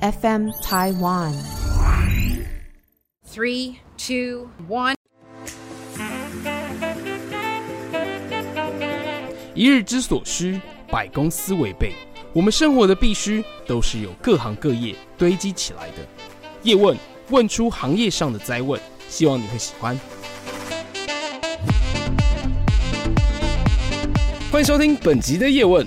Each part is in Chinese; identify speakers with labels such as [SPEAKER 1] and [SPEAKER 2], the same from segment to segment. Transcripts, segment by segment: [SPEAKER 1] FM Taiwan。
[SPEAKER 2] Three, two, one.
[SPEAKER 3] 一日之所需，百公司为备。我们生活的必须，都是由各行各业堆积起来的。叶问问出行业上的灾问，希望你会喜欢。欢迎收听本集的叶问，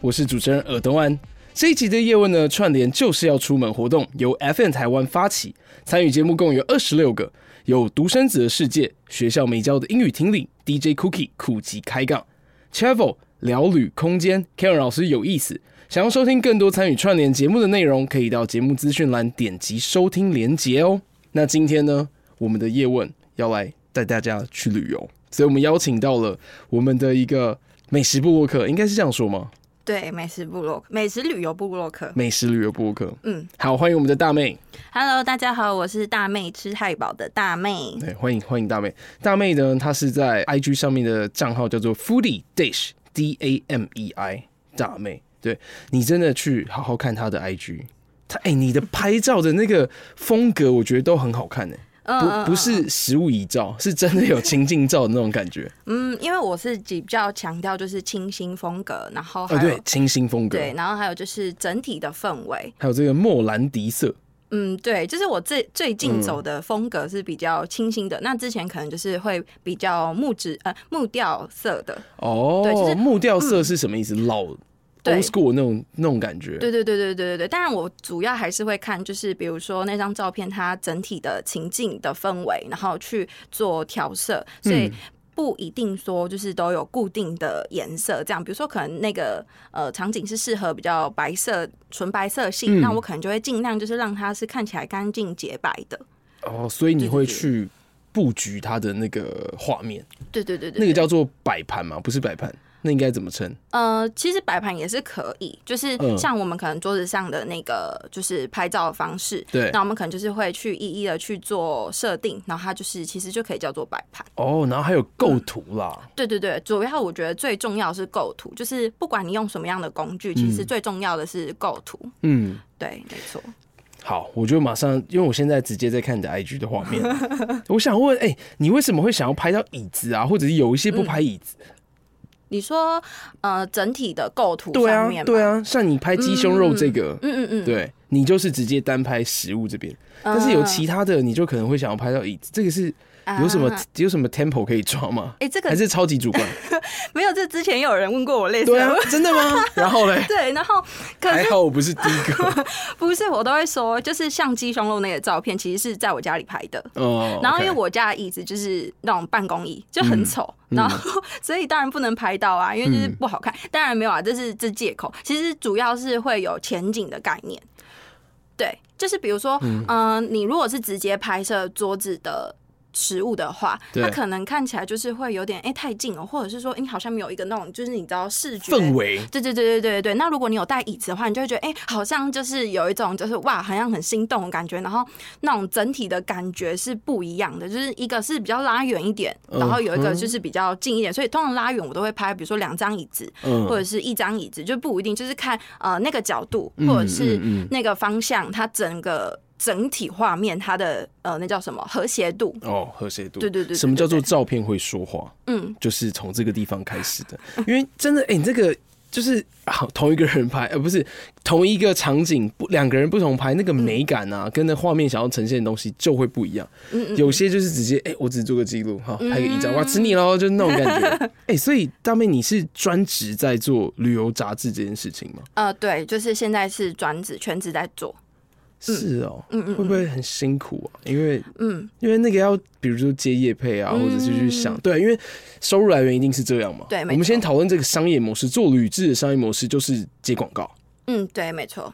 [SPEAKER 3] 我是主持人尔东安。这一集的叶问呢，串联就是要出门活动，由 FN 台湾发起，参与节目共有二十六个，有独生子的世界、学校没教的英语听力、DJ Cookie 酷级开杠、Travel 聊旅空间，Karen 老师有意思。想要收听更多参与串联节目的内容，可以到节目资讯栏点击收听连结哦。那今天呢，我们的叶问要来带大家去旅游，所以我们邀请到了我们的一个美食部落客，应该是这样说吗？
[SPEAKER 4] 对，美食部落、美食旅游部落客。
[SPEAKER 3] 美食旅游部落客。
[SPEAKER 4] 嗯
[SPEAKER 3] 好，欢迎我们的大妹，
[SPEAKER 4] ，Hello，大家好，我是大妹吃太饱的大妹。
[SPEAKER 3] 对，欢迎欢迎大妹。大妹呢，她是在 IG 上面的账号叫做 Foodie Dish D A M E I 大妹。对你真的去好好看她的 IG，她哎、你的拍照的那个风格，我觉得都很好看呢、
[SPEAKER 4] 嗯
[SPEAKER 3] 不不是实物遗照，是真的有情境照的那种感觉。
[SPEAKER 4] 嗯，因为我是比较强调就是清新风格，然后
[SPEAKER 3] 哦，
[SPEAKER 4] 还有、
[SPEAKER 3] 对，清新风格，
[SPEAKER 4] 对，然后还有就是整体的氛围。
[SPEAKER 3] 还有这个莫兰迪色，
[SPEAKER 4] 嗯，对，就是我最最近走的风格是比较清新的，那之前可能就是会比较木质呃木调色的。
[SPEAKER 3] 哦，
[SPEAKER 4] 对就是嗯
[SPEAKER 3] 木调色是什么意思？老 old
[SPEAKER 4] 对
[SPEAKER 3] school 那种那种感觉。
[SPEAKER 4] 对对对对对对对，当然我主要还是会看，就是比如说那张照片它整体的情境的氛围，然后去做调色，所
[SPEAKER 3] 嗯
[SPEAKER 4] 以不一定说就是都有固定的颜色这样。比如说可能那个呃场景是适合比较白色、纯白色系，
[SPEAKER 3] 嗯
[SPEAKER 4] 那我可能就会尽量就是让它是看起来干净洁白的。
[SPEAKER 3] 哦，所以你会
[SPEAKER 4] 对对对
[SPEAKER 3] 去布局它的那个画面。
[SPEAKER 4] 对对对对，
[SPEAKER 3] 那个
[SPEAKER 4] 对
[SPEAKER 3] 叫做摆盘嘛，不是摆盘，那应该怎么称？
[SPEAKER 4] 呃，其实摆盘也是可以，就是
[SPEAKER 3] 嗯
[SPEAKER 4] 像我们可能桌子上的那个就是拍照的方式，
[SPEAKER 3] 对
[SPEAKER 4] 那我们可能就是会去一一的去做设定，然后它就是其实就可以叫做摆盘。
[SPEAKER 3] 哦，然后还有构图啦，
[SPEAKER 4] 对对对，主要我觉得最重要的是构图，就是不管你用什么样的工具，其实最重要的是构图。
[SPEAKER 3] 嗯。
[SPEAKER 4] 对，没错。
[SPEAKER 3] 好，我就马上，因为我现在直接在看你的 IG 的画 面，我想问，哎、你为什么会想要拍到椅子啊，或者是有一些不拍椅子？
[SPEAKER 4] 嗯你说呃，整体的构图
[SPEAKER 3] 对
[SPEAKER 4] 上
[SPEAKER 3] 啊
[SPEAKER 4] 面，嘛，
[SPEAKER 3] 对啊，像你拍鸡胸肉这个，
[SPEAKER 4] 嗯嗯嗯，
[SPEAKER 3] 对你就是直接单拍食物这边，但是有其他的，你就可能会想要拍到椅子，这个是有什么、
[SPEAKER 4] 哎、
[SPEAKER 3] 有什么 tempo 可以抓吗？
[SPEAKER 4] 诶这个
[SPEAKER 3] 还是超级主 观？
[SPEAKER 4] 没有，这之前也有人问过我类似的
[SPEAKER 3] 对
[SPEAKER 4] 问
[SPEAKER 3] 啊哎
[SPEAKER 4] 题。，
[SPEAKER 3] 真的 吗？然后嘞，
[SPEAKER 4] 对，然后可
[SPEAKER 3] 还
[SPEAKER 4] 是
[SPEAKER 3] 好我不是第一个，
[SPEAKER 4] 不是我都会说，就是像鸡胸肉那个照片，其实是在我家里拍的。
[SPEAKER 3] 哦，
[SPEAKER 4] 然后因为
[SPEAKER 3] OK 嗯
[SPEAKER 4] 我家的椅子就是那种办公椅，就很丑，然后所以当然不能拍到啊，因为就是不好看。当然没有啊，这是这借口。其实主要是会有前景的概念，对，就是比如说，嗯、你如果是直接拍摄桌子的。食物的话，
[SPEAKER 3] 对
[SPEAKER 4] 它可能看起来就是会有点哎、太近了，或者是说、诶你好像没有一个那种就是你知道视觉
[SPEAKER 3] 氛围，
[SPEAKER 4] 对对对对对对。那如果你有带椅子的话，你就会觉得，哎、好像就是有一种就是哇，好像很心动的感觉，然后那种整体的感觉是不一样的，就是一个是比较拉远一点，
[SPEAKER 3] 嗯
[SPEAKER 4] 然后有一个就是比较近一点，所以通常拉远我都会拍，比如说两张椅子。
[SPEAKER 3] 嗯
[SPEAKER 4] 或者是一张椅子，就不一定，就是看呃那个角度，或者是
[SPEAKER 3] 嗯嗯嗯
[SPEAKER 4] 那个方向，它整个整体画面它的呃那叫什么和谐度，
[SPEAKER 3] 哦，和谐度。
[SPEAKER 4] 对对对对
[SPEAKER 3] 什么叫做照片会说话？
[SPEAKER 4] 嗯，
[SPEAKER 3] 就是从这个地方开始的，因为真的，哎、你这个就是好、同一个人拍，呃，不是同一个场景，不两个人不同拍，那
[SPEAKER 4] 嗯
[SPEAKER 3] 个美感啊，跟那画面想要呈现的东西就会不一样。
[SPEAKER 4] 嗯
[SPEAKER 3] 有些就是直接，哎、我只做个记录，哈，拍个一张，哇，吃你喽，就是那种感觉。 哎、所以大妹，你是专职在做旅游杂志这件事情吗？
[SPEAKER 4] 呃对，就是现在是转职全职在做，
[SPEAKER 3] 是哦，
[SPEAKER 4] 嗯嗯
[SPEAKER 3] 会不会很辛苦啊？因为
[SPEAKER 4] 嗯，
[SPEAKER 3] 因为那个要，比如说接业配啊，或者是去想，对，因为收入来源一定是这样嘛。
[SPEAKER 4] 对没
[SPEAKER 3] 我们先
[SPEAKER 4] 错
[SPEAKER 3] 讨论这个商业模式，做铝制的商业模式就是接广告，
[SPEAKER 4] 嗯对，没错，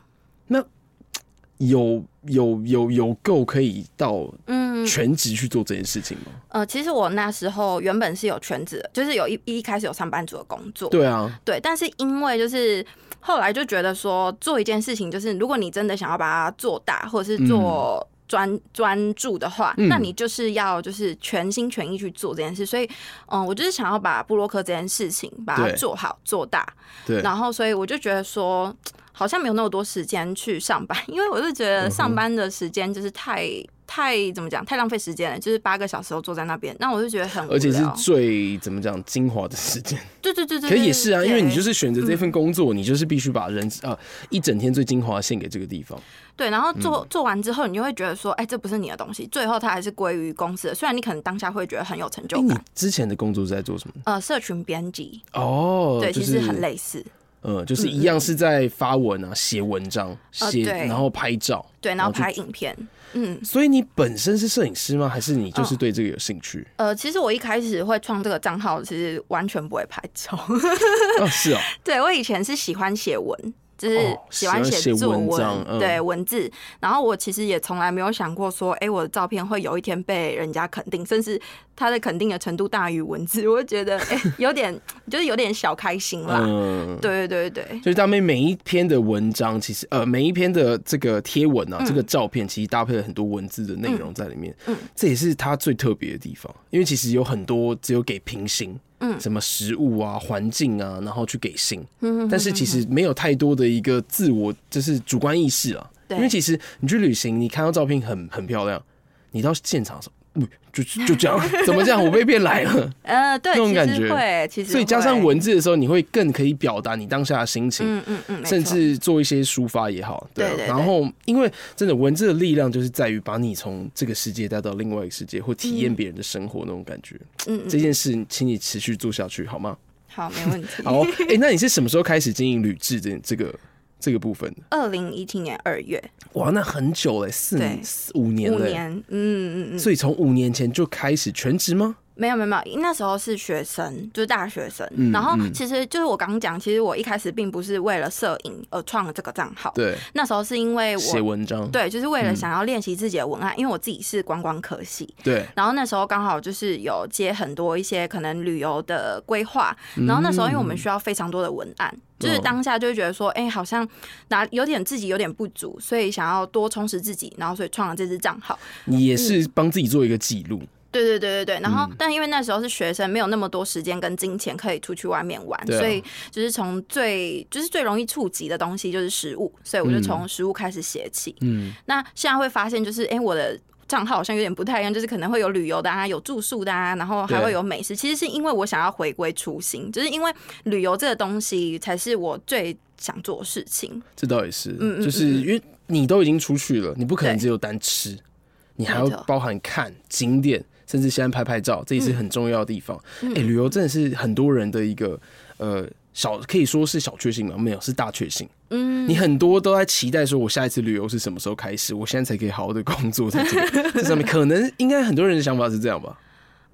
[SPEAKER 3] 有有有有够可以到
[SPEAKER 4] 嗯。
[SPEAKER 3] 全职去做这件事情吗？
[SPEAKER 4] 呃，其实我那时候原本是有全职的，就是有一一开始有上班族的工作，
[SPEAKER 3] 对啊，
[SPEAKER 4] 对但是因为就是后来就觉得说，做一件事情，就是如果你真的想要把它做大，或者是做专专、注的话，
[SPEAKER 3] 嗯
[SPEAKER 4] 那你就是要就是全心全意去做这件事。所以，嗯、我就是想要把布洛克这件事情把它
[SPEAKER 3] 对
[SPEAKER 4] 做好做大，
[SPEAKER 3] 对，
[SPEAKER 4] 然后所以我就觉得说。好像没有那么多时间去上班， 因为我是觉得上班的时间就是太。太怎么讲？太浪费时间了，就是八个小时都坐在那边，那我就觉得很无
[SPEAKER 3] 而且是
[SPEAKER 4] 聊
[SPEAKER 3] 最怎么讲精华的时间。
[SPEAKER 4] 对对对对，嗯
[SPEAKER 3] 可也是啊，因为你就是是选择这份工作，你就是必须把人啊一整天最精华献给这个地方。
[SPEAKER 4] 对，然后
[SPEAKER 3] 嗯
[SPEAKER 4] 做做完之后，你就会觉得说，哎、这不是你的东西，最后它还是归于公司的。虽然你可能当下会觉得很有成就
[SPEAKER 3] 哎，
[SPEAKER 4] 感，
[SPEAKER 3] 你之前的工作是在做什么？
[SPEAKER 4] 呃，社群编辑，
[SPEAKER 3] 哦，
[SPEAKER 4] 对，
[SPEAKER 3] 就
[SPEAKER 4] 其
[SPEAKER 3] 是
[SPEAKER 4] 实很类似。
[SPEAKER 3] 呃，就是一样是在发文啊，写文章，写
[SPEAKER 4] 对
[SPEAKER 3] 然后拍照，
[SPEAKER 4] 对，然后
[SPEAKER 3] 就
[SPEAKER 4] 拍影片，嗯，
[SPEAKER 3] 所以你本身是摄影师吗？还是你就是对这个有兴趣？
[SPEAKER 4] 呃，其实我一开始会创这个账号，其实完全不会拍照。
[SPEAKER 3] 哦，是哦，
[SPEAKER 4] 对我以前是喜欢写文，就是
[SPEAKER 3] 哦
[SPEAKER 4] 喜欢
[SPEAKER 3] 喜欢写
[SPEAKER 4] 写作
[SPEAKER 3] 文
[SPEAKER 4] 文，
[SPEAKER 3] 章嗯
[SPEAKER 4] 对文字。然后我其实也从来没有想过说，哎、我的照片会有一天被人家肯定，甚至他的肯定的程度大于文字，我就觉得，哎、有点就是有点小开心啦。
[SPEAKER 3] 嗯，
[SPEAKER 4] 对对对对。
[SPEAKER 3] 就是大妹每一篇的文章，其实呃每一篇的这个贴文啊，这个照片其实搭配了很多文字的内容在里面，这也是它最特别的地方。因为其实有很多只有给平行，嗯，什么食物啊、环境啊，然后去给星，但是其实没有太多的一个自我，就是主观意识啊。
[SPEAKER 4] 对
[SPEAKER 3] 因为其实你去旅行，你看到照片很很漂亮，你到现场的时候，嗯，就就这样， 怎么这样？我被骗来了。
[SPEAKER 4] 呃，对，
[SPEAKER 3] 那种
[SPEAKER 4] 其
[SPEAKER 3] 感
[SPEAKER 4] 实
[SPEAKER 3] 觉
[SPEAKER 4] 会，其实
[SPEAKER 3] 所以加上
[SPEAKER 4] 会，
[SPEAKER 3] 文字的时候，你会更可以表达你当下的心情，
[SPEAKER 4] 嗯嗯嗯，没
[SPEAKER 3] 甚
[SPEAKER 4] 错
[SPEAKER 3] 至做一些抒发也好。啊
[SPEAKER 4] 对对对
[SPEAKER 3] 然后，因为真的文字的力量就是在于把你从这个世界带到另外一个世界，或体验别人的生活那种感觉。
[SPEAKER 4] 嗯嗯
[SPEAKER 3] 这件事，请你持续做下去，好吗？
[SPEAKER 4] 好，没问题。
[SPEAKER 3] 好，哎、那你是什么时候开始经营旅志这这个这个部分的？
[SPEAKER 4] 二零一七年二月，
[SPEAKER 3] 哇，那很久嘞，四
[SPEAKER 4] 对
[SPEAKER 3] 四五年
[SPEAKER 4] 五
[SPEAKER 3] 嘞。
[SPEAKER 4] 年，嗯嗯嗯，
[SPEAKER 3] 所以从五年前就开始全职吗？
[SPEAKER 4] 没有没有没有，那时候是学生，就是大学生。
[SPEAKER 3] 嗯
[SPEAKER 4] 然后其实就是我刚刚讲，其实我一开始并不是为了摄影而创了这个账号，
[SPEAKER 3] 对，
[SPEAKER 4] 那时候是因为
[SPEAKER 3] 写
[SPEAKER 4] 哎我
[SPEAKER 3] 文嗯章。
[SPEAKER 4] 对，就是为了想要练习自己的文案，因为我自己是观光科系，
[SPEAKER 3] 对，
[SPEAKER 4] 然后那时候刚好就是有接很多一些可能旅游的规划，
[SPEAKER 3] 嗯
[SPEAKER 4] 然后那时候因为我们需要非常多的文案，就是当下就会觉得说，哎、好像哪有点自己有点不足，所以想要多充实自己，然后所以创了这支账号。
[SPEAKER 3] 你也是帮自己做一个记录。
[SPEAKER 4] 对对对对对，然后、
[SPEAKER 3] 嗯
[SPEAKER 4] 但因为那时候是学生，没有那么多时间跟金钱可以出去外面玩，
[SPEAKER 3] 对啊
[SPEAKER 4] 所以就是从最就是最容易触及的东西就是食物，所以我就从食物开始写起。
[SPEAKER 3] 嗯，
[SPEAKER 4] 那现在会发现，就是哎、诶我的账号好像有点不太一样，就是可能会有旅游的啊，有住宿的啊，然后还
[SPEAKER 3] 对
[SPEAKER 4] 会有美食。其实是因为我想要回归初心，就是因为旅游这个东西才是我最想做的事情。
[SPEAKER 3] 这倒也是，
[SPEAKER 4] 嗯嗯
[SPEAKER 3] 就是因为你都已经出去了，你不可能
[SPEAKER 4] 对
[SPEAKER 3] 只有单吃，你还要
[SPEAKER 4] 没错嗯
[SPEAKER 3] 包含看景点，甚至现在拍拍照，这也是很重要的地方。哎、旅游真的是很多人的一个呃小，可以说是小确幸嘛，没有是大确幸。
[SPEAKER 4] 嗯，
[SPEAKER 3] 你很多都在期待说，我下一次旅游是什么时候开始？我现在才可以好好的工作在这个这上面，可能应该很多人的想法是这样吧？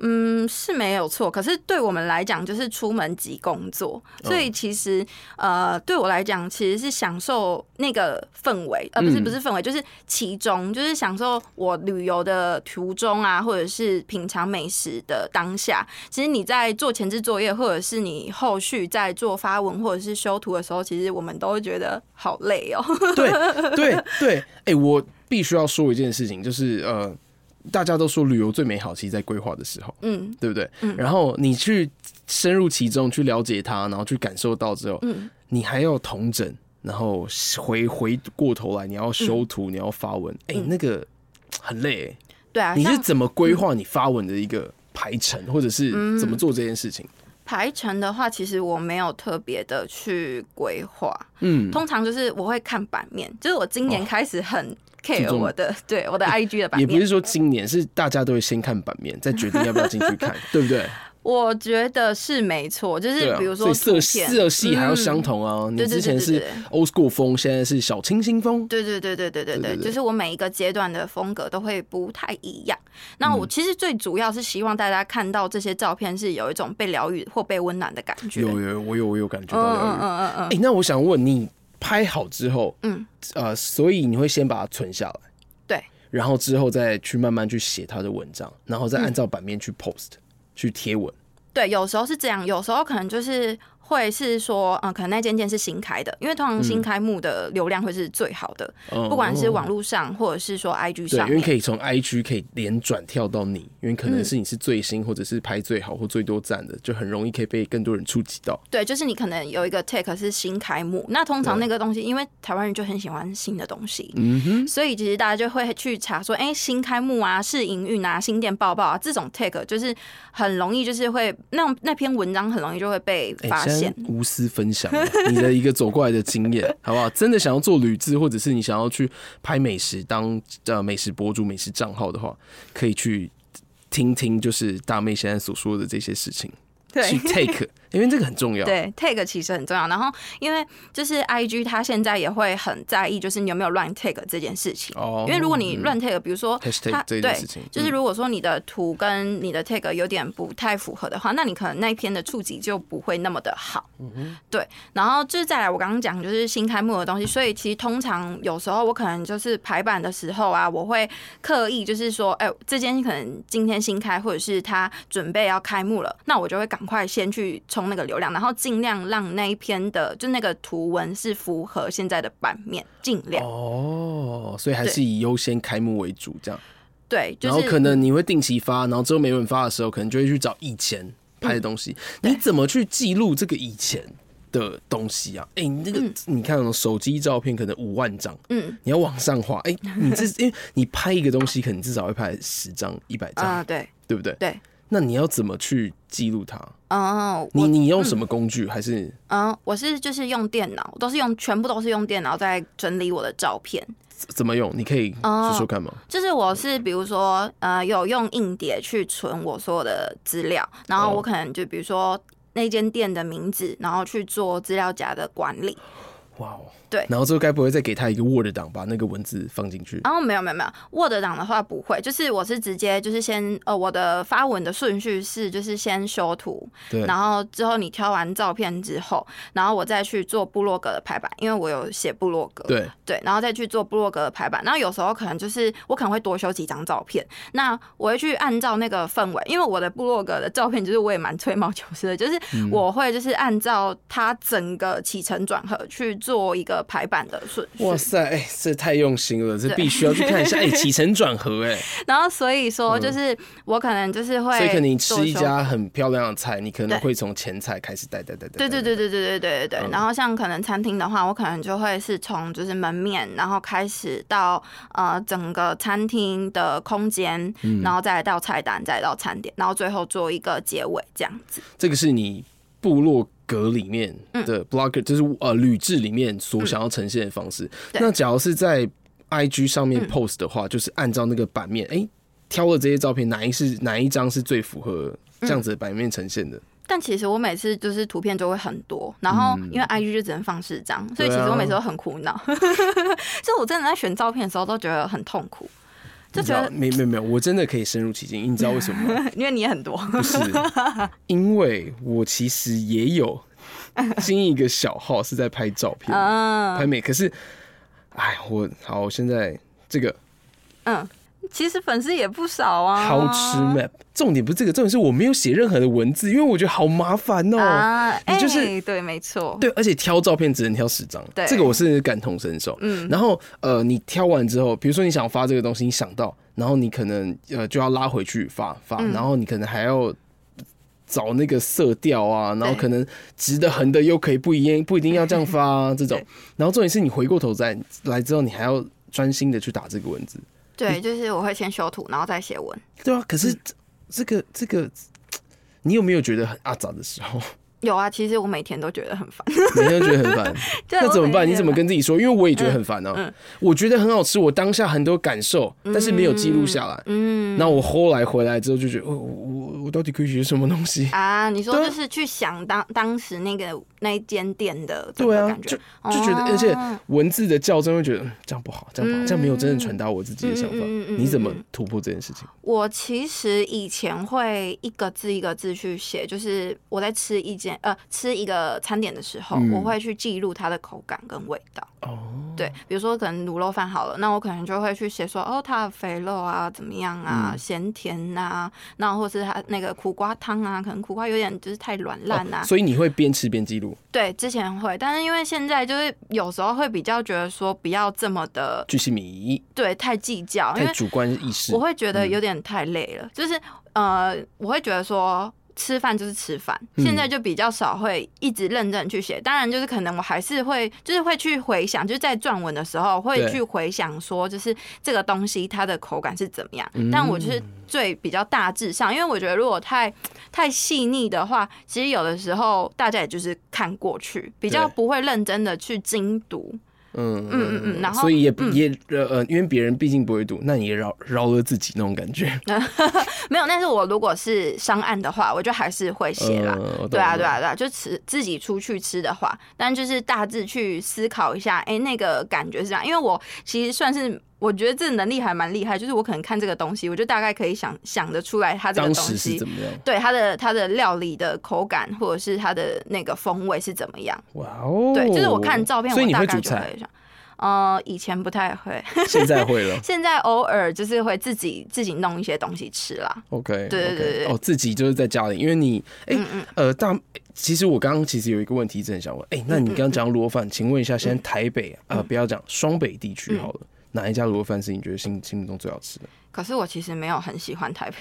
[SPEAKER 4] 嗯，是没有错。可是对我们来讲，就是出门即工作，所
[SPEAKER 3] 嗯
[SPEAKER 4] 以其实、呃，对我来讲，其实是享受那个氛围，呃，不是
[SPEAKER 3] 嗯
[SPEAKER 4] 不是氛围，就是其中，就是享受我旅游的途中啊，或者是品尝美食的当下。其实你在做前置作业，或者是你后续在做发文或者是修图的时候，其实我们都会觉得好累哦。
[SPEAKER 3] 对对对，哎、我必须要说一件事情，就是呃，大家都说旅游最美好，其实在规划的时候。
[SPEAKER 4] 嗯，
[SPEAKER 3] 对不对？然后你去深入其中去了解它，然后去感受到之后，
[SPEAKER 4] 嗯
[SPEAKER 3] 你还要同整，然后回回过头来，你要修图，你要发文，
[SPEAKER 4] 嗯
[SPEAKER 3] 哎、那个嘖很累、欸。
[SPEAKER 4] 对啊，
[SPEAKER 3] 你是
[SPEAKER 4] 像
[SPEAKER 3] 怎么规划你发文的一个排程，或者是
[SPEAKER 4] 嗯
[SPEAKER 3] 怎么做这件事情？
[SPEAKER 4] 排程的话，其实我没有特别的去规划。
[SPEAKER 3] 嗯，哦
[SPEAKER 4] 通常就是我会看版面，就是我今年开始很
[SPEAKER 3] 注
[SPEAKER 4] care
[SPEAKER 3] 重
[SPEAKER 4] 我的、对我的 IG 的 版
[SPEAKER 3] 也不
[SPEAKER 4] 面。
[SPEAKER 3] 是说今年是大家都会先看版面，再决定要不要进去 看，对不对？
[SPEAKER 4] 我觉得是没错，就
[SPEAKER 3] 对
[SPEAKER 4] 是
[SPEAKER 3] 啊，
[SPEAKER 4] 比如
[SPEAKER 3] 所
[SPEAKER 4] 说
[SPEAKER 3] 以
[SPEAKER 4] 图
[SPEAKER 3] 色
[SPEAKER 4] 片，嗯
[SPEAKER 3] 色系还要相同啊。你
[SPEAKER 4] 对对
[SPEAKER 3] 之前
[SPEAKER 4] 对对
[SPEAKER 3] 是
[SPEAKER 4] 对
[SPEAKER 3] old school 风，现在是小清新风，
[SPEAKER 4] 对对对对对对
[SPEAKER 3] 对对
[SPEAKER 4] 对，
[SPEAKER 3] 对
[SPEAKER 4] 就是我每一个阶段的风格都会不太一样。那
[SPEAKER 3] 嗯
[SPEAKER 4] 我其实最主要是希望大家看到这些照片是有一种被疗愈或被温暖的感觉。
[SPEAKER 3] 有有，我有我有感觉
[SPEAKER 4] 嗯
[SPEAKER 3] 到疗愈。
[SPEAKER 4] 嗯嗯嗯
[SPEAKER 3] 哎、
[SPEAKER 4] 嗯，
[SPEAKER 3] 那我想问你，拍好之后，
[SPEAKER 4] 嗯，
[SPEAKER 3] 呃，所以你会先把它存下来，
[SPEAKER 4] 对，
[SPEAKER 3] 然后之后再去慢慢去写它的文章，
[SPEAKER 4] 嗯
[SPEAKER 3] 然后再按照版面去 post、去贴文。
[SPEAKER 4] 对，有时候是这样，有时候可能就是会是说，嗯、可能那间店是新开的，因为通常新开幕的流量会是最好的，
[SPEAKER 3] 嗯哦
[SPEAKER 4] 不管是网络上或者是说 IG
[SPEAKER 3] 对，
[SPEAKER 4] 上
[SPEAKER 3] 因为
[SPEAKER 4] 面。
[SPEAKER 3] 可以从 IG 可以连转跳到你，因为可
[SPEAKER 4] 嗯
[SPEAKER 3] 能是你是最新或者是拍最好或最多赞的，就很容易可以被更多人触及到。
[SPEAKER 4] 对，就是你可能有一个 take 是新开幕，那通常
[SPEAKER 3] 对
[SPEAKER 4] 那个东西，因为台湾人就很喜欢新的东西，
[SPEAKER 3] 嗯哼，
[SPEAKER 4] 所以其实大家就会去查说，哎、新开幕啊，试营运啊，新店报报啊，这种 take 就是很容易，就是会那种那篇文章很容易就会被
[SPEAKER 3] 哎
[SPEAKER 4] 发
[SPEAKER 3] 现在
[SPEAKER 4] 现。
[SPEAKER 3] 无私分享啊 你的一个走过来的经验，好不好？真的想要做旅志，或者是你想要去拍美食当呃美食博主、美食账号的话，可以去听听，就是大妹现在所说的这些事情，去 take，因为这个很重要。
[SPEAKER 4] 对，tag 其实很重要。然后，因为就是 IG，它现在也会很在意，就是你有没有乱 tag 这件事情。
[SPEAKER 3] 哦
[SPEAKER 4] 因为如果你乱 tag，比如说
[SPEAKER 3] hashtag
[SPEAKER 4] 它
[SPEAKER 3] 这件
[SPEAKER 4] 对
[SPEAKER 3] 事，情，
[SPEAKER 4] 就
[SPEAKER 3] 嗯
[SPEAKER 4] 是如果说你的图跟你的 tag 有点不太符合的话，那你可能那一篇的触及就不会那么的好。
[SPEAKER 3] 嗯
[SPEAKER 4] 对，然后就是再来我刚刚讲就是新开幕的东西，所以其实通常有时候我可能就是排版的时候啊，我会刻意就是说，哎、这间可能今天新开，或者是它准备要开幕了，那我就会赶快先去冲那个流量，然后尽量让那一篇的就那个图文是符合现在的版面，尽量、
[SPEAKER 3] 哦，所以还
[SPEAKER 4] 对
[SPEAKER 3] 是以优先开幕为主，这样。
[SPEAKER 4] 对，就
[SPEAKER 3] 然后
[SPEAKER 4] 是
[SPEAKER 3] 可能你会定期发，然后之后没人发的时候，可能就会去找以前拍的
[SPEAKER 4] 嗯
[SPEAKER 3] 东西。你怎么去记录这个以前的东西啊？哎、你那个、你看、哦，手机照片可能五万张，
[SPEAKER 4] 嗯
[SPEAKER 3] 你要往上画。哎、你这因为你拍一个东西，可能至少会拍十张、一百
[SPEAKER 4] 啊、
[SPEAKER 3] 张，
[SPEAKER 4] 对
[SPEAKER 3] 对不对？
[SPEAKER 4] 对，
[SPEAKER 3] 那你要怎么去记录它？
[SPEAKER 4] 哦、
[SPEAKER 3] 你你用什么工具？还是
[SPEAKER 4] 嗯，我是就是用电脑，都是用全部都是用电脑在整理我的照片。
[SPEAKER 3] 怎么用？你可以
[SPEAKER 4] 哦
[SPEAKER 3] 说说看吗？
[SPEAKER 4] 就是我是比如说呃有用硬碟去存我所有的资料，然后
[SPEAKER 3] 哦
[SPEAKER 4] 我可能就比如说那间店的名字，然后去做资料夹的管理。
[SPEAKER 3] 哇哦，
[SPEAKER 4] 对
[SPEAKER 3] 然后之后该不会再给他一个 Word 档，把那个文字放进去？
[SPEAKER 4] 然后没有没有没有，Word 档的话不会，就是我是直接就是先呃我的发文的顺序是就是先修图，
[SPEAKER 3] 对，
[SPEAKER 4] 然后之后你挑完照片之后，然后我再去做部落格的排版，因为我有写部落格。
[SPEAKER 3] 对，
[SPEAKER 4] 对，然后再去做部落格的排版。然后有时候可能就是我可能会多修几张照片，那我会去按照那个氛围，因为我的部落格的照片就是我也蛮吹毛求疵的，就是
[SPEAKER 3] 嗯
[SPEAKER 4] 我会就是按照它整个起承转合去做一个排版的顺
[SPEAKER 3] 哇
[SPEAKER 4] 序。
[SPEAKER 3] 塞，哎、这太用心了，这
[SPEAKER 4] 对
[SPEAKER 3] 必须要去看一下，哎、起承转合、
[SPEAKER 4] 然后所以说就是我可能就是会
[SPEAKER 3] 哎，嗯所以可能你
[SPEAKER 4] 多
[SPEAKER 3] 吃一
[SPEAKER 4] 修
[SPEAKER 3] 家很漂亮的菜，你可能
[SPEAKER 4] 对
[SPEAKER 3] 会从前菜开始带带带带，
[SPEAKER 4] 对对对对对对对对对。
[SPEAKER 3] 嗯
[SPEAKER 4] 然后像可能餐厅的话，我可能就会是从就是门面，然后开始到呃整个餐厅的空间，
[SPEAKER 3] 嗯
[SPEAKER 4] 然后再来到菜单，再来到餐点，然后最后做一个结尾这样子。
[SPEAKER 3] 这个是你部落格里面
[SPEAKER 4] 嗯
[SPEAKER 3] 的 blogger，、就是呃旅志里面所想要呈现的方式。
[SPEAKER 4] 对嗯
[SPEAKER 3] 那假如是在 IG 上面 post 的话，就是按照那个版面，哎、挑了这些照片，哪一是哪一张是最符合这
[SPEAKER 4] 嗯
[SPEAKER 3] 样子的版面呈现的？
[SPEAKER 4] 但其实我每次就是图片就会很多，然后因为 IG 就只能放四张，所以
[SPEAKER 3] 嗯对
[SPEAKER 4] 其实
[SPEAKER 3] 啊
[SPEAKER 4] 我每次都很苦恼。 就我真的在选照片的时候都觉得很痛苦， 就
[SPEAKER 3] 你知
[SPEAKER 4] 觉
[SPEAKER 3] 道，
[SPEAKER 4] 得
[SPEAKER 3] 没没没有，我真的可以深入其境，你知道为什么吗？
[SPEAKER 4] 因为你也很多，
[SPEAKER 3] 不是，因为我其实也 有经营一个小号是在拍照片、
[SPEAKER 4] 嗯
[SPEAKER 3] 拍美，可是，哎，我好，我现在这个
[SPEAKER 4] 嗯，其实粉丝也不少啊，
[SPEAKER 3] 好吃 map，、重点不是这个，重点是我没有写任何的文字，因为我觉得好麻烦哦、
[SPEAKER 4] 啊，
[SPEAKER 3] 你就是
[SPEAKER 4] 哎对，没错，
[SPEAKER 3] 对，而且挑照片只能挑十张，
[SPEAKER 4] 对
[SPEAKER 3] 这个我是感同身受。嗯，然后呃，你挑完之后，比如说你想发这个东西，你想到，然后你可能呃就要拉回去发发，
[SPEAKER 4] 嗯
[SPEAKER 3] 然后你可能还要找那个色调啊，然后
[SPEAKER 4] 对
[SPEAKER 3] 可能直的横的又可以不一样，不一定要这样发 啊这种
[SPEAKER 4] 对。
[SPEAKER 3] 然后重点是你回过头再来之后，你还要专心的去打这个文字，
[SPEAKER 4] 对，就是我会先修图，然后再写文。
[SPEAKER 3] 对啊。可
[SPEAKER 4] 嗯
[SPEAKER 3] 是这这个这个，你有没有觉得很阿杂的时候？
[SPEAKER 4] 有啊，其实我每天都觉得很 烦。
[SPEAKER 3] 每天都觉得很烦。
[SPEAKER 4] 对
[SPEAKER 3] 那怎么办？
[SPEAKER 4] 我每天
[SPEAKER 3] 你怎么跟自己说？因为我也
[SPEAKER 4] 嗯
[SPEAKER 3] 觉得很烦啊。我觉得很好吃，我当下很多感受，但是没有记录下来。
[SPEAKER 4] 嗯
[SPEAKER 3] 那、我后来回来之后就觉得，哦我我我到底可以学什么东西？
[SPEAKER 4] 啊，你说
[SPEAKER 3] 对啊
[SPEAKER 4] 就是去想当当时那个那一间店的整
[SPEAKER 3] 对
[SPEAKER 4] 个
[SPEAKER 3] 啊
[SPEAKER 4] 感，
[SPEAKER 3] 就
[SPEAKER 4] 觉，
[SPEAKER 3] 就觉得，
[SPEAKER 4] 哦
[SPEAKER 3] 而且文字的校正会觉得嗯这样不好，这样不好，
[SPEAKER 4] 嗯
[SPEAKER 3] 这样没有真正传达我自己的想法
[SPEAKER 4] 嗯嗯嗯。嗯
[SPEAKER 3] 你怎么突破这件事情？
[SPEAKER 4] 我其实以前会一个字一个字去写，就是我在吃一间呃吃一个餐点的时候，
[SPEAKER 3] 嗯
[SPEAKER 4] 我会去记录它的口感跟味道。
[SPEAKER 3] 哦，
[SPEAKER 4] 对，比如说可能卤肉饭好了，那我可能就会去写说，哦，它的肥肉啊怎么样啊，
[SPEAKER 3] 嗯
[SPEAKER 4] 咸甜呐、那或是它那个苦瓜汤啊，可能苦瓜有点就是太软烂啊。
[SPEAKER 3] 哦所以你会边吃边记录，
[SPEAKER 4] 对，之前会，但是因为现在就是有时候会比较觉得说不要这么的
[SPEAKER 3] 巨细靡遗，
[SPEAKER 4] 对太计较，哦因为
[SPEAKER 3] 太主观意识
[SPEAKER 4] 我。会觉
[SPEAKER 3] 嗯
[SPEAKER 4] 得有点太累了，就是呃，我会觉得说。吃饭就是吃饭，
[SPEAKER 3] 嗯
[SPEAKER 4] 现在就比较少会一直认真去写。当然，就是可能我还是会，就是会去回想，就是在撰文的时候会
[SPEAKER 3] 对
[SPEAKER 4] 去回想说，就是这个东西它的口感是怎么样。
[SPEAKER 3] 嗯
[SPEAKER 4] 但我就是最比较大致上，因为我觉得如果太太细腻的话，其实有的时候大家也就是看过去，比较
[SPEAKER 3] 对
[SPEAKER 4] 不会认真的去精读。
[SPEAKER 3] 嗯
[SPEAKER 4] 嗯嗯嗯然后
[SPEAKER 3] 所以也、
[SPEAKER 4] 嗯
[SPEAKER 3] 也呃呃，因为别人毕竟不会读，那你也饶饶了自己那种感觉。
[SPEAKER 4] 没有，但是我如果是商案的话，我就还是会写啦。
[SPEAKER 3] 呃我懂
[SPEAKER 4] 对啊，
[SPEAKER 3] 我懂
[SPEAKER 4] 对啊，对啊，就吃自己出去吃的话，但就是大致去思考一下，哎、那个感觉是这样。因为我其实算是，我觉得这能力还蛮厉害，就是我可能看这个东西，我就大概可以想想得出来它这个
[SPEAKER 3] 当
[SPEAKER 4] 东
[SPEAKER 3] 时是
[SPEAKER 4] 西
[SPEAKER 3] 怎。么样？
[SPEAKER 4] 对它的它的料理的口感，或者是它的那个风味是怎么样？
[SPEAKER 3] 哇哦！
[SPEAKER 4] 对，就是我看照片，
[SPEAKER 3] 所以
[SPEAKER 4] 我
[SPEAKER 3] 你
[SPEAKER 4] 大
[SPEAKER 3] 会
[SPEAKER 4] 概
[SPEAKER 3] 煮
[SPEAKER 4] 就会
[SPEAKER 3] 菜，
[SPEAKER 4] 想，呃，以前不太会，
[SPEAKER 3] 现在会了。
[SPEAKER 4] 现在偶尔就是会自己自己弄一些东西吃啦。
[SPEAKER 3] OK，
[SPEAKER 4] 对对对对
[SPEAKER 3] 哦，自己就是在家里，因为你，哎、
[SPEAKER 4] 嗯嗯，
[SPEAKER 3] 呃，大，其实我刚刚其实有一个问题一直很想问，哎、那
[SPEAKER 4] 嗯
[SPEAKER 3] 你刚刚讲卤肉饭，请问一下，现在台北啊、呃不要讲双北地
[SPEAKER 4] 嗯
[SPEAKER 3] 区好了，哪一家卤肉饭是你觉得心心目中最好吃的？
[SPEAKER 4] 可是我其实没有很喜欢台北，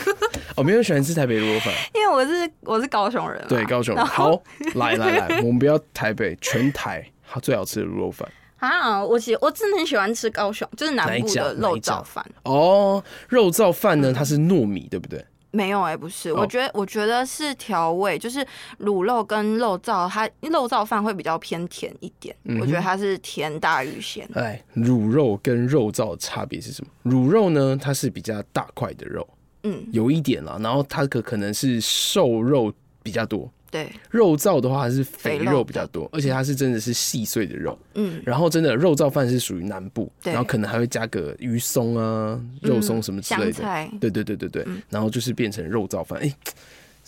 [SPEAKER 3] 哦，没有人喜欢吃台北卤肉饭，
[SPEAKER 4] 因为我是我是高雄人嘛。
[SPEAKER 3] 对，高雄。
[SPEAKER 4] 然后
[SPEAKER 3] 好，来来来，我们不要台北，全台它最好吃的卤肉饭
[SPEAKER 4] 啊，我喜我真的很喜欢吃高雄，就是
[SPEAKER 3] 哪
[SPEAKER 4] 南
[SPEAKER 3] 一
[SPEAKER 4] 部
[SPEAKER 3] 家
[SPEAKER 4] 的
[SPEAKER 3] 哪
[SPEAKER 4] 肉
[SPEAKER 3] 一家
[SPEAKER 4] 燥饭。
[SPEAKER 3] 哦。肉燥饭呢，它是糯米，对不对？
[SPEAKER 4] 没有哎、不是，
[SPEAKER 3] 哦
[SPEAKER 4] 我觉得我觉得是调味，就是卤肉跟肉燥，它肉燥饭会比较偏甜一点，
[SPEAKER 3] 嗯
[SPEAKER 4] 我觉得它是甜大于咸。
[SPEAKER 3] 哎，卤肉跟肉燥的差别是什么？卤肉呢，它是比较大块的肉，
[SPEAKER 4] 嗯，
[SPEAKER 3] 有一点啦，然后它可可能是瘦肉比较多。
[SPEAKER 4] 对，
[SPEAKER 3] 肉燥的话，它是肥
[SPEAKER 4] 肥肉
[SPEAKER 3] 肉比较多，而且它是真的是细碎的肉。
[SPEAKER 4] 嗯，
[SPEAKER 3] 然后真的肉燥饭是属于南部，
[SPEAKER 4] 对嗯
[SPEAKER 3] 然后可能还会加个鱼松啊、肉松什么之类
[SPEAKER 4] 香
[SPEAKER 3] 的。
[SPEAKER 4] 菜。嗯
[SPEAKER 3] 对对对对对，然后就是变成肉燥饭。哎、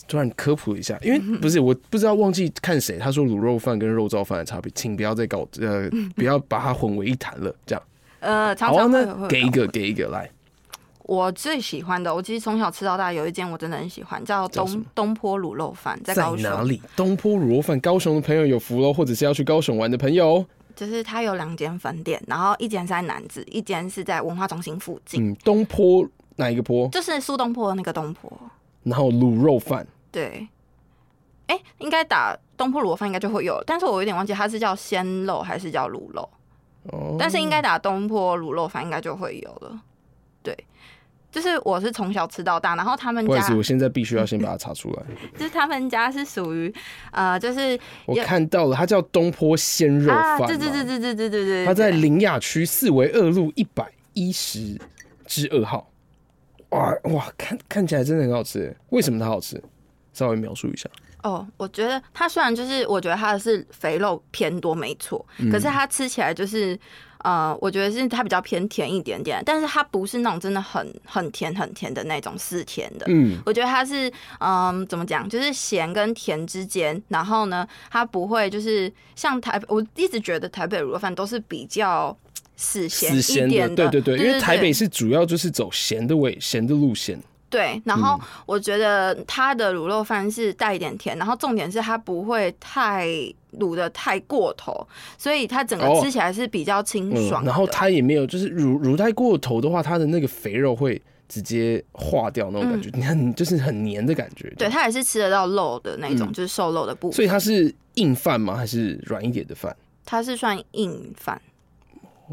[SPEAKER 3] 突然科普一下，因为
[SPEAKER 4] 嗯
[SPEAKER 3] 不是我不知道忘记看谁他说卤肉饭跟肉燥饭的差别，请不要再搞呃
[SPEAKER 4] 嗯
[SPEAKER 3] 不要把它混为一谈了。这样，
[SPEAKER 4] 呃，常
[SPEAKER 3] 好啊，
[SPEAKER 4] 常会
[SPEAKER 3] 那
[SPEAKER 4] 会
[SPEAKER 3] 给一个给一个来，
[SPEAKER 4] 我最喜欢的，我其实从小吃到大，有一间我真的很喜欢，叫
[SPEAKER 3] 叫什
[SPEAKER 4] 东东坡卤肉饭，在
[SPEAKER 3] 在
[SPEAKER 4] 高
[SPEAKER 3] 哪
[SPEAKER 4] 雄。
[SPEAKER 3] 里？东坡卤肉饭，高雄的朋友有福喽，或者是要去高雄玩的朋友哦，
[SPEAKER 4] 就是它有两间分店，然后一间是在南子，一间是在文化中心附近，
[SPEAKER 3] 嗯，东坡哪一个坡？
[SPEAKER 4] 就是苏东坡的那个东坡。
[SPEAKER 3] 然后卤肉饭，
[SPEAKER 4] 对，哎、应该打东坡卤肉饭应该就会有，但是我有点忘记它是叫鲜肉还是叫卤肉，
[SPEAKER 3] 哦，
[SPEAKER 4] 但是应该打东坡卤肉饭应该就会有了。对，就是我是从小吃到大，然后他们
[SPEAKER 3] 不好意
[SPEAKER 4] 家嗯
[SPEAKER 3] 思，我现在必须要先把它查出来。
[SPEAKER 4] 就是他们家是属于呃，就是
[SPEAKER 3] 我看到了，它叫东坡鲜肉
[SPEAKER 4] 啊，
[SPEAKER 3] 饭嘛，
[SPEAKER 4] 对对对对对对对对，
[SPEAKER 3] 他在
[SPEAKER 4] 对
[SPEAKER 3] 林雅区四维二路一百一十之二号。哇哇，看看起来真的很好吃耶。为什么它好吃？稍微描述一下。
[SPEAKER 4] 哦，我觉得它虽然就是，我觉得它的是肥肉偏多，没错，
[SPEAKER 3] 嗯
[SPEAKER 4] 可是它吃起来就是，呃，我觉得是它比较偏甜一点点，但是它不是那种真的很很甜很甜的那种是甜的。
[SPEAKER 3] 嗯，
[SPEAKER 4] 我觉得它是，嗯，怎么讲，就是咸跟甜之间，然后呢，它不会就是像台，我一直觉得台北卤肉饭都是比较死咸
[SPEAKER 3] 死
[SPEAKER 4] 一
[SPEAKER 3] 咸
[SPEAKER 4] 点
[SPEAKER 3] 的，对对对，因为台
[SPEAKER 4] 对嗯
[SPEAKER 3] 北嗯是主要就是走咸的味，咸的路线。
[SPEAKER 4] 对，然后我觉得它的卤肉饭是带一点甜，然后重点是它不会太卤的太过头，所以它整
[SPEAKER 3] 哦
[SPEAKER 4] 个吃起来是比较清
[SPEAKER 3] 嗯
[SPEAKER 4] 爽的、，
[SPEAKER 3] 然后它也没有，就是乳乳太过头的话，它的那个肥肉会直接化掉那种感觉，你看就是很黏的感觉。
[SPEAKER 4] 嗯对，它也是吃得到肉的那种，就是瘦肉的部
[SPEAKER 3] 嗯所
[SPEAKER 4] 分，
[SPEAKER 3] 以它是硬饭吗？还是软一点的饭？
[SPEAKER 4] 它是算硬饭。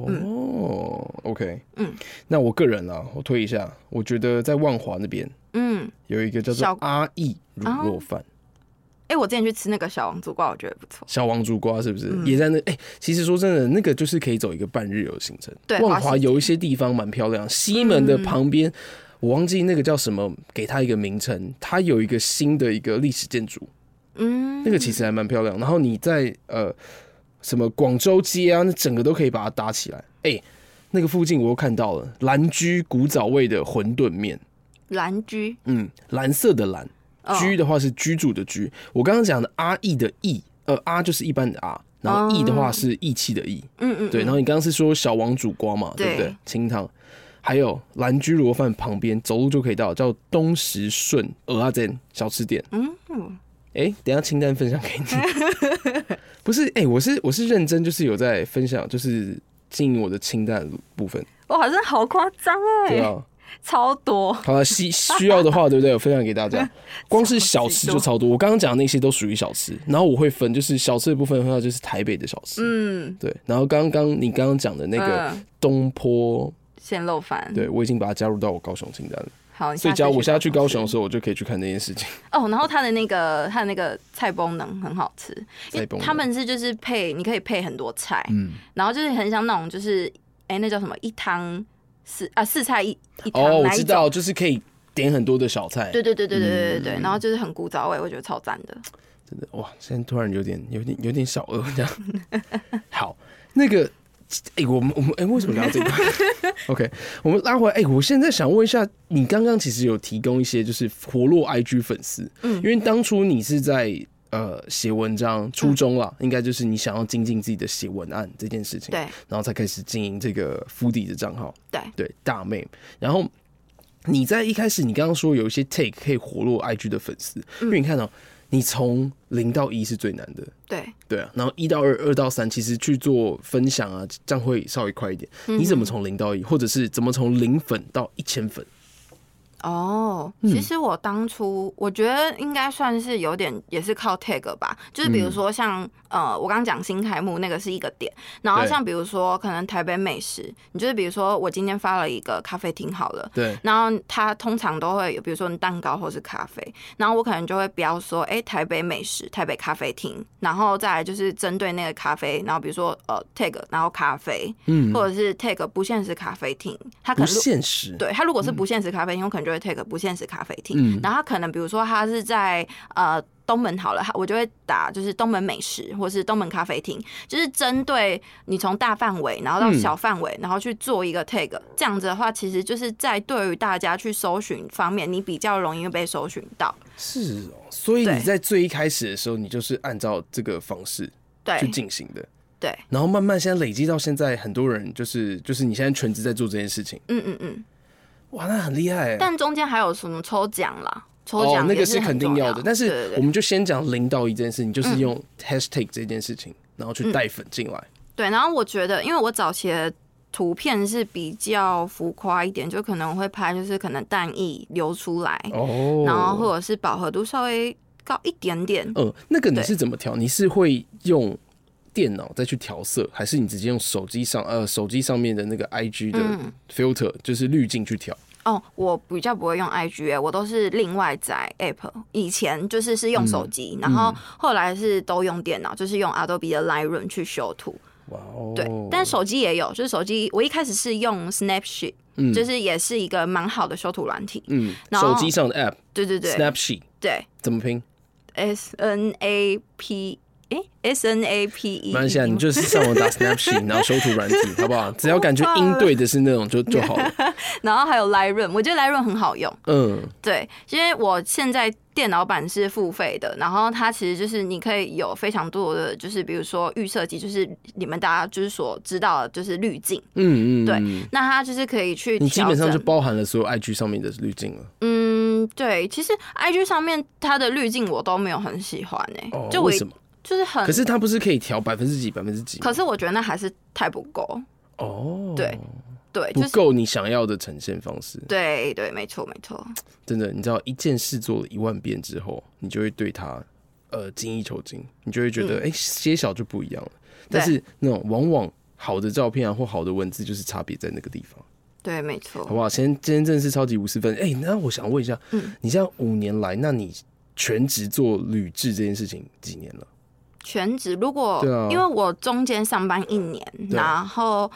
[SPEAKER 3] 哦，OK，
[SPEAKER 4] 嗯，
[SPEAKER 3] 那我个人啊，我推一下，我觉得在万华那边
[SPEAKER 4] 嗯，
[SPEAKER 3] 有一个叫做
[SPEAKER 4] 小
[SPEAKER 3] 阿义卤肉饭，
[SPEAKER 4] 哎，我之前去吃那个小王猪瓜，我觉得不错。
[SPEAKER 3] 小王竹瓜是不是、
[SPEAKER 4] 嗯
[SPEAKER 3] 也在那？哎、其实说真的，那个就是可以走一个半日游行程。
[SPEAKER 4] 对嗯
[SPEAKER 3] 万
[SPEAKER 4] 华
[SPEAKER 3] 华
[SPEAKER 4] 西
[SPEAKER 3] 有一些地方蛮漂亮，西门的旁边。我忘记那个叫什么，给它一个名称。它有一个新的一个历史建筑，
[SPEAKER 4] 嗯，
[SPEAKER 3] 那个其实还蛮漂亮。然后你在呃什么广州街啊，那整个都可以把它搭起来。哎、那个附近我又看到了蓝居古早味的馄饨面，
[SPEAKER 4] 蓝居
[SPEAKER 3] 嗯，蓝色的蓝，
[SPEAKER 4] 哦
[SPEAKER 3] 居的话是居住的居。我刚刚讲的阿义的义，呃，阿就是一般的阿，然后义的话是义气的义，
[SPEAKER 4] 嗯嗯，
[SPEAKER 3] 对。然后你刚刚是说小王煮瓜嘛，对不对
[SPEAKER 4] 对？
[SPEAKER 3] 清汤，还有蓝居罗饭旁边走路就可以到，叫东石顺鹅阿珍小吃店。
[SPEAKER 4] 嗯嗯，
[SPEAKER 3] 哎、等一下清单分享给你。 不是，哎、我是我是认真，就是有在分享，就是经营我的清单的部分，
[SPEAKER 4] 哇，好像好夸张
[SPEAKER 3] 对
[SPEAKER 4] 哎，
[SPEAKER 3] 啊。
[SPEAKER 4] 超多，
[SPEAKER 3] 好了，需需要的话，对不对？我分享给大 家。光是小吃
[SPEAKER 4] 超级多
[SPEAKER 3] 就超多，我刚刚讲的那些都属于小吃。然后我会分，就是小吃的部分的话，就是台北的小吃，
[SPEAKER 4] 嗯，
[SPEAKER 3] 对。然后刚刚你刚刚讲的那个
[SPEAKER 4] 嗯
[SPEAKER 3] 东坡，
[SPEAKER 4] 鲜肉饭，
[SPEAKER 3] 对我已经把它加入到我高雄清单了。
[SPEAKER 4] 好，你
[SPEAKER 3] 所以，只要我现在去高雄的
[SPEAKER 4] 吃
[SPEAKER 3] 时候，我就可以去看那件事情。
[SPEAKER 4] 哦，然后它的那个它的那个菜包能很好吃，因
[SPEAKER 3] 菜
[SPEAKER 4] 为
[SPEAKER 3] 包能
[SPEAKER 4] 他们是就是配，你可以配很多菜，
[SPEAKER 1] 嗯，
[SPEAKER 4] 然后就是很像那种就是哎、那叫什么一汤四啊四菜一一汤
[SPEAKER 3] 哦，我
[SPEAKER 4] 那一
[SPEAKER 3] 知
[SPEAKER 4] 种。
[SPEAKER 3] 道，嗯就是可以点很多的小菜。
[SPEAKER 4] 对对对对对对对对，然后就是很古早味，我觉得超赞的。
[SPEAKER 3] 真的哇，现在突然有点有点有点小饿这样。 好，那个，哎、我们我们哎、为什么聊这个 ？OK，我们拉回来。哎、我现在想问一下，你刚刚其实有提供一些就是活络 IG 粉丝，嗯，因为当初你是在呃写文章初衷啦，应该就是你想要精进自己的写文案这件事情，
[SPEAKER 4] 对，
[SPEAKER 3] 然后才开始经营这个 Foodie 的账号，
[SPEAKER 4] 对
[SPEAKER 3] 对，大妹，然后。你在一开始，你刚刚说有一些 take 可以活络 IG 的粉丝，因为你看哦、你从零到一是最难的，
[SPEAKER 4] 对，
[SPEAKER 3] 对啊，然后一到二、二到三，其实去做分享啊，这样会稍微快一点。
[SPEAKER 4] 嗯
[SPEAKER 3] 你怎么从零到一，或者是怎么从零粉到一千粉？
[SPEAKER 4] 哦，
[SPEAKER 3] 嗯
[SPEAKER 4] 其实我当初我觉得应该算是有点也是靠 tag 吧，就是
[SPEAKER 3] 嗯
[SPEAKER 4] 比如说像、呃，我刚刚讲新开幕那个是一个点，然后
[SPEAKER 3] 对
[SPEAKER 4] 像比如说可能台北美食，你就是比如说我今天发了一个咖啡厅好了，
[SPEAKER 3] 对，
[SPEAKER 4] 然后它通常都会有，比如说蛋糕或是咖啡，然后我可能就会标说，哎，台北美食、台北咖啡厅，然后再来就是针对那个咖啡，然后比如说呃 tag，然后咖啡，
[SPEAKER 3] 嗯，
[SPEAKER 4] 或者是 tag 不限时咖啡厅，它可
[SPEAKER 3] 不
[SPEAKER 4] 能如
[SPEAKER 3] 现实。
[SPEAKER 4] 对它如果是不限时咖啡厅，我可能就会 tag 不限时咖啡厅，
[SPEAKER 3] 嗯
[SPEAKER 4] 然后它可能比如说它是在呃。东门好了，它我就会打就是东门美食或是东门咖啡厅，就是针对你从大范围，然后到
[SPEAKER 3] 嗯
[SPEAKER 4] 小范围，然后去做一个 tag，这样子的话，其实就是在对于大家去搜寻方面，你比较容易被搜寻到。
[SPEAKER 3] 是哦。所以
[SPEAKER 4] 对
[SPEAKER 3] 你在最一开始的时候，你就是按照这个方式
[SPEAKER 4] 对
[SPEAKER 3] 去进行的。
[SPEAKER 4] 对，
[SPEAKER 3] 然后慢慢现在累积到现在，很多人就是就是你现在全职在做这件事情，
[SPEAKER 4] 嗯嗯嗯。
[SPEAKER 3] 哇，那很厉害欸。
[SPEAKER 4] 但中间还有什么抽奖啦？抽
[SPEAKER 3] 哦
[SPEAKER 4] 奖、，
[SPEAKER 3] 那个
[SPEAKER 4] 是
[SPEAKER 3] 肯
[SPEAKER 4] 很
[SPEAKER 3] 定
[SPEAKER 4] 重
[SPEAKER 3] 要的，但
[SPEAKER 4] 对对嗯
[SPEAKER 3] 是
[SPEAKER 4] 对
[SPEAKER 3] 我们就先讲零到一这件事情，就是用 hashtag 这件事情，然后
[SPEAKER 4] 嗯
[SPEAKER 3] 去带粉进来。
[SPEAKER 4] 对，然后我觉得，因为我早期的图片是比较浮夸一点，就可能会拍就是可能蛋液流出来，
[SPEAKER 3] 哦
[SPEAKER 4] 然后或者是饱和度稍微高一点点。
[SPEAKER 3] 呃，那个你
[SPEAKER 4] 对
[SPEAKER 3] 是怎么调？你是会用电脑再去调色，还是你直接用手机上呃手机上面的那个 IG 的
[SPEAKER 4] 嗯
[SPEAKER 3] filter、就是滤镜去调？
[SPEAKER 4] 哦，我比较不会用 IG，、欸、我都是另外载 App。以前就是是用
[SPEAKER 3] 嗯
[SPEAKER 4] 手机，然后后来是都用电脑，就是用 Adobe 的 Lightroom 去修图。
[SPEAKER 3] 哇哦，
[SPEAKER 4] 对，但手机也有，就是手机我一开始是用 Snapshot，、
[SPEAKER 3] 嗯
[SPEAKER 4] 就是也是一个蛮好的修图软体。
[SPEAKER 3] 嗯，
[SPEAKER 4] 然
[SPEAKER 3] 手
[SPEAKER 4] 后
[SPEAKER 3] 机上的 app
[SPEAKER 4] 对对对
[SPEAKER 3] Snapshot
[SPEAKER 4] 对
[SPEAKER 3] 怎么拼？
[SPEAKER 4] ，S N A P 哎、S N A P E，
[SPEAKER 3] 没关 系啊，你就是上网打 Snapshot，然后修图软体，好不好？只要感觉
[SPEAKER 4] 我忘了
[SPEAKER 3] 应对的是那种就就好 了。
[SPEAKER 4] 然后还有 Lightroom，我觉得 Lightroom 很好用。
[SPEAKER 3] 嗯，
[SPEAKER 4] 对，因为我现在电脑版是付费的，然后它其实就是你可以有非常多的，就是比如说预设计，就是你们大家就是所知道的，就是滤镜。
[SPEAKER 3] 嗯嗯，
[SPEAKER 4] 对
[SPEAKER 3] 嗯，
[SPEAKER 4] 那它就是可以去
[SPEAKER 3] 你基本上
[SPEAKER 4] 调
[SPEAKER 3] 就
[SPEAKER 4] 整
[SPEAKER 3] 包含了所有 IG 上面的滤镜了。
[SPEAKER 4] 嗯，对，其实 IG 上面它的滤镜我都没有很喜欢诶、
[SPEAKER 3] 哦，
[SPEAKER 4] 就我
[SPEAKER 3] 为什么？
[SPEAKER 4] 就是很，
[SPEAKER 3] 可是它不是可以调百分之几、百分之几吗？
[SPEAKER 4] 可是我觉得那还是太不够，
[SPEAKER 3] 哦，
[SPEAKER 4] 对，对，就
[SPEAKER 3] 不
[SPEAKER 4] 是
[SPEAKER 3] 够你想要的呈现方式。
[SPEAKER 4] 对对，没错没错，
[SPEAKER 3] 真的，你知道一件事做了一万遍之后，你就会对它呃精益求精，你就会觉
[SPEAKER 4] 嗯
[SPEAKER 3] 得哎、诶些少就不一样了。但是那种往往好的照片啊或好的文字，就是差别在那个地方，
[SPEAKER 4] 对没
[SPEAKER 3] 好
[SPEAKER 4] 错。
[SPEAKER 3] 不好？先今天真的是超级五十分。哎、那我想问一下，
[SPEAKER 4] 嗯
[SPEAKER 3] 你这样五年来，那你全职做铝制这件事情几年了？
[SPEAKER 4] 全职如果、
[SPEAKER 3] 对啊
[SPEAKER 4] 因为我中间上班一年，
[SPEAKER 3] 对
[SPEAKER 4] 然后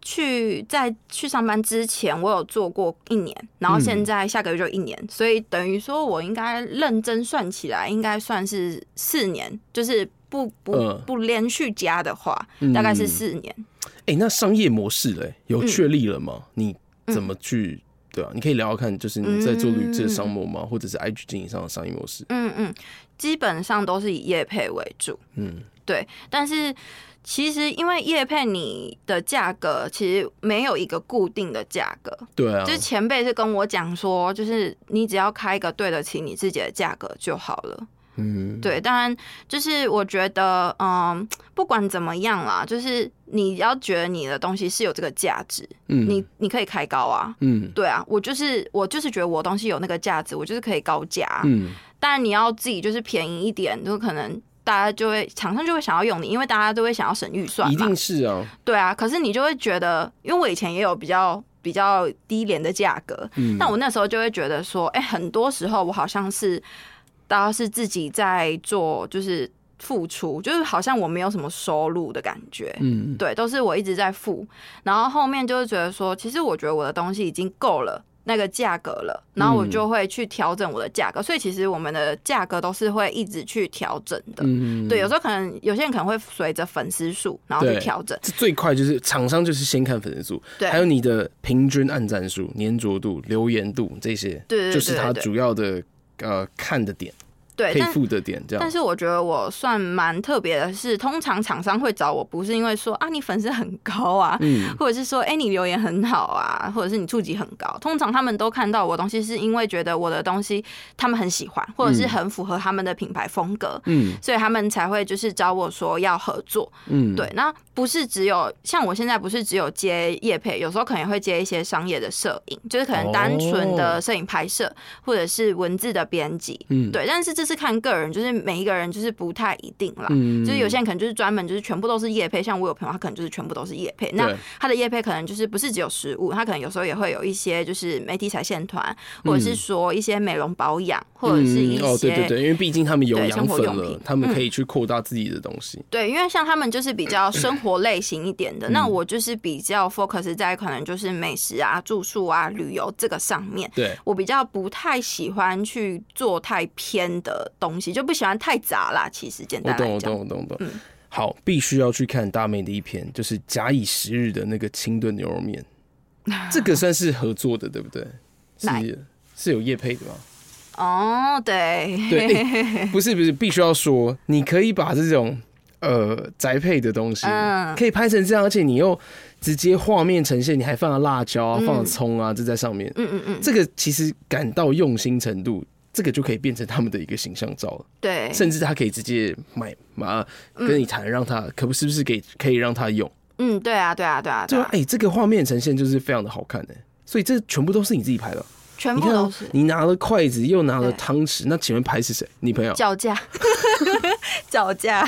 [SPEAKER 4] 去在去上班之前，我有做过一年，然后现在下个月就一年，所以等于说我应该认真算起来，应该算是四年，就是不不
[SPEAKER 3] 嗯
[SPEAKER 4] 不连续加的话，嗯大概是四嗯年。
[SPEAKER 3] 哎、那商业模式嘞，有确立了吗？你怎么去？
[SPEAKER 4] 嗯
[SPEAKER 3] 对啊，你可以聊聊看，就是你在做铝制的商模吗？
[SPEAKER 4] 嗯
[SPEAKER 3] 或者是 IG 经营上的商业模式？
[SPEAKER 4] 嗯嗯，基本上都是以业配为主。
[SPEAKER 3] 嗯，
[SPEAKER 4] 对，但是其实因为叶配你的价格其实没有一个固定的价格，
[SPEAKER 3] 对啊
[SPEAKER 4] 就，是前辈是跟我讲说，就是你只要开一个对得起你自己的价格就好了。
[SPEAKER 3] 嗯，
[SPEAKER 4] 对，当然就是我觉得，嗯，不管怎么样啦，就是你要觉得你的东西是有这个价值，
[SPEAKER 3] 嗯，
[SPEAKER 4] 你你可以开高啊。
[SPEAKER 3] 嗯
[SPEAKER 4] 对啊，我就是我就是觉得我的东西有那个价值，我就是可以高价啊。
[SPEAKER 3] 嗯
[SPEAKER 4] 但你要自己就是便宜一点，就可能大家就会厂商就会想要用你，因为大家都会想要省预算
[SPEAKER 3] 一
[SPEAKER 4] 嘛
[SPEAKER 3] 定。是啊，
[SPEAKER 4] 对啊，可是你就会觉得，因为我以前也有比较比较低廉的价格，
[SPEAKER 3] 嗯，
[SPEAKER 4] 那我那时候就会觉得说，哎、很多时候我好像是，倒是自己在做，就是付出，就是好像我没有什么收入的感觉。
[SPEAKER 3] 嗯
[SPEAKER 4] 对，都是我一直在付，然后后面就是觉得说，其实我觉得我的东西已经够了那个价格了，然后我就会去调整我的价格，所以其实我们的价格都是会一直去调整的。
[SPEAKER 3] 嗯
[SPEAKER 4] 对，有时候可能有些人可能会随着粉丝数，然后去
[SPEAKER 3] 对
[SPEAKER 4] 调整。
[SPEAKER 3] 这最快就是厂商就是先看粉丝数，
[SPEAKER 4] 对
[SPEAKER 3] 还有你的平均按赞数、粘着度、留言度这些，
[SPEAKER 4] 对对
[SPEAKER 3] 就是
[SPEAKER 4] 对
[SPEAKER 3] 它
[SPEAKER 4] 对
[SPEAKER 3] 主要的呃看的点，
[SPEAKER 4] 对，
[SPEAKER 3] 可以
[SPEAKER 4] 但
[SPEAKER 3] 付的点这
[SPEAKER 4] 但
[SPEAKER 3] 样。
[SPEAKER 4] 是我觉得我算蛮特别的是，通常厂商会找我，不是因为说啊你粉丝很高啊，
[SPEAKER 3] 嗯
[SPEAKER 4] 或者是说哎、你留言很好啊，或者是你触及很高。通常他们都看到我的东西，是因为觉得我的东西他们很喜欢，或者是很符合他们的品牌风格。
[SPEAKER 3] 嗯
[SPEAKER 4] 所以他们才会就是找我说要合作，
[SPEAKER 3] 嗯，
[SPEAKER 4] 对，那不是只有像我现在不是只有接业配，有时候可能也会接一些商业的摄影，就是可能单纯的
[SPEAKER 3] 哦
[SPEAKER 4] 摄影拍摄或者是文字的编辑，
[SPEAKER 3] 嗯
[SPEAKER 4] 对，但是这是看个人，就是每一个人就是不太一定啦。
[SPEAKER 3] 嗯，
[SPEAKER 4] 就是有些人可能就是专门就是全部都是叶配，像我有朋友他可能就是全部都是叶配，那
[SPEAKER 3] 对
[SPEAKER 4] 他的叶配可能就是不是只有食物，他可能有时候也会有一些就是媒体彩线团，或者是说一些美容保养，或者是
[SPEAKER 3] 嗯
[SPEAKER 4] 一些、
[SPEAKER 3] 哦，对对对，因为毕竟他们有
[SPEAKER 4] 对
[SPEAKER 3] 养
[SPEAKER 4] 生活
[SPEAKER 3] 粉
[SPEAKER 4] 用
[SPEAKER 3] 了
[SPEAKER 4] 品，嗯
[SPEAKER 3] 他们可以去扩大自己的东西。
[SPEAKER 4] 对，因为像他们就是比较生活类型一点的，那
[SPEAKER 3] 嗯
[SPEAKER 4] 我就是比较 focus 在可能就是美食啊、住宿啊、旅游这个上面。
[SPEAKER 3] 对，
[SPEAKER 4] 我比较不太喜欢去做太偏的东西，就不喜欢太杂啦。其实简
[SPEAKER 3] 我
[SPEAKER 4] 单
[SPEAKER 3] 懂，
[SPEAKER 4] 来
[SPEAKER 3] 我
[SPEAKER 4] 讲
[SPEAKER 3] 懂，，我懂，我懂。
[SPEAKER 4] 嗯
[SPEAKER 3] 好，必须要去看大妹的一篇，就是假以时日的那个清炖牛肉 面，这个算是合作的，对不对？
[SPEAKER 4] 哪一
[SPEAKER 3] 是是有业配的吗？
[SPEAKER 4] 哦，对，
[SPEAKER 3] 对， 欸不是不是，必须要说，你可以把这种呃宅配的东西，
[SPEAKER 4] 嗯
[SPEAKER 3] 可以拍成这样，而且你又直接画面呈现，你还放了辣椒啊，
[SPEAKER 4] 嗯
[SPEAKER 3] 放了葱啊，这在上面，
[SPEAKER 4] 嗯嗯嗯，
[SPEAKER 3] 这个其实感到用心程度。这个就可以变成他们的一个形象照了，
[SPEAKER 4] 对，
[SPEAKER 3] 甚至他可以直接买嘛，跟你谈，让他可不是不是给可以让他用，
[SPEAKER 4] 嗯，对啊，对啊，对啊，
[SPEAKER 3] 对
[SPEAKER 4] 对
[SPEAKER 3] 啊
[SPEAKER 4] 啊，，
[SPEAKER 3] 哎、这个画面呈现就是非常的好看的、所以这全部都是你自己拍的。
[SPEAKER 4] 全
[SPEAKER 3] 你
[SPEAKER 4] 部
[SPEAKER 3] 看、
[SPEAKER 4] 都
[SPEAKER 3] 啊
[SPEAKER 4] 是，
[SPEAKER 3] 你拿了筷子，又拿了
[SPEAKER 4] 对
[SPEAKER 3] 汤匙，那请问拍是谁？你朋友？
[SPEAKER 4] 脚架， 脚架。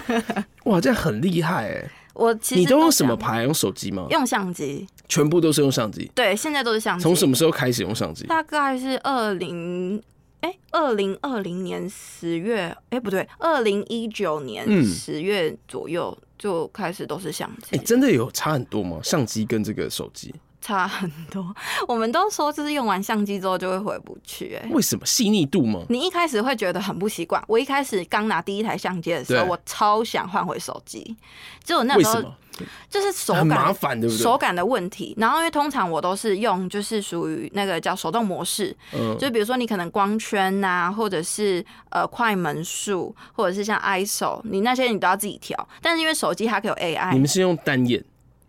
[SPEAKER 3] 哇，这样很厉害哎！
[SPEAKER 4] 我其实
[SPEAKER 3] 你都用什么
[SPEAKER 4] 这样？
[SPEAKER 3] 拍？用手机吗？
[SPEAKER 4] 用相机，
[SPEAKER 3] 全部都是用相机。
[SPEAKER 4] 对，现在都是相机。
[SPEAKER 3] 从什么时候开始用相机？
[SPEAKER 4] 大概是二零哎，二零二零年十月，哎、不对，二零一九年
[SPEAKER 3] 嗯
[SPEAKER 4] 十月左右就开始都是相机，
[SPEAKER 3] 哎、真的有差很多吗？相机跟这个手机，
[SPEAKER 4] 差很多。 我们都说就是用完相机之后就会回不去、哎。
[SPEAKER 3] 为什么细腻度吗？
[SPEAKER 4] 你一开始会觉得很不习惯。我一开始刚拿第一台相机的时候，
[SPEAKER 3] 对
[SPEAKER 4] 我超想换回手机，就我那
[SPEAKER 3] 为
[SPEAKER 4] 时
[SPEAKER 3] 什
[SPEAKER 4] 候
[SPEAKER 3] 么？
[SPEAKER 4] 就是手
[SPEAKER 3] 很
[SPEAKER 4] 感
[SPEAKER 3] 麻烦，对不对
[SPEAKER 4] 手？感的问题。然后因为通常我都是用就是属于那个叫手动模式，
[SPEAKER 3] 嗯，
[SPEAKER 4] 就比如说你可能光圈呐、或者是呃快门数，或者是像 ISO，你那些你都要自己调。但是因为手机它可以有
[SPEAKER 3] 你
[SPEAKER 4] AI，
[SPEAKER 3] 们是用单眼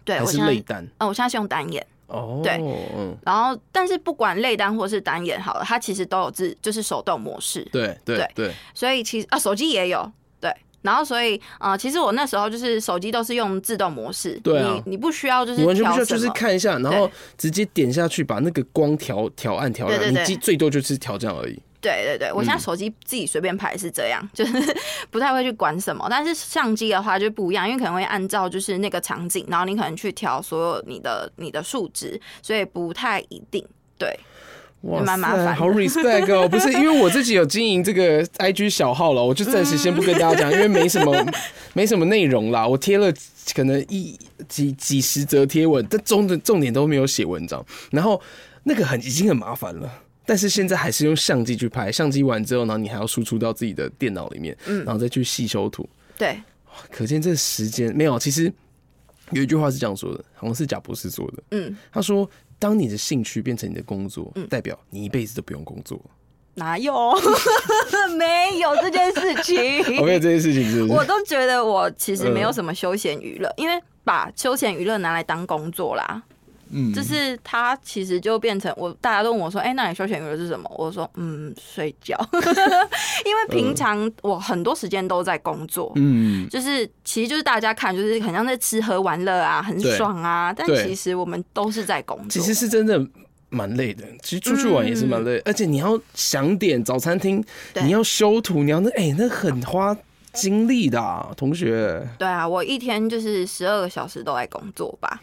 [SPEAKER 4] 对
[SPEAKER 3] 还
[SPEAKER 4] 我
[SPEAKER 3] 是
[SPEAKER 4] 现在
[SPEAKER 3] 类单？
[SPEAKER 4] 呃我现在是用单眼。
[SPEAKER 3] 哦，
[SPEAKER 4] 对
[SPEAKER 3] 嗯，
[SPEAKER 4] 然后，但是不管类单或是单眼好了，它其实都有自就是手动模式，
[SPEAKER 3] 对对
[SPEAKER 4] 对
[SPEAKER 3] 对，
[SPEAKER 4] 所以其实啊手机也有对，然后所以呃其实我那时候就是手机都是用自动模式，
[SPEAKER 3] 对啊
[SPEAKER 4] 你你不需要就是
[SPEAKER 3] 你完全不需要，
[SPEAKER 4] 调什
[SPEAKER 3] 就
[SPEAKER 4] 么
[SPEAKER 3] 是看一下，然后直接点下去，把那个光调调暗调
[SPEAKER 4] 对
[SPEAKER 3] 亮，
[SPEAKER 4] 对
[SPEAKER 3] 你
[SPEAKER 4] 对
[SPEAKER 3] 最最多就是调这样而已。
[SPEAKER 4] 对对对，我现在
[SPEAKER 3] 嗯
[SPEAKER 4] 手机自己随便拍是这样， 就是不太会去管什么。但是相机的话就啊不一样，因为可能会按照就是那个场景，然后你可能去调所有你的你的数值，所以不太一定。对，
[SPEAKER 3] 哇
[SPEAKER 4] 蛮麻烦的
[SPEAKER 3] 好 respect 哦！不是因为我自己有经营这个 IG 小号了，我就暂时先不跟大家讲，因为没什么
[SPEAKER 4] 嗯
[SPEAKER 3] 没什么内容啦。我贴了可能一几几十则贴文，但重的重点都没有写文章，然后那个很已经很麻烦了。但是现在还是用相机去拍，相机完之后，然后你还要输出到自己的电脑里面，
[SPEAKER 4] 嗯
[SPEAKER 3] 然后再去细修图。
[SPEAKER 4] 对，
[SPEAKER 3] 可见这时间没有，其实有一句话是这样说的，好像是贾博士说的。
[SPEAKER 4] 嗯，
[SPEAKER 3] 他说，当你的兴趣变成你的工作，代表你一辈子都不用工作。
[SPEAKER 4] 哪有？ 没有这件事情。
[SPEAKER 3] 我没有这件事情是 不是？
[SPEAKER 4] 我都觉得我其实没有什么休闲娱乐，因为把休闲娱乐拿来当工作啦，
[SPEAKER 3] 嗯，
[SPEAKER 4] 就是它其实就变成我大家都问我说，哎、那你休闲娱乐是什么？我说，嗯，睡 觉， 因为平常我很多时间都在工作。
[SPEAKER 3] 嗯，
[SPEAKER 4] 就是，其实就是大家看，就是很像在吃喝玩乐啊，很
[SPEAKER 3] 对
[SPEAKER 4] 爽啊。但
[SPEAKER 3] 对
[SPEAKER 4] 其实我们都是在工作。
[SPEAKER 3] 其实是真的蛮累的，其实出去玩也是蛮累的，而且你要想点早餐厅，
[SPEAKER 4] 嗯对
[SPEAKER 3] 你要修图，你要那哎、那很花精力的、啊，同 学。
[SPEAKER 4] 对啊，我一天就是十二个小时都在工作吧。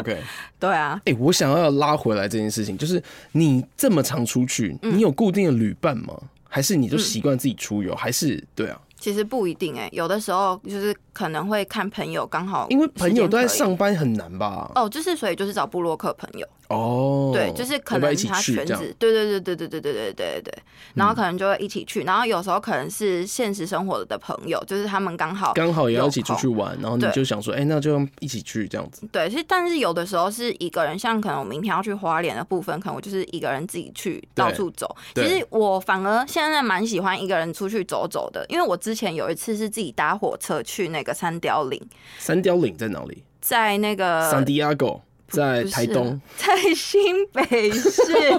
[SPEAKER 3] OK，哎、
[SPEAKER 4] 对啊，
[SPEAKER 3] 我想要拉回来这件事情，就是你这么常出去，
[SPEAKER 4] 嗯
[SPEAKER 3] 你有固定的旅伴吗？还是你就习惯自己出游？还是对啊，
[SPEAKER 4] 其实不一定哎、有的时候就是可能会看朋友刚好，
[SPEAKER 3] 因为朋友都在。上班，很难吧？
[SPEAKER 4] 哦，就是所以就是找部落客朋友，
[SPEAKER 3] 哦，
[SPEAKER 4] 对，就是可
[SPEAKER 3] 要不要
[SPEAKER 4] 能
[SPEAKER 3] 一起
[SPEAKER 4] 他
[SPEAKER 3] 去
[SPEAKER 4] 选
[SPEAKER 3] 这样
[SPEAKER 4] 址，对对对对对对对对对对，然后可能就会一起去，然后有时候可能是现实生活的朋友，就是他们刚好
[SPEAKER 3] 刚好也要
[SPEAKER 4] 有
[SPEAKER 3] 一起出去玩，然后你
[SPEAKER 4] 对
[SPEAKER 3] 就想说，哎、那就一起去这样子。
[SPEAKER 4] 对，其实但是有的时候是一个人，像可能我明天要去花莲的部分，可能我就是一个人自己去到处走。其
[SPEAKER 3] 对
[SPEAKER 4] 实我反而现在蛮喜欢一个人出去走走的，因为我之前有一次是自己搭火车去那个三貂岭，
[SPEAKER 3] 三貂岭在哪里？
[SPEAKER 4] 在那个
[SPEAKER 3] 圣地亚哥在
[SPEAKER 4] 不是
[SPEAKER 3] 台东。
[SPEAKER 4] 在新北市，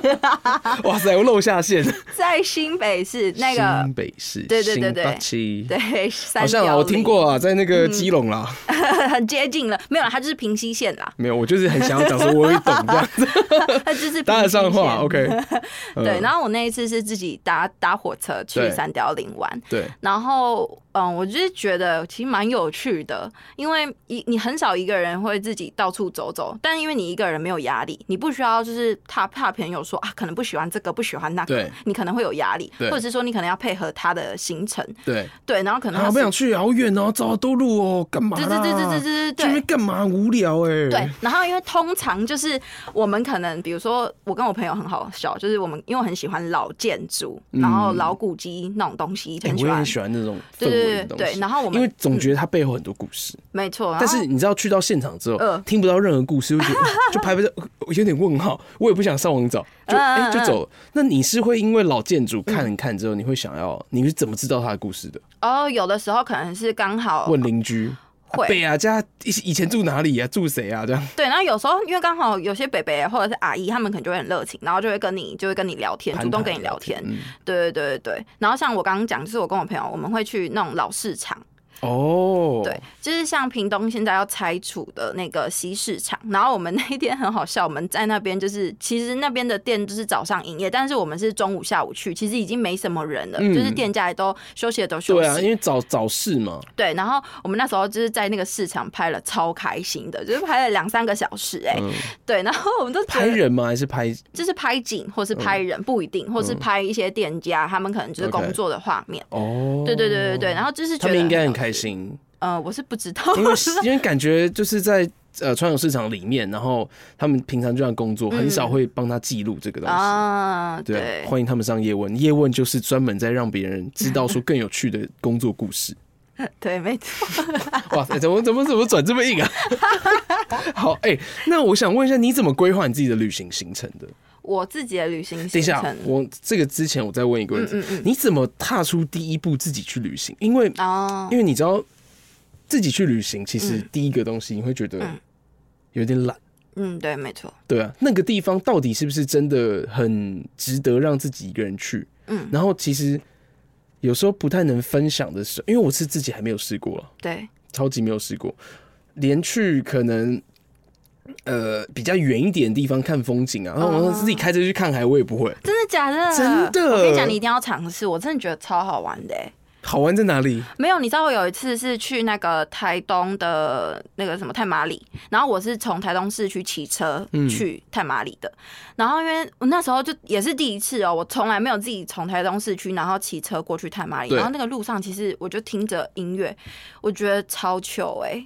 [SPEAKER 3] 哇塞，我露下线。
[SPEAKER 4] 在新北市 那个
[SPEAKER 3] 新北市，
[SPEAKER 4] 对对对对
[SPEAKER 3] 新北市，
[SPEAKER 4] 对三
[SPEAKER 3] 好像啊，
[SPEAKER 4] 貂
[SPEAKER 3] 我听
[SPEAKER 4] 岭嗯
[SPEAKER 3] 过啊，在那个基隆啦，
[SPEAKER 4] 很接近了，没有啦，它就是平西 线啦，
[SPEAKER 3] 没有，我就是很想要讲说我会懂这样 子，
[SPEAKER 4] 它就是平
[SPEAKER 3] 搭得上
[SPEAKER 4] 西线
[SPEAKER 3] 话，OK，
[SPEAKER 4] 对，
[SPEAKER 3] 嗯
[SPEAKER 4] 然后我那一次是自己搭搭火车去
[SPEAKER 3] 对
[SPEAKER 4] 三貂岭玩，
[SPEAKER 3] 对，
[SPEAKER 4] 然后，嗯，我就是觉得其实蛮有趣的，因为一你很少一个人会自己到处走走，但因为你一个人没有压力，你不需要就是怕怕朋友说啊，可能不喜欢这个，不喜欢那个
[SPEAKER 3] 对，
[SPEAKER 4] 你可能会有压力，
[SPEAKER 3] 对
[SPEAKER 4] 或者是说你可能要配合他的行程，
[SPEAKER 3] 对，
[SPEAKER 4] 对，然后可能
[SPEAKER 3] 啊，
[SPEAKER 4] 他
[SPEAKER 3] 不
[SPEAKER 4] 是
[SPEAKER 3] 想去，好远哦，走好多路哦，干嘛
[SPEAKER 4] 对
[SPEAKER 3] 啦？
[SPEAKER 4] 对对对
[SPEAKER 3] 去那
[SPEAKER 4] 对对对
[SPEAKER 3] 边
[SPEAKER 4] 对。
[SPEAKER 3] 干嘛？无聊哎，
[SPEAKER 4] 对，然后因为通常就是我们可能，比如说我跟我朋友很好笑，就是我们因为我很喜欢老建筑，然后老古迹那种东西，
[SPEAKER 3] 哎，嗯
[SPEAKER 4] 很
[SPEAKER 3] 我
[SPEAKER 4] 喜
[SPEAKER 3] 也
[SPEAKER 4] 欢
[SPEAKER 3] 很。喜欢那种氛
[SPEAKER 4] 对
[SPEAKER 3] 围
[SPEAKER 4] 对
[SPEAKER 3] 的
[SPEAKER 4] 对
[SPEAKER 3] 东
[SPEAKER 4] 对，
[SPEAKER 3] 西，
[SPEAKER 4] 然后我
[SPEAKER 3] 因
[SPEAKER 4] 们
[SPEAKER 3] 为总觉得它背后很多故事。
[SPEAKER 4] 没错，
[SPEAKER 3] 但
[SPEAKER 4] 然后
[SPEAKER 3] 是你知道，去到现场之后，
[SPEAKER 4] 嗯
[SPEAKER 3] 听不到任何故事， 就觉得呃就拍拍照，呃有点问号。我也不想上网找，就
[SPEAKER 4] 嗯
[SPEAKER 3] 哎、
[SPEAKER 4] 嗯
[SPEAKER 3] 就走了。那你是会因为老建筑看一看之后，你会想要，你是怎么知道它的故事的？
[SPEAKER 4] 哦，有的时候可能是刚好
[SPEAKER 3] 问邻居，
[SPEAKER 4] 哦会
[SPEAKER 3] 啊北啊家以以前住哪里啊，住谁啊这样
[SPEAKER 4] 对，然后有时候因为刚好有些北北或者是阿姨，他们可能就会很热情，然后就会跟你就会跟你聊天，
[SPEAKER 3] 攀谈
[SPEAKER 4] 主动跟你聊天。
[SPEAKER 3] 嗯
[SPEAKER 4] 对对对对对。然后像我刚刚讲，就是我跟我朋友，我们会去那种老市场，
[SPEAKER 3] 哦，
[SPEAKER 4] 对，就是像屏东现在要拆除的那个西市场。然后我们那 一天很好笑，我们在那边就是其实那边的店就是早上营业，但是我们是中午下午去，其实已经没什么人了，
[SPEAKER 3] 嗯
[SPEAKER 4] 就是店家也都休息的都休
[SPEAKER 3] 对
[SPEAKER 4] 息。
[SPEAKER 3] 啊，因为早早市嘛，
[SPEAKER 4] 对，然后我们那时候就是在那个市场拍了超开心的，就是拍了两三个小时哎、
[SPEAKER 3] 嗯
[SPEAKER 4] 对，然后我们都觉
[SPEAKER 3] 拍
[SPEAKER 4] 得
[SPEAKER 3] 人吗？还是拍
[SPEAKER 4] 就是拍景或是拍人、不一定，或是拍一些店家、他们可能就是
[SPEAKER 3] 嗯 OK
[SPEAKER 4] 工作的画面。
[SPEAKER 3] 哦？
[SPEAKER 4] 对对对对对，然后就是觉
[SPEAKER 3] 他
[SPEAKER 4] 得
[SPEAKER 3] 们应该很
[SPEAKER 4] 有
[SPEAKER 3] 开
[SPEAKER 4] 趣。
[SPEAKER 3] 心，
[SPEAKER 4] 呃，我是不知道，
[SPEAKER 3] 因为因为感觉就是在。呃，传统市场里面，然后他们平常就像工作，很少会帮他记录这个东西。
[SPEAKER 4] 啊，
[SPEAKER 3] 对
[SPEAKER 4] 嗯对
[SPEAKER 3] 啊，欢迎他们上叶问。叶问就是专门在让别人知道说更有趣的工作故事。
[SPEAKER 4] 对，没错。
[SPEAKER 3] 哇塞，怎么怎么怎么转这么硬啊？ 好，哎、那我想问一下，你怎么规划你自己的旅行行程的？
[SPEAKER 4] 我自己的旅行
[SPEAKER 3] 等
[SPEAKER 4] 行
[SPEAKER 3] 一下
[SPEAKER 4] 程，
[SPEAKER 3] 我这个之前我再问一个问题，
[SPEAKER 4] 嗯嗯
[SPEAKER 3] 你怎么踏出第一步自己去旅行？因为
[SPEAKER 4] 哦
[SPEAKER 3] 因为你知道自己去旅行，其实第一个东西你会觉得
[SPEAKER 4] 嗯
[SPEAKER 3] 有点懒。
[SPEAKER 4] 嗯，对，没错。
[SPEAKER 3] 对啊，那个地方到底是不是真的很值得让自己一个人去？
[SPEAKER 4] 嗯
[SPEAKER 3] 然后其实有时候不太能分享的时候，因为我是自己还没有试过了，
[SPEAKER 4] 对，
[SPEAKER 3] 超级没有试过，连去可能呃比较远一点的地方看风景啊，然后我自己开车去看海，我也不会。
[SPEAKER 4] 真的假的？
[SPEAKER 3] 真的
[SPEAKER 4] 我跟你讲，你一定要尝试，我真的觉得超好玩的、欸。
[SPEAKER 3] 好玩在哪里？
[SPEAKER 4] 没有，你知道我有一次是去那个台东的那个什么太麻里，然后我是从台东市区骑车
[SPEAKER 3] 嗯
[SPEAKER 4] 去太麻里的，然后因为我那时候就也是第一次哦，我从来没有自己从台东市区然后骑车过去太麻里，
[SPEAKER 3] 对
[SPEAKER 4] 然后那个路上其实我就听着音乐，我觉得超糗哎、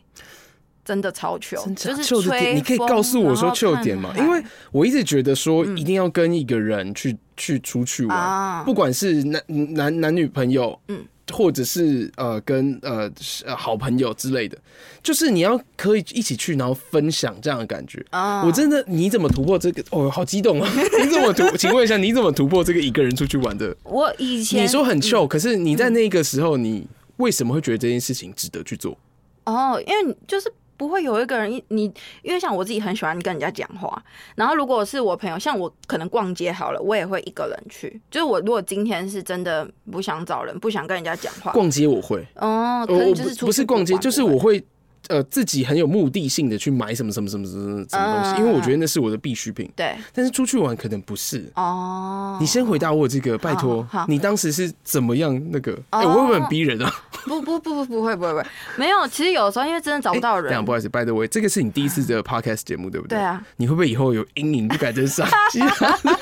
[SPEAKER 4] 真的超糗，
[SPEAKER 3] 真假
[SPEAKER 4] 就是
[SPEAKER 3] 秋的
[SPEAKER 4] 吹
[SPEAKER 3] 点，你可以
[SPEAKER 4] 风
[SPEAKER 3] 告诉我说秋的点吗？因为我一直觉得说一定要跟一个人去去出去玩，
[SPEAKER 4] 嗯啊
[SPEAKER 3] 不管是男男男女朋友，
[SPEAKER 4] 嗯
[SPEAKER 3] 或者是呃跟呃是呃好朋友之类的，就是你要可以一起去，然后分享这样的感觉。
[SPEAKER 4] 啊
[SPEAKER 3] 我真的你怎么突破这个？哦，好激 动啊！你怎么突？请问一下，你怎么突破这个一个人出去玩的？
[SPEAKER 4] 我以前
[SPEAKER 3] 你说很 chill，、可是你
[SPEAKER 4] 嗯
[SPEAKER 3] 在那个时候，你为什么会觉得这件事情值得去做？
[SPEAKER 4] 哦，因为你就是不会有一个人一你，因为像我自己很喜欢跟人家讲话，然后如果是我朋友，像我可能逛街好了，我也会一个人去。就是我如果今天是真的不想找人，不想跟人家讲话，
[SPEAKER 3] 逛街我会，
[SPEAKER 4] 哦，可
[SPEAKER 3] 我
[SPEAKER 4] 能
[SPEAKER 3] 我
[SPEAKER 4] 就是
[SPEAKER 3] 不
[SPEAKER 4] 出
[SPEAKER 3] 不
[SPEAKER 4] 去
[SPEAKER 3] 是逛街，
[SPEAKER 4] 玩
[SPEAKER 3] 就是
[SPEAKER 4] 不会
[SPEAKER 3] 我会呃自己很有目的性的去买什么什么什么什么什么东西，
[SPEAKER 4] 嗯
[SPEAKER 3] 因为我觉得那是我的必需品。
[SPEAKER 4] 对
[SPEAKER 3] 但是出去玩可能不是。
[SPEAKER 4] 哦，
[SPEAKER 3] 你先回答我这个，拜托
[SPEAKER 4] 好好，
[SPEAKER 3] 你当时是怎么样那个？哎，
[SPEAKER 4] 哦
[SPEAKER 3] 我会不会很逼人啊？
[SPEAKER 4] 不不不不不会不会不会，没有。其实有时候因为真的找不到
[SPEAKER 3] 哎等一下
[SPEAKER 4] 人
[SPEAKER 3] 不，好意思，by the way，这个是你第一次 的 podcast 节目，对不对？
[SPEAKER 4] 对啊，
[SPEAKER 3] 你会不会以后有阴影，不敢再上机 啊？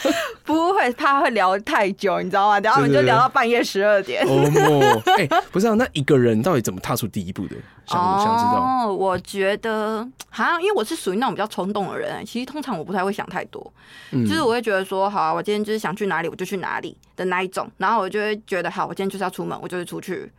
[SPEAKER 4] 不会怕会聊太久，你知道吗？然后我们
[SPEAKER 3] 对对
[SPEAKER 4] 就
[SPEAKER 3] 对
[SPEAKER 4] 聊到半夜十二点。
[SPEAKER 3] 哦莫，哎，不是啊，那一个人到底怎么踏出第一步的？想想知道。
[SPEAKER 4] 哦，我觉得好像因为我是属于那种比较冲动的人，其实通常我不太会想太多，
[SPEAKER 3] 嗯
[SPEAKER 4] 就是我会觉得说，好、啊，我今天就是想去哪里我就去哪里的那一种，然后我就会觉得，好，我今天就是要出门，我就是出去，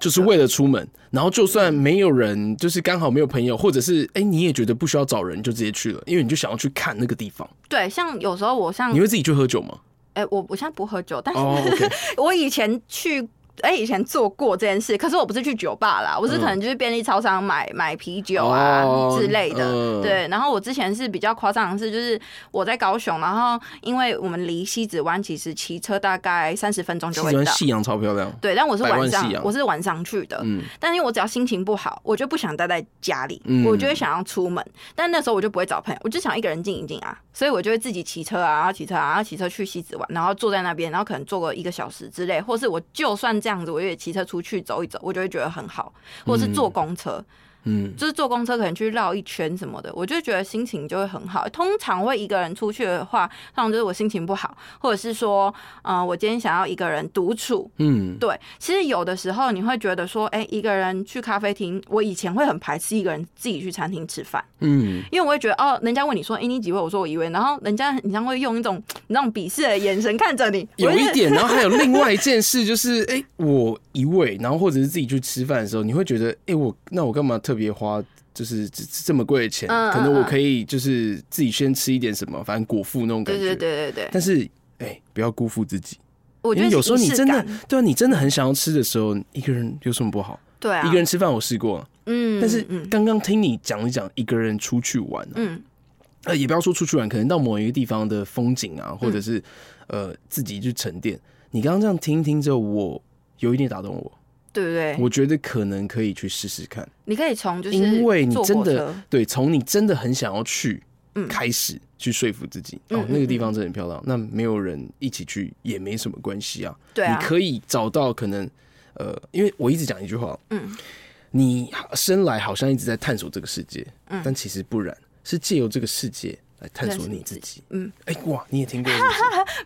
[SPEAKER 3] 就是为了出门，然后就算没有人，就是刚好没有朋友，或者是哎、你也觉得不需要找人，你就直接去了，因为你就想要去看那个地方。
[SPEAKER 4] 对，像有时候我像
[SPEAKER 3] 你，会自己去喝酒 吗？
[SPEAKER 4] 哎、我我现在不喝酒，但是
[SPEAKER 3] 哦、o k
[SPEAKER 4] 我以前去。哎、以前做过这件事，可是我不是去酒吧啦，我是可能就是便利超商买买啤酒啊、
[SPEAKER 3] 嗯哦
[SPEAKER 4] 之类的。
[SPEAKER 3] 嗯
[SPEAKER 4] 对，然后我之前是比较夸张的是，就是我在高雄，然后因为我们离西子湾其实骑车大概三十分钟
[SPEAKER 3] 其
[SPEAKER 4] 就
[SPEAKER 3] 实
[SPEAKER 4] 会
[SPEAKER 3] 湾
[SPEAKER 4] 到。
[SPEAKER 3] 夕阳超漂亮，
[SPEAKER 4] 对，但我是
[SPEAKER 3] 百万啊
[SPEAKER 4] 晚
[SPEAKER 3] 夕
[SPEAKER 4] 上，
[SPEAKER 3] 阳
[SPEAKER 4] 我是晚上去的。
[SPEAKER 3] 嗯
[SPEAKER 4] 但因为我只要心情不好，我就不想待在家里，
[SPEAKER 3] 嗯
[SPEAKER 4] 我就会想要出门。但那时候我就不会找朋友，我就想一个人静一静啊，所以我就会自己骑车啊，然后骑车啊，然后骑车去西子湾，然后坐在那边，然后可能坐个一个小时之类，或是我就算这样子，我也骑车出去走一走，我就会觉得很好。或者是坐公车，
[SPEAKER 3] 嗯，
[SPEAKER 4] 就是坐公车可能去绕一圈什么的，我就会觉得心情就会很好。通常会一个人出去的话，通常就是我心情不好，或者是说，嗯、我今天想要一个人独处，
[SPEAKER 3] 嗯，
[SPEAKER 4] 对，其实有的时候你会觉得说，哎、一个人去咖啡厅，我以前会很排斥一个人自己去餐厅吃饭，
[SPEAKER 3] 嗯，
[SPEAKER 4] 因为我会觉得，哦，人家问你说，哎、你几位？我说我一位，然后人家你像会用一种那种鄙视的眼神看着你，
[SPEAKER 3] 有
[SPEAKER 4] 我就
[SPEAKER 3] 一
[SPEAKER 4] 是
[SPEAKER 3] 点，然后还有另外一件事就是，哎、我一位，然后或者是自己去吃饭的时候，你会觉得，哎、我那我干嘛特别花？就是这这么贵的钱，
[SPEAKER 4] 嗯嗯
[SPEAKER 3] 可能我
[SPEAKER 4] 嗯
[SPEAKER 3] 可以就是自己先吃一点什么，反正果腹那种感
[SPEAKER 4] 对
[SPEAKER 3] 觉。
[SPEAKER 4] 对对对对，
[SPEAKER 3] 但是，哎、不要辜负自己。
[SPEAKER 4] 我觉
[SPEAKER 3] 因
[SPEAKER 4] 得
[SPEAKER 3] 为
[SPEAKER 4] 是
[SPEAKER 3] 有时候
[SPEAKER 4] 仪
[SPEAKER 3] 你
[SPEAKER 4] 式
[SPEAKER 3] 真的
[SPEAKER 4] 感
[SPEAKER 3] 对啊，你真的很想要吃的时候，一个人有什么不好？
[SPEAKER 4] 对啊，
[SPEAKER 3] 一个人吃饭我试过，
[SPEAKER 4] 嗯，嗯，
[SPEAKER 3] 但是
[SPEAKER 4] 嗯
[SPEAKER 3] 刚刚听你讲一讲一个人出去玩、啊，
[SPEAKER 4] 嗯
[SPEAKER 3] 呃，也不要说出去玩，可能到某一个地方的风景啊，或者是
[SPEAKER 4] 嗯
[SPEAKER 3] 呃自己去沉淀。你刚刚这样听一听之后，我有一点打动我，
[SPEAKER 4] 对不对？
[SPEAKER 3] 我觉得可能可以去试试看，
[SPEAKER 4] 你可以从就是
[SPEAKER 3] 因为你
[SPEAKER 4] 坐
[SPEAKER 3] 真
[SPEAKER 4] 火
[SPEAKER 3] 的
[SPEAKER 4] 车
[SPEAKER 3] 对，从你真的很想要去
[SPEAKER 4] 嗯
[SPEAKER 3] 开始去说服自己，
[SPEAKER 4] 嗯
[SPEAKER 3] 哦，
[SPEAKER 4] 嗯
[SPEAKER 3] 那个地方真的很漂亮，那没有人一起去也没什么关系啊。
[SPEAKER 4] 对啊
[SPEAKER 3] 你，可以找到可能，呃，因为我一直讲一句话，
[SPEAKER 4] 嗯，
[SPEAKER 3] 你生来好像一直在探索这个世界，
[SPEAKER 4] 嗯
[SPEAKER 3] 但其实不然，是借由这个世界来探索你自己。
[SPEAKER 4] 嗯，
[SPEAKER 3] 哎、哇，你也听过是不是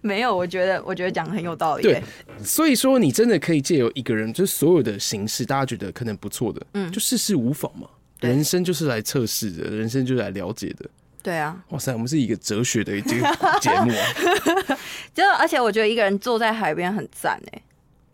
[SPEAKER 4] 没有，我觉得我觉得讲得很有道理，欸
[SPEAKER 3] 对，所以说你真的可以借由一个人，就是所有的形式，大家觉得可能不错的，
[SPEAKER 4] 嗯
[SPEAKER 3] 就世事无妨嘛。
[SPEAKER 4] 对
[SPEAKER 3] 人生就是来测试的，人生就是来了解的。
[SPEAKER 4] 对啊，
[SPEAKER 3] 哇塞，我们是一个哲学 的一个节目、啊。
[SPEAKER 4] 就而且我觉得一个人坐在海边很赞哎、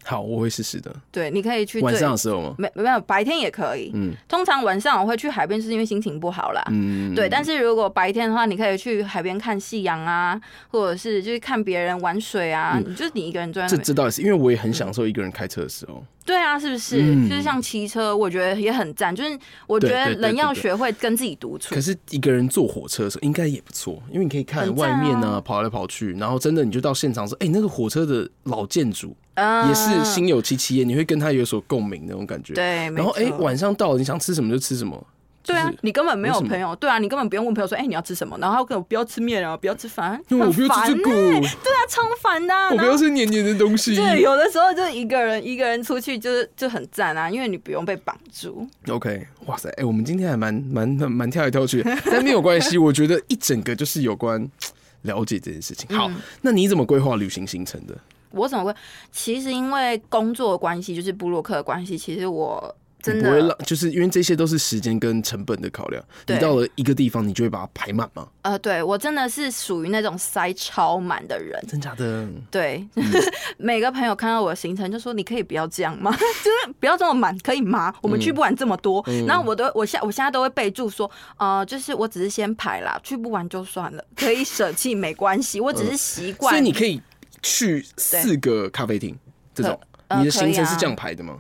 [SPEAKER 3] 好，我会试试的。
[SPEAKER 4] 对，嗯你可以去
[SPEAKER 3] 晚
[SPEAKER 4] 最
[SPEAKER 3] 上的时候吗？
[SPEAKER 4] 没没有，白天也可以。
[SPEAKER 3] 嗯
[SPEAKER 4] 通常晚上我会去海边，是因为心情不好啦。
[SPEAKER 3] 嗯，
[SPEAKER 4] 对，但是如果白天的话，你可以去海边看夕阳啊，或者是就是看别人玩水啊，你就是你一个人坐在
[SPEAKER 3] 这
[SPEAKER 4] 那边。
[SPEAKER 3] 嗯这倒也是，因为我也
[SPEAKER 4] 嗯
[SPEAKER 3] 很享受一个人开车的时候。
[SPEAKER 4] 对啊，是不是？
[SPEAKER 3] 嗯
[SPEAKER 4] 就是像骑车，我觉得也很赞。就是我觉
[SPEAKER 3] 对对
[SPEAKER 4] 得
[SPEAKER 3] 对
[SPEAKER 4] 人要
[SPEAKER 3] 对对
[SPEAKER 4] 学会跟自己独处
[SPEAKER 3] 可。是一个人坐火车的时候应该也不错，因为你可以看
[SPEAKER 4] 很
[SPEAKER 3] 外
[SPEAKER 4] 赞啊
[SPEAKER 3] 面啊，跑来跑去，然后真的你就到现场说，哎、那个火车的老建筑
[SPEAKER 4] 嗯
[SPEAKER 3] 也是心有戚戚焉，你会跟他有所共鸣那种感觉。，
[SPEAKER 4] 对，没
[SPEAKER 3] 然后哎、
[SPEAKER 4] 错
[SPEAKER 3] 晚上到了，你想吃什么就吃什么。
[SPEAKER 4] 对啊
[SPEAKER 3] 就，是
[SPEAKER 4] 你根本没有
[SPEAKER 3] 为什么
[SPEAKER 4] 朋友，对啊，你根本不用问朋友说，哎、你要吃什么？然后他跟我不要吃面啊，不要吃饭，
[SPEAKER 3] 因为我不要吃这
[SPEAKER 4] 很烦欸
[SPEAKER 3] 个，
[SPEAKER 4] 对啊，超烦的、啊。
[SPEAKER 3] 我不
[SPEAKER 4] 然
[SPEAKER 3] 要
[SPEAKER 4] 后
[SPEAKER 3] 吃黏黏的东西。
[SPEAKER 4] 对，有的时候就一个人一个人出去就是就很赞啊，因为你不用被绑住。
[SPEAKER 3] OK，哇塞，哎、我们今天还蛮蛮蛮蛮跳来跳 去的，但没有关系，我觉得一整个就是有关了解这件事情。
[SPEAKER 4] 嗯
[SPEAKER 3] 好，那你怎么规划旅行行程的？
[SPEAKER 4] 我怎么会？其实因为工作的关系，就是布洛克的关系，其实我真
[SPEAKER 3] 你不会
[SPEAKER 4] 的
[SPEAKER 3] 浪，就是因为这些都是时间跟成本的考量。你
[SPEAKER 4] 对
[SPEAKER 3] 到了一个地方，你就会把它排满吗？
[SPEAKER 4] 呃，对我真的是属于那种塞超满的人，
[SPEAKER 3] 真假的？
[SPEAKER 4] 对， 每个朋友看到我的行程就说：“你可以不要这样吗？ 就是不要这么满，可以吗？我们去不完这么多。
[SPEAKER 3] 嗯
[SPEAKER 4] 然后我都我现我现在都会备注说：“呃，就是我只是先排啦，去不完就算了，可以舍弃没关系。我只是习惯。
[SPEAKER 3] 所以你可以去四个咖啡厅，这种、
[SPEAKER 4] 呃
[SPEAKER 3] 你的行程
[SPEAKER 4] 可以
[SPEAKER 3] 是
[SPEAKER 4] 啊
[SPEAKER 3] 这样排的吗、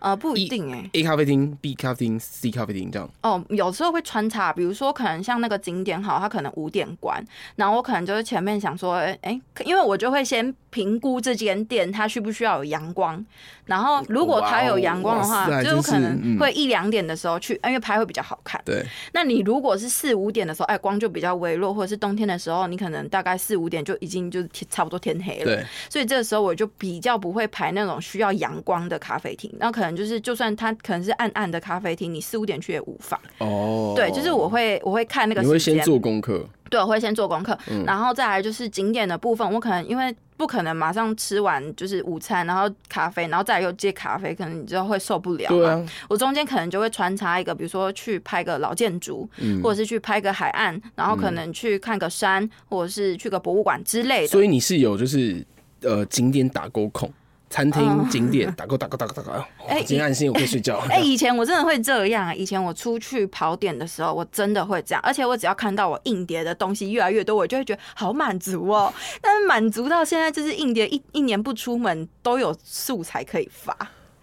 [SPEAKER 4] 呃不一定哎、
[SPEAKER 3] a 咖啡厅、B 咖啡厅、C 咖啡厅这样。
[SPEAKER 4] 哦，有时候会穿插，比如说可能像那个景点好，它可能五点关，然后我可能就是前面想说，哎、哎，可因为我就会先评估这间店它需不需要有阳光，然后如果它有阳光的
[SPEAKER 3] 哇
[SPEAKER 4] 话，
[SPEAKER 3] 哦哇塞
[SPEAKER 4] 就是我
[SPEAKER 3] 真
[SPEAKER 4] 可
[SPEAKER 3] 是
[SPEAKER 4] 能
[SPEAKER 3] 嗯
[SPEAKER 4] 会一两点的时候去，因为拍会比较好看。
[SPEAKER 3] 对，
[SPEAKER 4] 那你如果是四五点的时候，哎，光就比较微弱，或者是冬天的时候，你可能大概四五点就已经就是天差不多天黑了。
[SPEAKER 3] 对，
[SPEAKER 4] 所以这个时候我就比较不会排那种需要阳光的咖啡厅，那可能就是就算它可能是暗暗的咖啡厅，你四五点去也无妨。
[SPEAKER 3] 哦，
[SPEAKER 4] 对，就是我会我会看那个
[SPEAKER 3] 你会
[SPEAKER 4] 时
[SPEAKER 3] 先
[SPEAKER 4] 间，
[SPEAKER 3] 做嗯功课，
[SPEAKER 4] 对，我会先做功课，然后再来就是景点的部分，我可能因为。不可能马上吃完就是午餐，然后咖啡，然后再来又接咖啡，可能你就会受不了。
[SPEAKER 3] 对啊，，
[SPEAKER 4] 我中间可能就会穿插一个，比如说去拍个老建筑，
[SPEAKER 3] 嗯
[SPEAKER 4] 或者是去拍个海岸，然后可能去看个山，或者是去个博物馆之类的。
[SPEAKER 3] 所以你是有就是呃景点打勾控，餐厅景点打勾打勾打勾打勾，哦
[SPEAKER 4] 哦 哎
[SPEAKER 3] 今天安心，我可以睡觉。
[SPEAKER 4] 哎、以前我真的会这样啊！以前我出去跑点的时候，我真的会这样，而且我只要看到我硬碟的东西越来越多，我就会觉得好满足哦。但是满足到现在，就是硬碟一一年不出门都有素材可以发，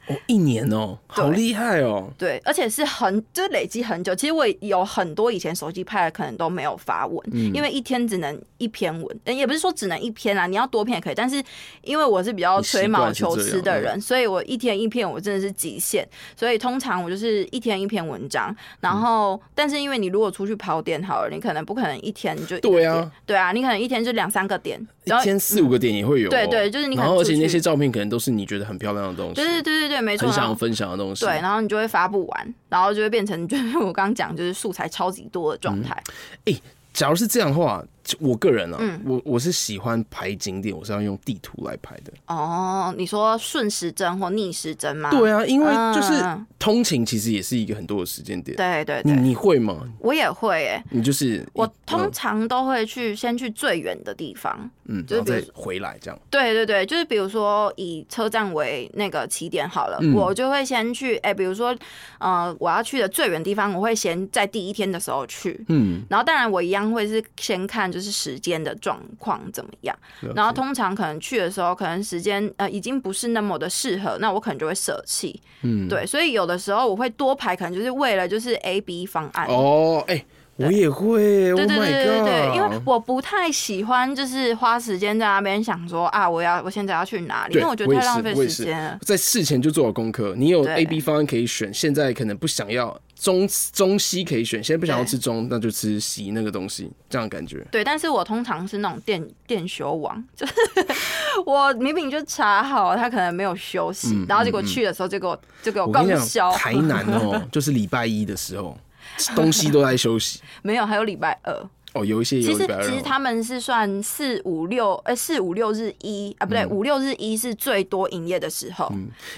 [SPEAKER 3] 哦，一年哦，好厉害哦。
[SPEAKER 4] 对，而且是很就是累积很久。其实我有很多以前手机拍的，可能都没有发文，
[SPEAKER 3] 嗯
[SPEAKER 4] 因为一天只能一篇文，呃也不是说只能一篇啊啦，你要多篇也可以。但是因为我是比较
[SPEAKER 3] 你习
[SPEAKER 4] 吹毛
[SPEAKER 3] 惯是
[SPEAKER 4] 求
[SPEAKER 3] 这
[SPEAKER 4] 疵
[SPEAKER 3] 样
[SPEAKER 4] 的
[SPEAKER 3] 嗯
[SPEAKER 4] 人，所以我一天一篇，我真的是极限。所以通常我就是一天一篇文章，然
[SPEAKER 3] 嗯
[SPEAKER 4] 后、但是因为你如果出去跑点好了，你可能不可能一天就一个
[SPEAKER 3] 对啊
[SPEAKER 4] 点，对啊，你可能一天就两三个点，
[SPEAKER 3] 一
[SPEAKER 4] 然后
[SPEAKER 3] 天四五个点也会有哦、
[SPEAKER 4] 对对就是你可能
[SPEAKER 3] 然后而
[SPEAKER 4] 出
[SPEAKER 3] 且那
[SPEAKER 4] 去
[SPEAKER 3] 些照片可能都是你觉得很漂亮的东西，
[SPEAKER 4] 对对对对对，没错，
[SPEAKER 3] 很
[SPEAKER 4] 然
[SPEAKER 3] 想
[SPEAKER 4] 后
[SPEAKER 3] 要分享的东西。
[SPEAKER 4] 对，然后你就会发不完，然后就会变成就是我刚刚讲就是素材超级多的
[SPEAKER 3] 嗯
[SPEAKER 4] 状态。
[SPEAKER 3] 假如是这样的话，就我个人啊，
[SPEAKER 4] 嗯
[SPEAKER 3] 我我是喜欢排景点，我是要用地图来排的。
[SPEAKER 4] 哦，你说顺时针或逆时针吗？
[SPEAKER 3] 对啊，因为就是
[SPEAKER 4] 嗯
[SPEAKER 3] 通勤其实也是一个很多的时间点。
[SPEAKER 4] 对对
[SPEAKER 3] 你
[SPEAKER 4] 对，
[SPEAKER 3] 你会吗？
[SPEAKER 4] 我也会诶、
[SPEAKER 3] 你就是
[SPEAKER 4] 我
[SPEAKER 3] 一
[SPEAKER 4] 通
[SPEAKER 3] 嗯
[SPEAKER 4] 常都会去先去最远的地方。
[SPEAKER 3] 嗯，
[SPEAKER 4] 就是
[SPEAKER 3] 然后
[SPEAKER 4] 比如
[SPEAKER 3] 再
[SPEAKER 4] 说
[SPEAKER 3] 回来这样。
[SPEAKER 4] 对对对，就是比如说以车站为那个起点好了，
[SPEAKER 3] 嗯
[SPEAKER 4] 我就会先去诶、比如说呃我要去的最远地方，我会先在第一天的时候去。
[SPEAKER 3] 嗯，
[SPEAKER 4] 然后当然我一样会是先看就是时间的状况怎么样。
[SPEAKER 3] 了
[SPEAKER 4] 然后
[SPEAKER 3] 解
[SPEAKER 4] 通常可能去的时候，可能时间呃已经不是那么的适合，那我可能就会舍弃。
[SPEAKER 3] 嗯，
[SPEAKER 4] 对，所以有的时候我会多排，可能就是为了就是 A B 方案。
[SPEAKER 3] 哦，哎、我也会。
[SPEAKER 4] 啊对
[SPEAKER 3] oh
[SPEAKER 4] 对
[SPEAKER 3] my
[SPEAKER 4] 对对对
[SPEAKER 3] god
[SPEAKER 4] 对，因为我不太喜欢就是花时间在那边想说啊，我要我现在要去哪里，因
[SPEAKER 3] 对
[SPEAKER 4] 为我觉得
[SPEAKER 3] 我也
[SPEAKER 4] 太浪
[SPEAKER 3] 是
[SPEAKER 4] 费
[SPEAKER 3] 我也
[SPEAKER 4] 时
[SPEAKER 3] 是
[SPEAKER 4] 间了。
[SPEAKER 3] 在事前就做好功课，你有
[SPEAKER 4] 对
[SPEAKER 3] A、B 方案可以选，现在可能不想要中中西可以选，现在不想要
[SPEAKER 4] 对
[SPEAKER 3] 吃中，那就吃西那个东西，这样的感觉。
[SPEAKER 4] 对，但是我通常是那种电电修网，就是我明明就查好，他可能没有休息，然后结果去的时候就给我就给我
[SPEAKER 3] 我跟
[SPEAKER 4] 供
[SPEAKER 3] 你
[SPEAKER 4] 销
[SPEAKER 3] 讲，，台南哦， 就是礼拜一的时候，东西都在休息。
[SPEAKER 4] 没有，还有礼拜二。
[SPEAKER 3] 哦，有一些
[SPEAKER 4] 其
[SPEAKER 3] 有
[SPEAKER 4] 实
[SPEAKER 3] 礼拜二
[SPEAKER 4] 其实
[SPEAKER 3] 哦。
[SPEAKER 4] 他们是算四五六，呃，四五六日一啊，不对，五六日一是最多营业的时候。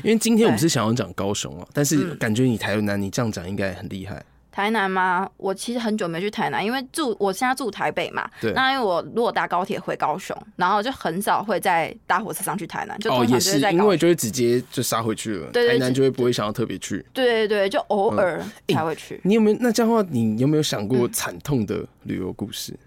[SPEAKER 3] 因为今天我们是想要讲高雄啊，但是感觉你台南你这样讲应该很厉害。
[SPEAKER 4] 台南吗？我其实很久没去台南，因为住我现在住台北嘛。
[SPEAKER 3] 对
[SPEAKER 4] 那因为我如果搭高铁回高雄，然后就很少会再搭火车上去台南，就
[SPEAKER 3] 哦，
[SPEAKER 4] 通
[SPEAKER 3] 也
[SPEAKER 4] 常就是是在
[SPEAKER 3] 因
[SPEAKER 4] 高雄。
[SPEAKER 3] 为就会直接就杀回去了，
[SPEAKER 4] 对对
[SPEAKER 3] 台南就会不会想要特别去。
[SPEAKER 4] 对对对，就偶尔
[SPEAKER 3] 嗯
[SPEAKER 4] 才会去。
[SPEAKER 3] 你有没有那这样的话，你有没有想
[SPEAKER 4] 嗯
[SPEAKER 3] 过惨痛的旅游故事？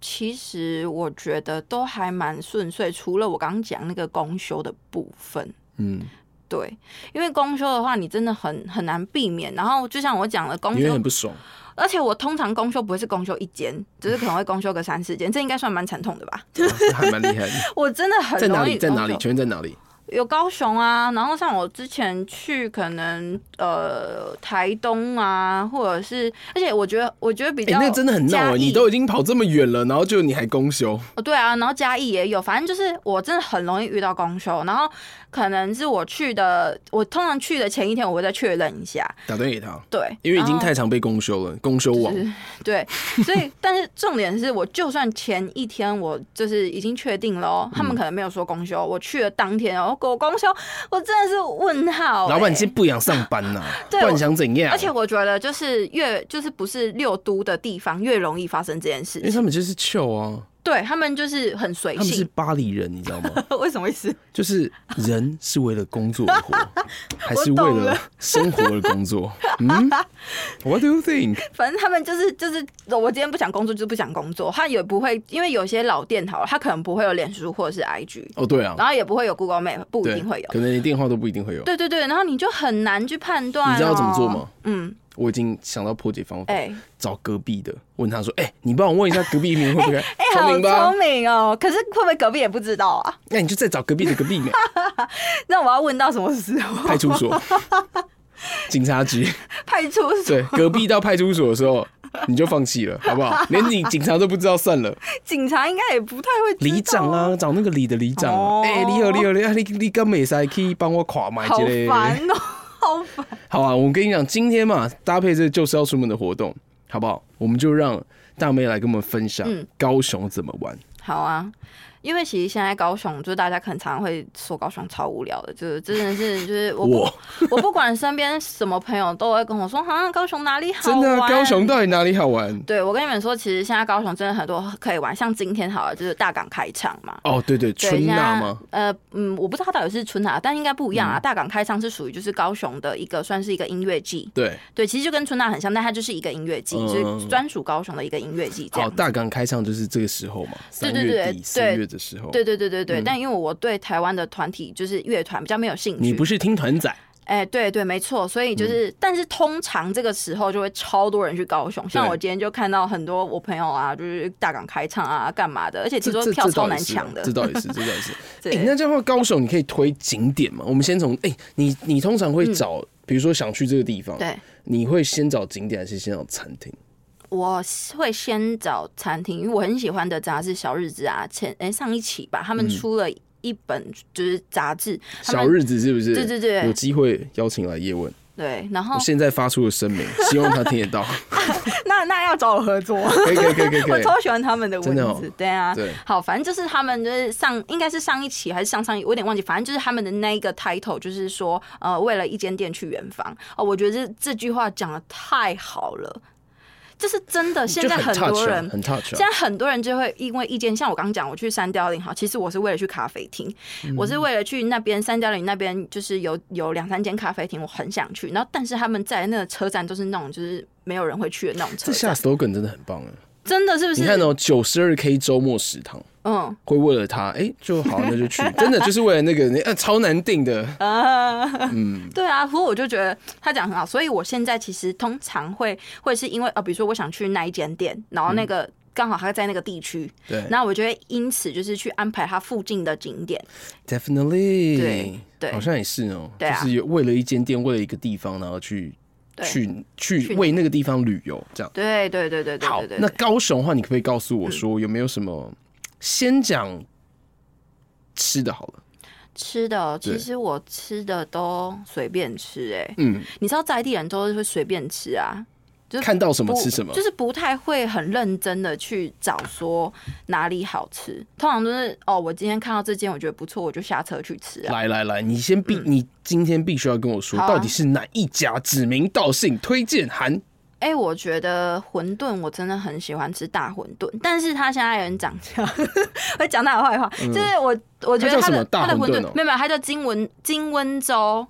[SPEAKER 4] 其实我觉得都还蛮顺遂，除了我刚刚讲那个公休的部分。
[SPEAKER 3] 嗯，
[SPEAKER 4] 对，因为公休的话，你真的很很难避免。然后就像我讲的，公
[SPEAKER 3] 你会
[SPEAKER 4] 休
[SPEAKER 3] 很不爽。
[SPEAKER 4] 而且我通常公休不会是公休一间，只是可能会公休个三四间，这应该算蛮惨痛的吧？
[SPEAKER 3] 哦这 还蛮厉害的。
[SPEAKER 4] 我真的 很
[SPEAKER 3] 在哪
[SPEAKER 4] 容
[SPEAKER 3] 里？
[SPEAKER 4] 易
[SPEAKER 3] 在哪里？
[SPEAKER 4] 公休
[SPEAKER 3] 请问在哪里？
[SPEAKER 4] 有高雄啊，然后像我之前去可能呃台东啊，或者是，而且我觉得我觉得比
[SPEAKER 3] 哎、
[SPEAKER 4] 较、
[SPEAKER 3] 那真的很闹啊！
[SPEAKER 4] 嘉义
[SPEAKER 3] 你都已经跑这么远了，然后就你还公休，
[SPEAKER 4] 哦，对啊，然后嘉义也有，反正就是我真的很容易遇到公休，然后可能是我去的，我通常去的前一天我会再确认一下，
[SPEAKER 3] 打电话给他，
[SPEAKER 4] 对，
[SPEAKER 3] 因为已经
[SPEAKER 4] 然后
[SPEAKER 3] 太常被公休了，公休网。
[SPEAKER 4] 对，所以但是重点是我
[SPEAKER 3] 嗯
[SPEAKER 4] 就算前一天我就是已经确定了哦，他们可能没有说公休，我去了当天哦，果公休，我真的是问号、
[SPEAKER 3] 老板
[SPEAKER 4] 欸
[SPEAKER 3] 今天不想上班呐、
[SPEAKER 4] 对
[SPEAKER 3] 不然想怎样？
[SPEAKER 4] 而且我觉得，就是越就是不是六都的地方，越容易发生这件事
[SPEAKER 3] 因为
[SPEAKER 4] 情。
[SPEAKER 3] 他们就是糗啊，
[SPEAKER 4] 对他们就是很随
[SPEAKER 3] 他们是
[SPEAKER 4] 性，
[SPEAKER 3] 巴黎人，你知道吗？
[SPEAKER 4] 为什么意思？
[SPEAKER 3] 就是人是为了工作而活， 还是为
[SPEAKER 4] 懂
[SPEAKER 3] 了
[SPEAKER 4] 了
[SPEAKER 3] 生活而工 作？嗯，What do you think？
[SPEAKER 4] 反正他们就是就是，我今天不想工作就是不想工作，他也不会，因为有些老店好了，他可能不会有脸书或者是 IG，
[SPEAKER 3] 哦，对啊，
[SPEAKER 4] 然后也不会有 Google Map，不一
[SPEAKER 3] 对，
[SPEAKER 4] 定会有。
[SPEAKER 3] 可能连电话都不一定会有。
[SPEAKER 4] 对对啊对，然后你就很难去判断、
[SPEAKER 3] 你知道要怎么做吗？
[SPEAKER 4] 嗯，
[SPEAKER 3] 我已经想到破解方法，
[SPEAKER 4] 哎、
[SPEAKER 3] 找隔壁的，问他说：“哎、你帮我问一下隔壁名会不会
[SPEAKER 4] 哎、
[SPEAKER 3] 聪
[SPEAKER 4] 好
[SPEAKER 3] 明吧
[SPEAKER 4] 聪？明哦！可是会不会隔壁也不知道啊？
[SPEAKER 3] 那你就再找隔壁的隔壁名
[SPEAKER 4] 那我要问到什么时候？
[SPEAKER 3] 派出所、警察局，
[SPEAKER 4] 派出所
[SPEAKER 3] 对，隔壁到派出所的时候，你就放弃了，好不好？连你警察都不知道，算了。”
[SPEAKER 4] 警察应该也不太会知道
[SPEAKER 3] 里长啊，找那个里的里长啊，
[SPEAKER 4] 哦
[SPEAKER 3] 哎、你好，你好，你好，你你干美塞可以帮我垮买
[SPEAKER 4] 好
[SPEAKER 3] 这嘞？
[SPEAKER 4] 烦哦，好烦。
[SPEAKER 3] 好啊，我跟你讲，今天嘛，搭配这就是要出门的活动，好不好？我们就让大妹来跟我们分享
[SPEAKER 4] 嗯
[SPEAKER 3] 高雄怎么玩。
[SPEAKER 4] 好啊，因为其实现在高雄，就是大家可能常常会说高雄超无聊的，就是真的是就是我不
[SPEAKER 3] 我
[SPEAKER 4] 我不管身边什么朋友都会跟我说，好像高雄哪里好
[SPEAKER 3] 真的、啊，
[SPEAKER 4] 玩
[SPEAKER 3] 高雄。到底哪里好玩？
[SPEAKER 4] 对，我跟你们说，其实现在高雄真的很多可以玩，像今天好了，就是大港开唱嘛。
[SPEAKER 3] 哦，对对，
[SPEAKER 4] 对
[SPEAKER 3] 春娜？
[SPEAKER 4] 现
[SPEAKER 3] 吗
[SPEAKER 4] 在？呃，嗯，我不知道它到底是春娜，但应该不一样啊。大港开唱是属于就是高雄的一个算是一个音乐季，
[SPEAKER 3] 对，
[SPEAKER 4] 对，其实就跟春娜很像，但它就是一个音乐季，
[SPEAKER 3] 嗯
[SPEAKER 4] 就是专属高雄的一个音乐季这
[SPEAKER 3] 好，
[SPEAKER 4] 样子。
[SPEAKER 3] 哦大港开唱就是这个时候嘛，
[SPEAKER 4] 对
[SPEAKER 3] 三
[SPEAKER 4] 对
[SPEAKER 3] 月
[SPEAKER 4] 对
[SPEAKER 3] 底
[SPEAKER 4] 对
[SPEAKER 3] 四月的时候。
[SPEAKER 4] 对对对对对，
[SPEAKER 3] 嗯
[SPEAKER 4] 但因为我对台湾的团体就是乐团比较没有兴趣，
[SPEAKER 3] 你不嗯是听团仔，
[SPEAKER 4] 哎、对对，没错，所以就是，但是通常这个时候就会超多人去高雄，像
[SPEAKER 3] 对
[SPEAKER 4] 我今天就看到很多我朋友啊，就是大港开唱啊，干嘛的，而且
[SPEAKER 3] 这
[SPEAKER 4] 听说
[SPEAKER 3] 这
[SPEAKER 4] 票
[SPEAKER 3] 这倒
[SPEAKER 4] 超
[SPEAKER 3] 也
[SPEAKER 4] 难
[SPEAKER 3] 是
[SPEAKER 4] 抢
[SPEAKER 3] 啊，
[SPEAKER 4] 的
[SPEAKER 3] 这，倒也是，这倒也 是。
[SPEAKER 4] 对，
[SPEAKER 3] 哎、那这样的话，高雄你可以推景点嘛？我们先从哎、你你通常会找，比如说想去这个地方，
[SPEAKER 4] 嗯对，
[SPEAKER 3] 你会先找景点还是先找餐厅？
[SPEAKER 4] 我会先找餐厅，因为我很喜欢的杂志《小日子》啊，前哎、上一期吧，他们出了一本就是杂志，他们
[SPEAKER 3] 嗯小日子是不是？
[SPEAKER 4] 对对对哦
[SPEAKER 3] 有机会邀请来叶问，
[SPEAKER 4] 对，然后
[SPEAKER 3] 我现在发出了声明，希望他听得到。
[SPEAKER 4] 那那要找我合作，
[SPEAKER 3] 可以可以可以可以可
[SPEAKER 4] 我
[SPEAKER 3] 以。
[SPEAKER 4] 超喜欢他们的
[SPEAKER 3] 真
[SPEAKER 4] 文
[SPEAKER 3] 的
[SPEAKER 4] 字，
[SPEAKER 3] 哦
[SPEAKER 4] 对啊，
[SPEAKER 3] 对
[SPEAKER 4] 好，反正就是他们就是上应该是上一期还是上上一，我有点忘记，反正就是他们的那一个 title 就是说，呃，为了一间店去远方哦，我觉得这这句话讲的太好了，这是真的，现
[SPEAKER 3] 就
[SPEAKER 4] 在
[SPEAKER 3] 很
[SPEAKER 4] 很
[SPEAKER 3] touch
[SPEAKER 4] 多
[SPEAKER 3] 啊
[SPEAKER 4] 人，
[SPEAKER 3] 很 touch，
[SPEAKER 4] 现
[SPEAKER 3] 啊
[SPEAKER 4] 在很多人就会因为意见，像我刚刚讲，我去三貂岭，好，其实我是为了去咖啡厅，
[SPEAKER 3] 嗯
[SPEAKER 4] 我是为了去那边三貂岭那边，就是有有两三间咖啡厅，我很想去。然后，但是他们在那个车站都是那种就是没有人会去的那种车
[SPEAKER 3] 这下
[SPEAKER 4] 站，
[SPEAKER 3] slogan 真的很棒啊！
[SPEAKER 4] 真的是不
[SPEAKER 3] 你看
[SPEAKER 4] 是？
[SPEAKER 3] 哦，九十二 K 周末食堂
[SPEAKER 4] 嗯
[SPEAKER 3] 会为了他， 哎，就好，那就去，真的就是为了那个，那呃超难定 的，
[SPEAKER 4] 啊，对啊，所以我就觉得他讲得很好，所以我现在其实通常会会是因为呃，比如说我想去那一间店，然后那个。刚好他在那个地区，
[SPEAKER 3] 嗯对
[SPEAKER 4] 那我就会因此就是去安排它附近的景点，
[SPEAKER 3] ，definitely，
[SPEAKER 4] 对对
[SPEAKER 3] 好像也是哦，
[SPEAKER 4] 对啊
[SPEAKER 3] 就是有为了一间店，为了一个地方，然后去
[SPEAKER 4] 对
[SPEAKER 3] 去去
[SPEAKER 4] 去
[SPEAKER 3] 为那个地方旅游，这样。
[SPEAKER 4] 对对对对对
[SPEAKER 3] 好
[SPEAKER 4] 对对，。嗯
[SPEAKER 3] 那高雄的话，你可不可以告诉我说有没有什么？先讲吃的好了。
[SPEAKER 4] 吃的哦，
[SPEAKER 3] 对
[SPEAKER 4] 其实我吃的都随便吃、哎、
[SPEAKER 3] 嗯，
[SPEAKER 4] 你知道在地人都是会随便吃啊，就是
[SPEAKER 3] 看到什么
[SPEAKER 4] 不
[SPEAKER 3] 吃什么
[SPEAKER 4] 就是不太会很认真的去找说哪里好吃，通常都是哦，我今天看到这间我觉得不错，我就下车去吃啊。
[SPEAKER 3] 来来来，你先必，你今天必须要跟我说，
[SPEAKER 4] 好啊
[SPEAKER 3] 到底是哪一家指名道姓推荐函？
[SPEAKER 4] 哎、我觉得馄饨我真的很喜欢吃大馄饨，但是他现在有人讲价， 会讲他的坏话，就是我我觉
[SPEAKER 3] 嗯它叫
[SPEAKER 4] 得他
[SPEAKER 3] 什么
[SPEAKER 4] 的
[SPEAKER 3] 大
[SPEAKER 4] 他的
[SPEAKER 3] 馄
[SPEAKER 4] 馄
[SPEAKER 3] 饨
[SPEAKER 4] 饨
[SPEAKER 3] 哦
[SPEAKER 4] 没有没有，他叫金温金温州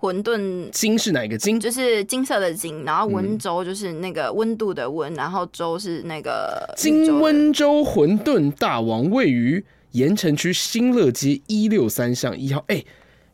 [SPEAKER 4] 馄饨
[SPEAKER 3] 金是哪个金？
[SPEAKER 4] 就是金色的金，然后
[SPEAKER 3] 嗯
[SPEAKER 4] 温州就是那个温度的温，然后州是那个绿
[SPEAKER 3] 金
[SPEAKER 4] 洲的
[SPEAKER 3] 温州馄饨大王位于盐城区新乐街一六三巷一号。哎、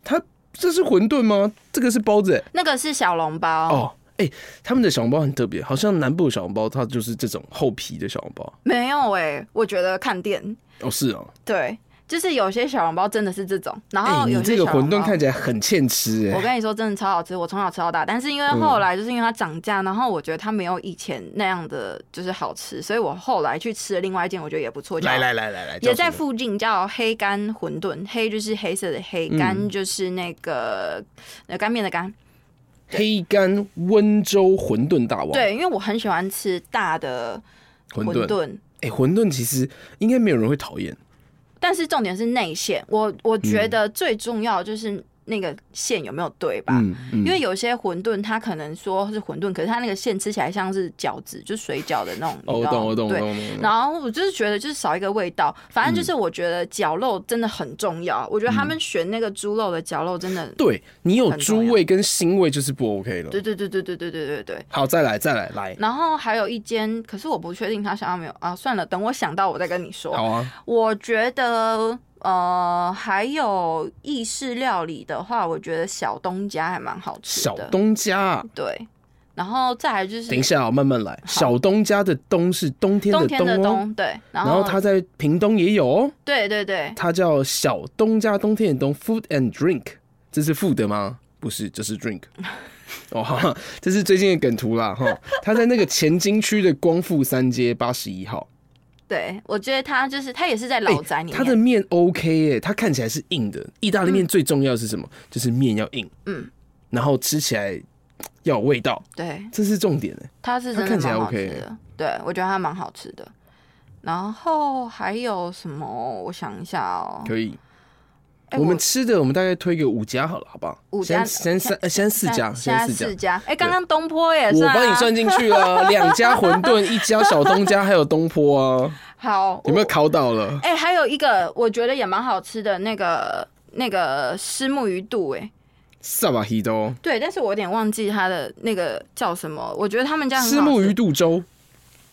[SPEAKER 3] 它这是馄饨吗？这个是包子、欸、
[SPEAKER 4] 那个是小笼包，
[SPEAKER 3] 哦。哎、他们的小笼包很特别，好像南部的小笼包，它就是这种厚皮的小笼包。
[SPEAKER 4] 没有哎、我觉得看店
[SPEAKER 3] 哦，是哦、
[SPEAKER 4] 对，就是有些小笼包真的是这种，然
[SPEAKER 3] 哎、
[SPEAKER 4] 后
[SPEAKER 3] 你
[SPEAKER 4] 哦有
[SPEAKER 3] 这
[SPEAKER 4] 些
[SPEAKER 3] 个
[SPEAKER 4] 小笼
[SPEAKER 3] 馄
[SPEAKER 4] 包
[SPEAKER 3] 饨看起来很欠吃哎、
[SPEAKER 4] 我跟你说，真的超好吃，我从小吃到大。但是因为后来就是因为它涨价，然后我觉得它没有以前那样的就是好吃，所以我后来去吃了另外一间，我觉得也不错。叫
[SPEAKER 3] 来来来来来，
[SPEAKER 4] 也
[SPEAKER 3] 叫
[SPEAKER 4] 在
[SPEAKER 3] 什么
[SPEAKER 4] 附近，叫黑干馄饨。黑就是黑色的黑，干、就是那个呃干面的干。
[SPEAKER 3] 嗯黑干温州馄饨大王。，
[SPEAKER 4] 对，因为我很喜欢吃大的
[SPEAKER 3] 馄
[SPEAKER 4] 馄
[SPEAKER 3] 饨
[SPEAKER 4] 饨。
[SPEAKER 3] 哎、馄饨其实应该没有人会讨厌，
[SPEAKER 4] 但是重点是内线，我我觉
[SPEAKER 3] 嗯
[SPEAKER 4] 得最重要就是那个线有没有对吧？
[SPEAKER 3] 嗯，嗯
[SPEAKER 4] 啊因为有些馄饨，它可能说是馄饨，可是它那个馅吃起来像是饺子，就是水饺的那种。
[SPEAKER 3] 哦，
[SPEAKER 4] 你
[SPEAKER 3] 我
[SPEAKER 4] 知道吗
[SPEAKER 3] 懂，我懂，我嗯
[SPEAKER 4] 对，
[SPEAKER 3] 懂，我懂。
[SPEAKER 4] 然后我就是觉得就是少一个味道，反正就是我觉得绞肉真的很重要。我觉得他们选那个猪肉的绞肉真的，
[SPEAKER 3] 对你有
[SPEAKER 4] 很重
[SPEAKER 3] 猪
[SPEAKER 4] 要
[SPEAKER 3] 味跟腥味就是不 OK 了。
[SPEAKER 4] 对对对对对对对对对。
[SPEAKER 3] 好，再来，再来，来，
[SPEAKER 4] 然后还有一间，可是我不确定他想要没有啊，算了，等我想到我再跟你说。
[SPEAKER 3] 好啊，
[SPEAKER 4] 我觉得呃，还有意式料理的话，我觉得小东家还蛮好吃
[SPEAKER 3] 小
[SPEAKER 4] 的。
[SPEAKER 3] 东家啊，
[SPEAKER 4] 对，然后再来就是
[SPEAKER 3] 等一下啊，慢慢来。小东家的东是冬天
[SPEAKER 4] 冬
[SPEAKER 3] 的
[SPEAKER 4] 天的
[SPEAKER 3] 冬哦，
[SPEAKER 4] 冬，对，然
[SPEAKER 3] 然
[SPEAKER 4] 后
[SPEAKER 3] 后它在屏东也有哦，
[SPEAKER 4] 对对对，
[SPEAKER 3] 它叫小东家冬天的冬 Food and Drink，这是 food 吗？不是，这是 drink。哦，哈，这是最近的梗图啦哈。它在那个前金区的光复三街八十一号。
[SPEAKER 4] 对，我觉得他就是他也是在
[SPEAKER 3] 哎
[SPEAKER 4] 老宅里面，
[SPEAKER 3] 它的面 OK 耶、它看起来是硬的。意大利面最重要的是什么？就是面要硬，
[SPEAKER 4] 嗯，
[SPEAKER 3] 然后吃起来嘖要有味道，
[SPEAKER 4] 对，
[SPEAKER 3] 这是重点哎、
[SPEAKER 4] 它是
[SPEAKER 3] 它
[SPEAKER 4] 真
[SPEAKER 3] 看
[SPEAKER 4] 的
[SPEAKER 3] 起来
[SPEAKER 4] 蛮好
[SPEAKER 3] OK 欸
[SPEAKER 4] 吃的，对我觉得它蛮好吃的。然后还有什么？我想一下哦，
[SPEAKER 3] 可以。
[SPEAKER 4] 哎
[SPEAKER 3] 我们
[SPEAKER 4] 我
[SPEAKER 3] 吃的，我们大概推个五家好了，好不好？
[SPEAKER 4] 五家
[SPEAKER 3] 先先三，呃先四家，
[SPEAKER 4] 现在
[SPEAKER 3] 先
[SPEAKER 4] 现
[SPEAKER 3] 四
[SPEAKER 4] 在
[SPEAKER 3] 家
[SPEAKER 4] 四。家，哎，刚刚东坡也
[SPEAKER 3] 我
[SPEAKER 4] 算啊
[SPEAKER 3] 帮你算进去 了，两家馄饨，一家小东家，还有东坡 啊，
[SPEAKER 4] 好，
[SPEAKER 3] 有没有
[SPEAKER 4] 我？
[SPEAKER 3] 考到了？
[SPEAKER 4] 哎，还有一个我觉得也蛮好吃的那个那个虱目鱼肚，哎，
[SPEAKER 3] 萨瓦希多，
[SPEAKER 4] 对，但是我有点忘记它的那个叫什么，我觉得他们家很好
[SPEAKER 3] 虱目
[SPEAKER 4] 吃
[SPEAKER 3] 鱼肚粥，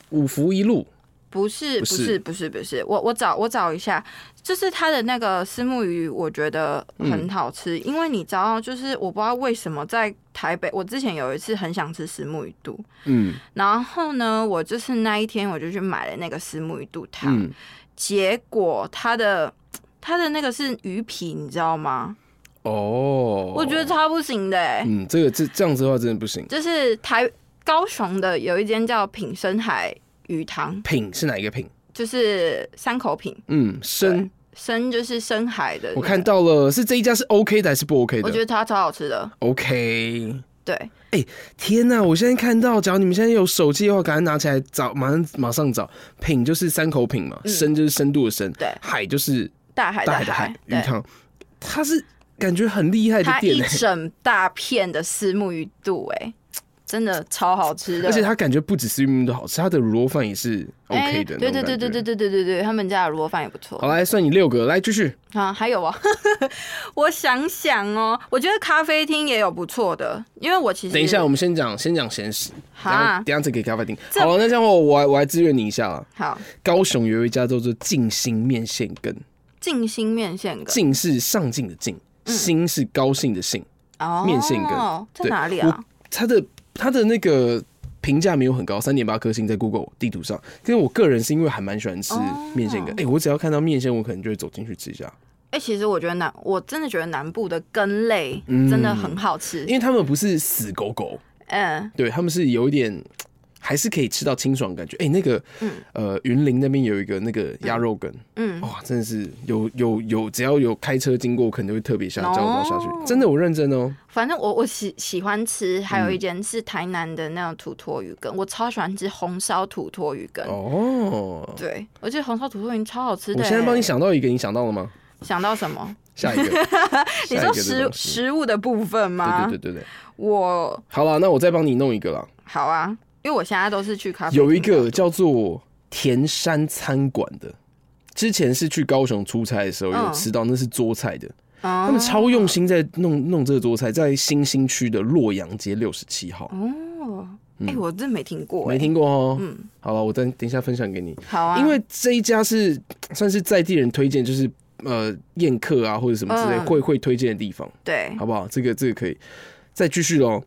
[SPEAKER 3] 五福一路，
[SPEAKER 4] 不是
[SPEAKER 3] 不
[SPEAKER 4] 不
[SPEAKER 3] 是
[SPEAKER 4] 是不是不是，我我找我找一下，就是它的那个丝木鱼，我觉得
[SPEAKER 3] 嗯
[SPEAKER 4] 很好吃，因为你知道，就是我不知道为什么在台北，我之前有一次很想吃丝木鱼肚，
[SPEAKER 3] 嗯
[SPEAKER 4] 然后呢，我就是那一天我就去买了那个丝木鱼肚汤，
[SPEAKER 3] 嗯，
[SPEAKER 4] 结果它的它的那个是鱼皮，你知道吗？
[SPEAKER 3] 哦，
[SPEAKER 4] 我觉得超不行的、欸，
[SPEAKER 3] 嗯，这个这这样子的话真的不行。
[SPEAKER 4] 就是台高雄的有一间叫品生海鱼汤，
[SPEAKER 3] 品是哪一个品？
[SPEAKER 4] 就是三口品。
[SPEAKER 3] 嗯，深。
[SPEAKER 4] 深就是深海的那个，
[SPEAKER 3] 我看到了，是这一家是 OK 的还是不 OK 的？
[SPEAKER 4] 呃我觉得它超好吃的。
[SPEAKER 3] OK。
[SPEAKER 4] 对，
[SPEAKER 3] 天呐、我现在看到，假如你们现在有手机的话，赶快拿起来找，马上马上找。品就是三口品嘛，
[SPEAKER 4] 嗯
[SPEAKER 3] 深就是深度的深，
[SPEAKER 4] 对
[SPEAKER 3] 海就是
[SPEAKER 4] 大海的
[SPEAKER 3] 大海的海，鱼
[SPEAKER 4] 对，
[SPEAKER 3] 汤。它是感觉很厉害的
[SPEAKER 4] 它
[SPEAKER 3] 店
[SPEAKER 4] 一
[SPEAKER 3] 欸、
[SPEAKER 4] 整大片的丝木鱼肚、哎，真的超好吃的。
[SPEAKER 3] 而且它感觉不只是玉米都好吃，它的卤肉饭也是 OK 的、
[SPEAKER 4] 哎对对对对对。对对对对，他们家的卤肉饭也不错
[SPEAKER 3] 好，来算你六个，来继续。
[SPEAKER 4] 啊。还有啊，我想想哦，我觉得咖啡厅也有不错的，因为我其实
[SPEAKER 3] 等一下，我们先讲先讲闲食，等一下
[SPEAKER 4] 哈
[SPEAKER 3] 等一下再给咖啡厅。
[SPEAKER 4] 这
[SPEAKER 3] 好了，那这样我我还我还支援你一下啊。
[SPEAKER 4] 好
[SPEAKER 3] 高雄有一家叫做静心面线羹，
[SPEAKER 4] 静心面线羹
[SPEAKER 3] 静是上进的静，
[SPEAKER 4] 嗯
[SPEAKER 3] 心是高兴的兴。
[SPEAKER 4] 哦，
[SPEAKER 3] 面线羹
[SPEAKER 4] 在
[SPEAKER 3] 对
[SPEAKER 4] 哪里啊？
[SPEAKER 3] 它的它的那个评价没有很高，三点八颗星在 Google 地图上。因为我个人是因为还蛮喜欢吃
[SPEAKER 4] 哦
[SPEAKER 3] 面线羹，哎、我只要看到面线，我可能就会走进去吃一下，
[SPEAKER 4] 哎、其实我觉得南，我真的觉得南部的羹类真的很好吃
[SPEAKER 3] 因。为他们不是死狗狗，
[SPEAKER 4] 嗯，
[SPEAKER 3] 对他们是有一点。还是可以吃到清爽的感觉，哎、那个，呃，云林那边有一个那个鸭肉羹，
[SPEAKER 4] 嗯
[SPEAKER 3] 哇，真的是有有有，只要有开车经过，我可能就会特别想
[SPEAKER 4] 哦
[SPEAKER 3] 叫我下去，真的，我认真哦，
[SPEAKER 4] 反正我我喜喜欢吃，还
[SPEAKER 3] 嗯
[SPEAKER 4] 有一间是台南的那种土托鱼羹，我超喜欢吃红烧土托鱼羹。
[SPEAKER 3] 哦，
[SPEAKER 4] 对，我觉得红烧土托鱼超好吃的、欸
[SPEAKER 3] 我现在帮你想到一个，你想到了 吗？
[SPEAKER 4] 想到什么？
[SPEAKER 3] 下一个，
[SPEAKER 4] 你
[SPEAKER 3] 下一个
[SPEAKER 4] 说
[SPEAKER 3] 的
[SPEAKER 4] 食
[SPEAKER 3] 东西
[SPEAKER 4] 食物的部分吗？
[SPEAKER 3] 对对对对对，
[SPEAKER 4] 我
[SPEAKER 3] 好啦，那我再帮你弄一个啦。
[SPEAKER 4] 好啊，因为我现在都是去咖啡厅
[SPEAKER 3] 有一
[SPEAKER 4] 比较
[SPEAKER 3] 个
[SPEAKER 4] 多
[SPEAKER 3] 叫做田山餐馆的，之前是去高雄出差的时候有
[SPEAKER 4] 嗯
[SPEAKER 3] 吃到，那是桌菜的，他
[SPEAKER 4] 哦
[SPEAKER 3] 们超用心在弄弄这个桌菜，在新兴区的洛阳街六十七号，
[SPEAKER 4] 哦，哎、我真没听
[SPEAKER 3] 嗯
[SPEAKER 4] 过、
[SPEAKER 3] 没
[SPEAKER 4] 哎
[SPEAKER 3] 听过哦。好了，我等等一下分享给你，
[SPEAKER 4] 好啊，
[SPEAKER 3] 因为这一家是算是在地人推荐，就是。呃，宴客啊，或者什么之类，
[SPEAKER 4] 嗯
[SPEAKER 3] 会会推荐的地方，
[SPEAKER 4] 对
[SPEAKER 3] 好不好？这个这个可以，再继续喽。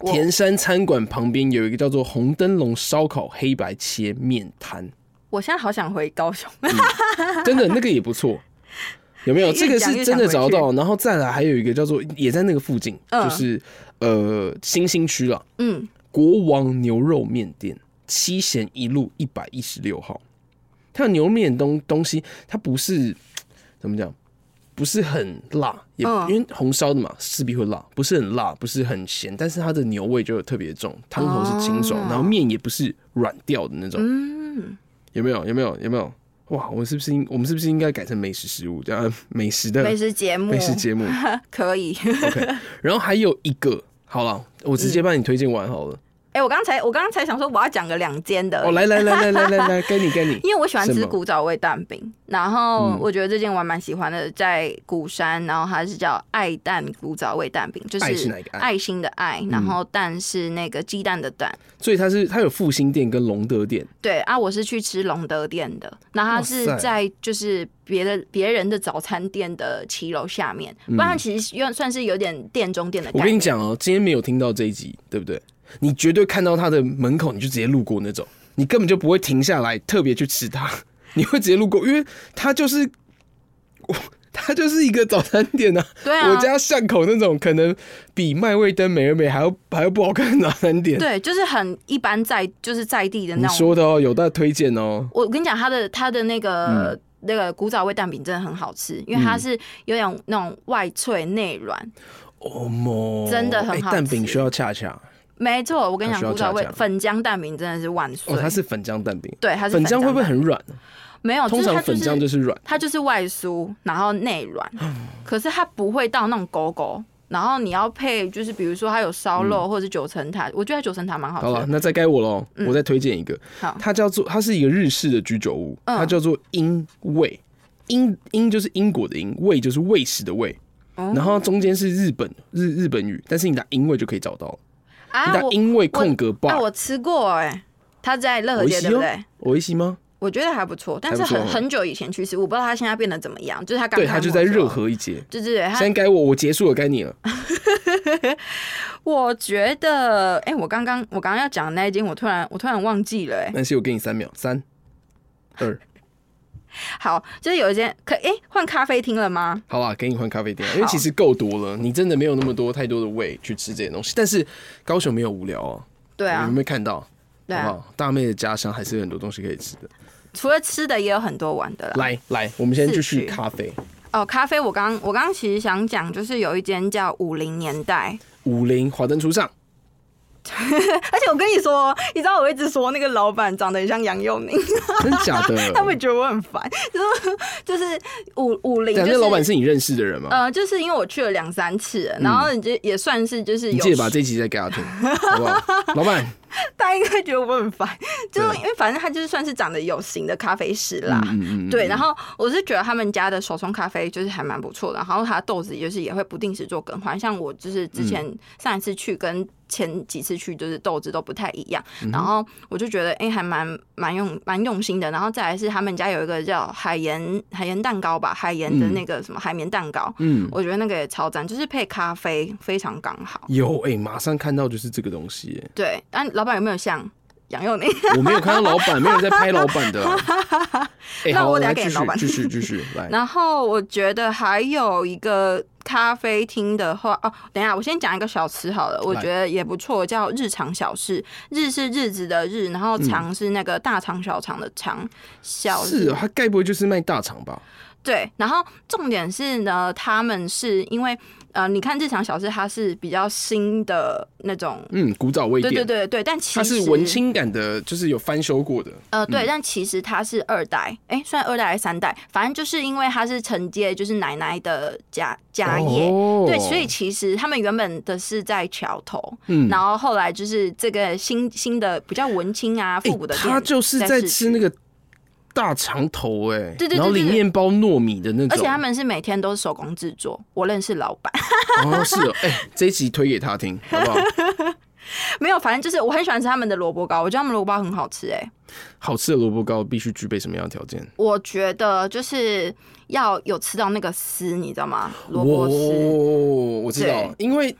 [SPEAKER 4] 我
[SPEAKER 3] 田山餐馆旁边有一个叫做红灯笼烧烤黑白切面摊，
[SPEAKER 4] 我现在好想回 高雄，
[SPEAKER 3] 真的那个也不错。有没有？
[SPEAKER 4] 越
[SPEAKER 3] 这个
[SPEAKER 4] 讲
[SPEAKER 3] 是
[SPEAKER 4] 越
[SPEAKER 3] 真的
[SPEAKER 4] 想
[SPEAKER 3] 找
[SPEAKER 4] 回去
[SPEAKER 3] 到，然后再来还有一个叫做也在那个附近，
[SPEAKER 4] 嗯
[SPEAKER 3] 就是呃新兴区了，
[SPEAKER 4] 嗯，
[SPEAKER 3] 国王牛肉面店，七贤一路一百一十六号。它的牛肉面东东西，它不是怎么讲，不是很辣，也、
[SPEAKER 4] 嗯
[SPEAKER 3] 因为红烧的嘛，势必会辣，不是很辣，不是很咸，但是它的牛味就有特别重，汤头是清爽，
[SPEAKER 4] 哦
[SPEAKER 3] 然后面也不是软掉的那种，
[SPEAKER 4] 嗯，
[SPEAKER 3] 有没有？有没有？有没有？哇，我们是不是应我们是不是应该改成美食食物呃美食的
[SPEAKER 4] 美食节目，
[SPEAKER 3] 美食节目
[SPEAKER 4] 可以。
[SPEAKER 3] ？OK，然后还有一个，好了，我直接帮你推荐完好了。
[SPEAKER 4] 哎、我刚才我刚才想说我要讲个两间的，
[SPEAKER 3] 哦，来来来来来 来来，该你该你。
[SPEAKER 4] 因为我喜欢
[SPEAKER 3] 什
[SPEAKER 4] 吃
[SPEAKER 3] 么
[SPEAKER 4] 古早味蛋饼，然后
[SPEAKER 3] 嗯
[SPEAKER 4] 我觉得这件我还蛮喜欢的，在鼓山，然后它是叫爱蛋古早味蛋饼，就
[SPEAKER 3] 爱是哪
[SPEAKER 4] 是
[SPEAKER 3] 一个爱嗯
[SPEAKER 4] 爱心的爱，然后蛋是那个鸡蛋的蛋。
[SPEAKER 3] 所以它是它有复兴店跟隆德店，
[SPEAKER 4] 对啊，我是去吃隆德店的，那它是
[SPEAKER 3] 哇塞
[SPEAKER 4] 在就是别的别人的早餐店的骑楼下面，不然它其实算算是有点店中店的
[SPEAKER 3] 嗯我
[SPEAKER 4] 感
[SPEAKER 3] 跟你
[SPEAKER 4] 觉。
[SPEAKER 3] 讲哦，今天没有听到这一集，对不对？你绝对看到它的门口，你就直接路过那种，你根本就不会停下来特别去吃它， 你会直接路过，因为它就是， 我它就是一个早餐店啊。
[SPEAKER 4] 对啊
[SPEAKER 3] 我，家巷口那种可能比麦味登、美而美还要还要不好看的早餐店。
[SPEAKER 4] 对，就是很一般在就是在地的
[SPEAKER 3] 你
[SPEAKER 4] 那种
[SPEAKER 3] 说的哦，有待推荐哦。
[SPEAKER 4] 我跟你讲，它的它的那个、
[SPEAKER 3] 嗯
[SPEAKER 4] 那个古早味蛋饼真的很好吃，因为它是有点那种外脆内软。
[SPEAKER 3] 哦莫，
[SPEAKER 4] 真的很
[SPEAKER 3] 哎
[SPEAKER 4] 好
[SPEAKER 3] 蛋饼
[SPEAKER 4] 吃
[SPEAKER 3] 需要恰恰
[SPEAKER 4] 没错，我跟你
[SPEAKER 3] 它
[SPEAKER 4] 讲，
[SPEAKER 3] 需要
[SPEAKER 4] 古早味
[SPEAKER 3] 炸酱
[SPEAKER 4] 粉浆蛋饼真的是万岁。
[SPEAKER 3] 哦，它是粉浆蛋饼，
[SPEAKER 4] 对，它是
[SPEAKER 3] 粉浆会不会
[SPEAKER 4] 蛋
[SPEAKER 3] 很软？
[SPEAKER 4] 没有？
[SPEAKER 3] 通
[SPEAKER 4] 哦就是
[SPEAKER 3] 常
[SPEAKER 4] 它就
[SPEAKER 3] 粉
[SPEAKER 4] 是
[SPEAKER 3] 浆就是软，
[SPEAKER 4] 它就是外酥，然后内 软，可是它不会到那种狗狗。然后你要配，就是比如说它有烧肉或者是九层塔，我觉得它九层塔蛮好
[SPEAKER 3] 嗯好
[SPEAKER 4] 吃
[SPEAKER 3] 了，
[SPEAKER 4] 的。
[SPEAKER 3] 那再该我喽，我再推荐一个，
[SPEAKER 4] 好
[SPEAKER 3] 它叫做它是一个日式的居酒屋，
[SPEAKER 4] 嗯
[SPEAKER 3] 它叫做英味，英英就是英国的英，味就是味食的味，
[SPEAKER 4] 哦
[SPEAKER 3] 然后中间是日本日日本语，但是你打英味就可以找到了，你
[SPEAKER 4] 啊，
[SPEAKER 3] 打
[SPEAKER 4] 我
[SPEAKER 3] 英味空格
[SPEAKER 4] 啊
[SPEAKER 3] bar，
[SPEAKER 4] 我吃过哎、它在乐和
[SPEAKER 3] 维
[SPEAKER 4] 街
[SPEAKER 3] 西
[SPEAKER 4] 对不
[SPEAKER 3] 哦
[SPEAKER 4] 对？
[SPEAKER 3] 我一西吗？
[SPEAKER 4] 我觉得还不错，但
[SPEAKER 3] 还
[SPEAKER 4] 是
[SPEAKER 3] 不错
[SPEAKER 4] 很
[SPEAKER 3] 哦
[SPEAKER 4] 很久以前去吃，我不知道它现在变得怎么样。就是它刚
[SPEAKER 3] 对，
[SPEAKER 4] 开
[SPEAKER 3] 它
[SPEAKER 4] 幕
[SPEAKER 3] 就
[SPEAKER 4] 的
[SPEAKER 3] 在
[SPEAKER 4] 时候
[SPEAKER 3] 热，河一节。
[SPEAKER 4] 对对对，它
[SPEAKER 3] 先该我，我结束了，该你 了。
[SPEAKER 4] 我觉得，哎、我刚刚我刚刚要讲的那一间，我突然我突然忘记了、哎，
[SPEAKER 3] 南希，我给你三秒，三、 二，
[SPEAKER 4] 好，就是有一间可哎换、咖啡厅了吗？
[SPEAKER 3] 好啦，给你换咖啡店，因为
[SPEAKER 4] 好
[SPEAKER 3] 其实够多了，你真的没有那么多太多的胃去吃这些东西。但是高雄没有无聊哦，
[SPEAKER 4] 对
[SPEAKER 3] 你
[SPEAKER 4] 啊
[SPEAKER 3] 有没，有看到？
[SPEAKER 4] 对
[SPEAKER 3] 好
[SPEAKER 4] 啊
[SPEAKER 3] 不，好？大妹的家乡还是有很多东西可以吃的。
[SPEAKER 4] 除了吃的也有很多玩的啦。
[SPEAKER 3] 来来，我们先继
[SPEAKER 4] 四
[SPEAKER 3] 续
[SPEAKER 4] 啊区
[SPEAKER 3] 咖啡。
[SPEAKER 4] 哦，咖啡我刚我刚刚其实想讲，就是有一间叫五零年代，
[SPEAKER 3] 五零华灯初 上，
[SPEAKER 4] 而且我跟你说，你知道我一直说那个老板长得很像杨佑宁，
[SPEAKER 3] 真假的？
[SPEAKER 4] 他们觉得我很烦，就是就是五五零，
[SPEAKER 3] 等
[SPEAKER 4] 就
[SPEAKER 3] 下
[SPEAKER 4] 是
[SPEAKER 3] 啊那老板是你认识的人吗？
[SPEAKER 4] 呃，就是因为我去了两三次了，然后你就也算是就是
[SPEAKER 3] 嗯你
[SPEAKER 4] 有
[SPEAKER 3] 记得把这集再给他听，好不 好？老板，
[SPEAKER 4] 大家应该觉得我很烦，就
[SPEAKER 3] 对
[SPEAKER 4] 是
[SPEAKER 3] 啊
[SPEAKER 4] 因为反正他就是算是长得有型的咖啡师啦。
[SPEAKER 3] 嗯嗯嗯，
[SPEAKER 4] 对，然后我是觉得他们家的手冲咖啡就是还蛮不错的，然后它豆子就是也会不定时做更换，像我就是之前
[SPEAKER 3] 嗯
[SPEAKER 4] 上一次去跟前几次去就是豆子都不太一样，
[SPEAKER 3] 嗯
[SPEAKER 4] 然后我就觉得哎、还蛮蛮用蛮用心的，然后再来是他们家有一个叫海盐海盐蛋糕吧，海盐的那个什么海绵蛋糕，
[SPEAKER 3] 嗯，
[SPEAKER 4] 我觉得那个也超赞，就是配咖啡非常刚好。
[SPEAKER 3] 有哎，马上看到就是这个东西耶。
[SPEAKER 4] 对，但老板有没有像杨佑宁？
[SPEAKER 3] 我没有看到老板，没有在拍老板的啊。哎、
[SPEAKER 4] 那
[SPEAKER 3] 好，
[SPEAKER 4] 我等下
[SPEAKER 3] 来
[SPEAKER 4] 给
[SPEAKER 3] 继
[SPEAKER 4] 你老
[SPEAKER 3] 续
[SPEAKER 4] 板
[SPEAKER 3] 继续继 续来。
[SPEAKER 4] 然后我觉得还有一个咖啡厅的话，哦，等一下，我先讲一个小吃好了，我觉得也不错，叫日常小事。日是日子的日，然后
[SPEAKER 3] 嗯
[SPEAKER 4] 长是那个大肠小肠的肠，小
[SPEAKER 3] 是、哦，他该不会就是卖大肠吧？
[SPEAKER 4] 对，然后重点是呢，他们是因为呃，你看日常小事它是比较新的那种，
[SPEAKER 3] 嗯，古早味
[SPEAKER 4] 对
[SPEAKER 3] 店，
[SPEAKER 4] 对对对，但其实
[SPEAKER 3] 它是文青感的，就是有翻修过的。
[SPEAKER 4] 呃，对，但其实他是二代，哎、算二代还是三代？反正就是因为他是承接就是奶奶的家家业，
[SPEAKER 3] 哦
[SPEAKER 4] 对，所以其实他们原本的是在桥头，
[SPEAKER 3] 嗯
[SPEAKER 4] 然后后来就是这个新新的比较文青啊
[SPEAKER 3] 哎
[SPEAKER 4] 复古的店、
[SPEAKER 3] 他就是在
[SPEAKER 4] 在市
[SPEAKER 3] 吃那
[SPEAKER 4] 区。
[SPEAKER 3] 个大肠头、哎，
[SPEAKER 4] 对对对
[SPEAKER 3] 然后
[SPEAKER 4] 对
[SPEAKER 3] 里
[SPEAKER 4] 对
[SPEAKER 3] 面包糯米的那种。
[SPEAKER 4] 而且他们是每天都是手工制作，我认识老板，
[SPEAKER 3] 哦，是哦，哎、这一集推给他听，好不好？
[SPEAKER 4] 没有，反正就是我很喜欢吃他们的萝卜糕，我觉得他们萝卜糕很好吃、哎，
[SPEAKER 3] 好吃的萝卜糕必须具备什么样的条件？
[SPEAKER 4] 我觉得就是要有吃到那个丝，你知道吗？萝卜丝，
[SPEAKER 3] 哦我知道
[SPEAKER 4] 对，
[SPEAKER 3] 因为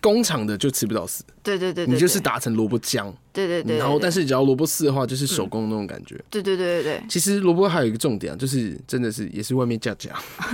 [SPEAKER 3] 工厂的就吃不到丝，
[SPEAKER 4] 对对对对
[SPEAKER 3] 你就是
[SPEAKER 4] 对
[SPEAKER 3] 打成萝卜浆。
[SPEAKER 4] 对对对，
[SPEAKER 3] 嗯然后，
[SPEAKER 4] 对嗯
[SPEAKER 3] 但是只要萝卜丝的话，就是手工那种感觉。
[SPEAKER 4] 对对对对对。
[SPEAKER 3] 其实萝卜还有一个重点啊，就是真的是也是外面价 价，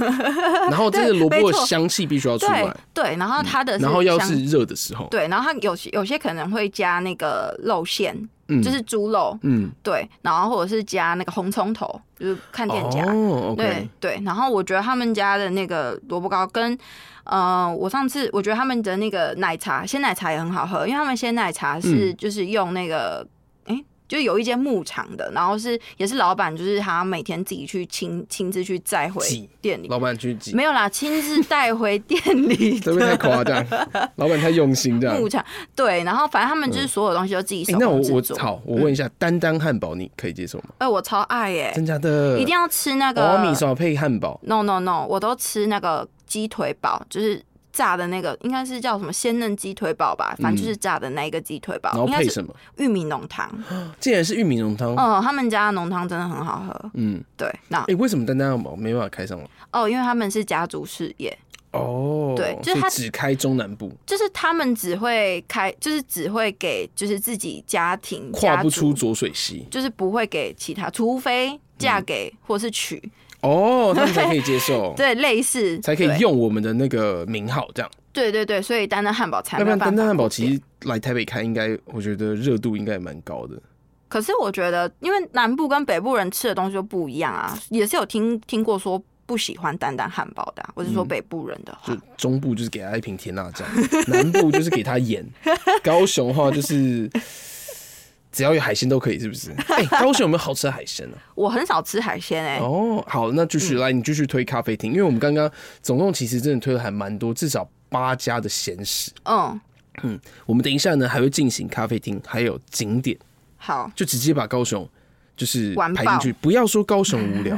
[SPEAKER 3] 然后这个萝卜
[SPEAKER 4] 没
[SPEAKER 3] 的
[SPEAKER 4] 错
[SPEAKER 3] 香气必须要出
[SPEAKER 4] 对
[SPEAKER 3] 来，
[SPEAKER 4] 对，然后它的
[SPEAKER 3] 嗯然后要
[SPEAKER 4] 香
[SPEAKER 3] 是热的时候，
[SPEAKER 4] 对，然后它有些有些可能会加那个肉馅，
[SPEAKER 3] 嗯
[SPEAKER 4] 就是猪肉，
[SPEAKER 3] 嗯，
[SPEAKER 4] 对，然后或者是加那个红葱头，就是看店家。
[SPEAKER 3] 哦
[SPEAKER 4] 对
[SPEAKER 3] ，OK，
[SPEAKER 4] 对，然后我觉得他们家的那个萝卜糕跟，呃，我上次我觉得他们
[SPEAKER 3] 嗯
[SPEAKER 4] 的那个奶茶鲜奶茶也很好喝，因为他们鲜奶茶是就是用那个，哎、就有一间牧场的，然后是也是老板，就是他每天自己去亲亲自去载回
[SPEAKER 3] 挤
[SPEAKER 4] 店里，
[SPEAKER 3] 老板去挤，
[SPEAKER 4] 没有啦，亲自带回店里
[SPEAKER 3] 这边太
[SPEAKER 4] 的
[SPEAKER 3] 夸 张，老板太用心这样。
[SPEAKER 4] 牧场。对，然后反正他们就是所有东西都自己
[SPEAKER 3] 哎
[SPEAKER 4] 手
[SPEAKER 3] 那我
[SPEAKER 4] 工
[SPEAKER 3] 我
[SPEAKER 4] 制作。嗯
[SPEAKER 3] 好，我问一下，丹丹汉堡你可以接受吗？
[SPEAKER 4] 哎，我超爱耶、
[SPEAKER 3] 真假的？
[SPEAKER 4] 一定要吃那个哦
[SPEAKER 3] 哦，米烧配汉堡，
[SPEAKER 4] No No No，我都吃那个鸡腿堡，就是炸的那个，应该是叫什么鲜嫩鸡腿堡吧，反正就是炸的那一个鸡腿堡，
[SPEAKER 3] 嗯然后
[SPEAKER 4] 应该
[SPEAKER 3] 配
[SPEAKER 4] 是
[SPEAKER 3] 什么？
[SPEAKER 4] 玉米浓汤。
[SPEAKER 3] 竟然是玉米浓汤。
[SPEAKER 4] 哦、他们家的浓汤真的很好喝。
[SPEAKER 3] 嗯，
[SPEAKER 4] 对，那
[SPEAKER 3] 哎，为什么丹丹汉堡没办法开上来？
[SPEAKER 4] 哦，因为他们是家族事业，
[SPEAKER 3] 哦，
[SPEAKER 4] 对就
[SPEAKER 3] 所
[SPEAKER 4] 是
[SPEAKER 3] 以
[SPEAKER 4] 它
[SPEAKER 3] 只开中南部，
[SPEAKER 4] 就是他们只会开，就是只会给就是自己家庭
[SPEAKER 3] 跨不出
[SPEAKER 4] 家族
[SPEAKER 3] 浊水溪。
[SPEAKER 4] 就是不会给其他，除非嫁
[SPEAKER 3] 嗯
[SPEAKER 4] 给或是娶，，
[SPEAKER 3] 哦，他们才可以接受
[SPEAKER 4] 对，类似
[SPEAKER 3] 哦才可以
[SPEAKER 4] 对
[SPEAKER 3] 用我们的那个名号这样。
[SPEAKER 4] 对对对，所以丹丹汉堡才
[SPEAKER 3] 要
[SPEAKER 4] 没
[SPEAKER 3] 不
[SPEAKER 4] 有
[SPEAKER 3] 然
[SPEAKER 4] 办法
[SPEAKER 3] 丹丹汉堡
[SPEAKER 4] 固定
[SPEAKER 3] 其实来台北开，应该我觉得热度应该也蛮高的。
[SPEAKER 4] 可是我觉得，因为南部跟北部人吃的东西就不一样啊，也是有听听过说不喜欢丹丹汉堡的、啊，我是说北部人的话，
[SPEAKER 3] 就中部嗯就是给他一瓶甜辣酱， 南部就是给他盐， 高雄的话就是只要有海鲜都可以，是不是？哎、高雄有没有好吃的海鲜呢、
[SPEAKER 4] 我很少吃海鲜哎、
[SPEAKER 3] 哦，好，那继续来，你继续推咖啡厅，因为我们刚刚总共其实真的推了还蛮多，至少八家的闲食。
[SPEAKER 4] 嗯，
[SPEAKER 3] 我们等一下呢还会进行咖啡厅，还有景点，
[SPEAKER 4] 好，
[SPEAKER 3] 就直接把高雄就是
[SPEAKER 4] 完
[SPEAKER 3] 排
[SPEAKER 4] 爆
[SPEAKER 3] 进去。不要说高雄无 聊，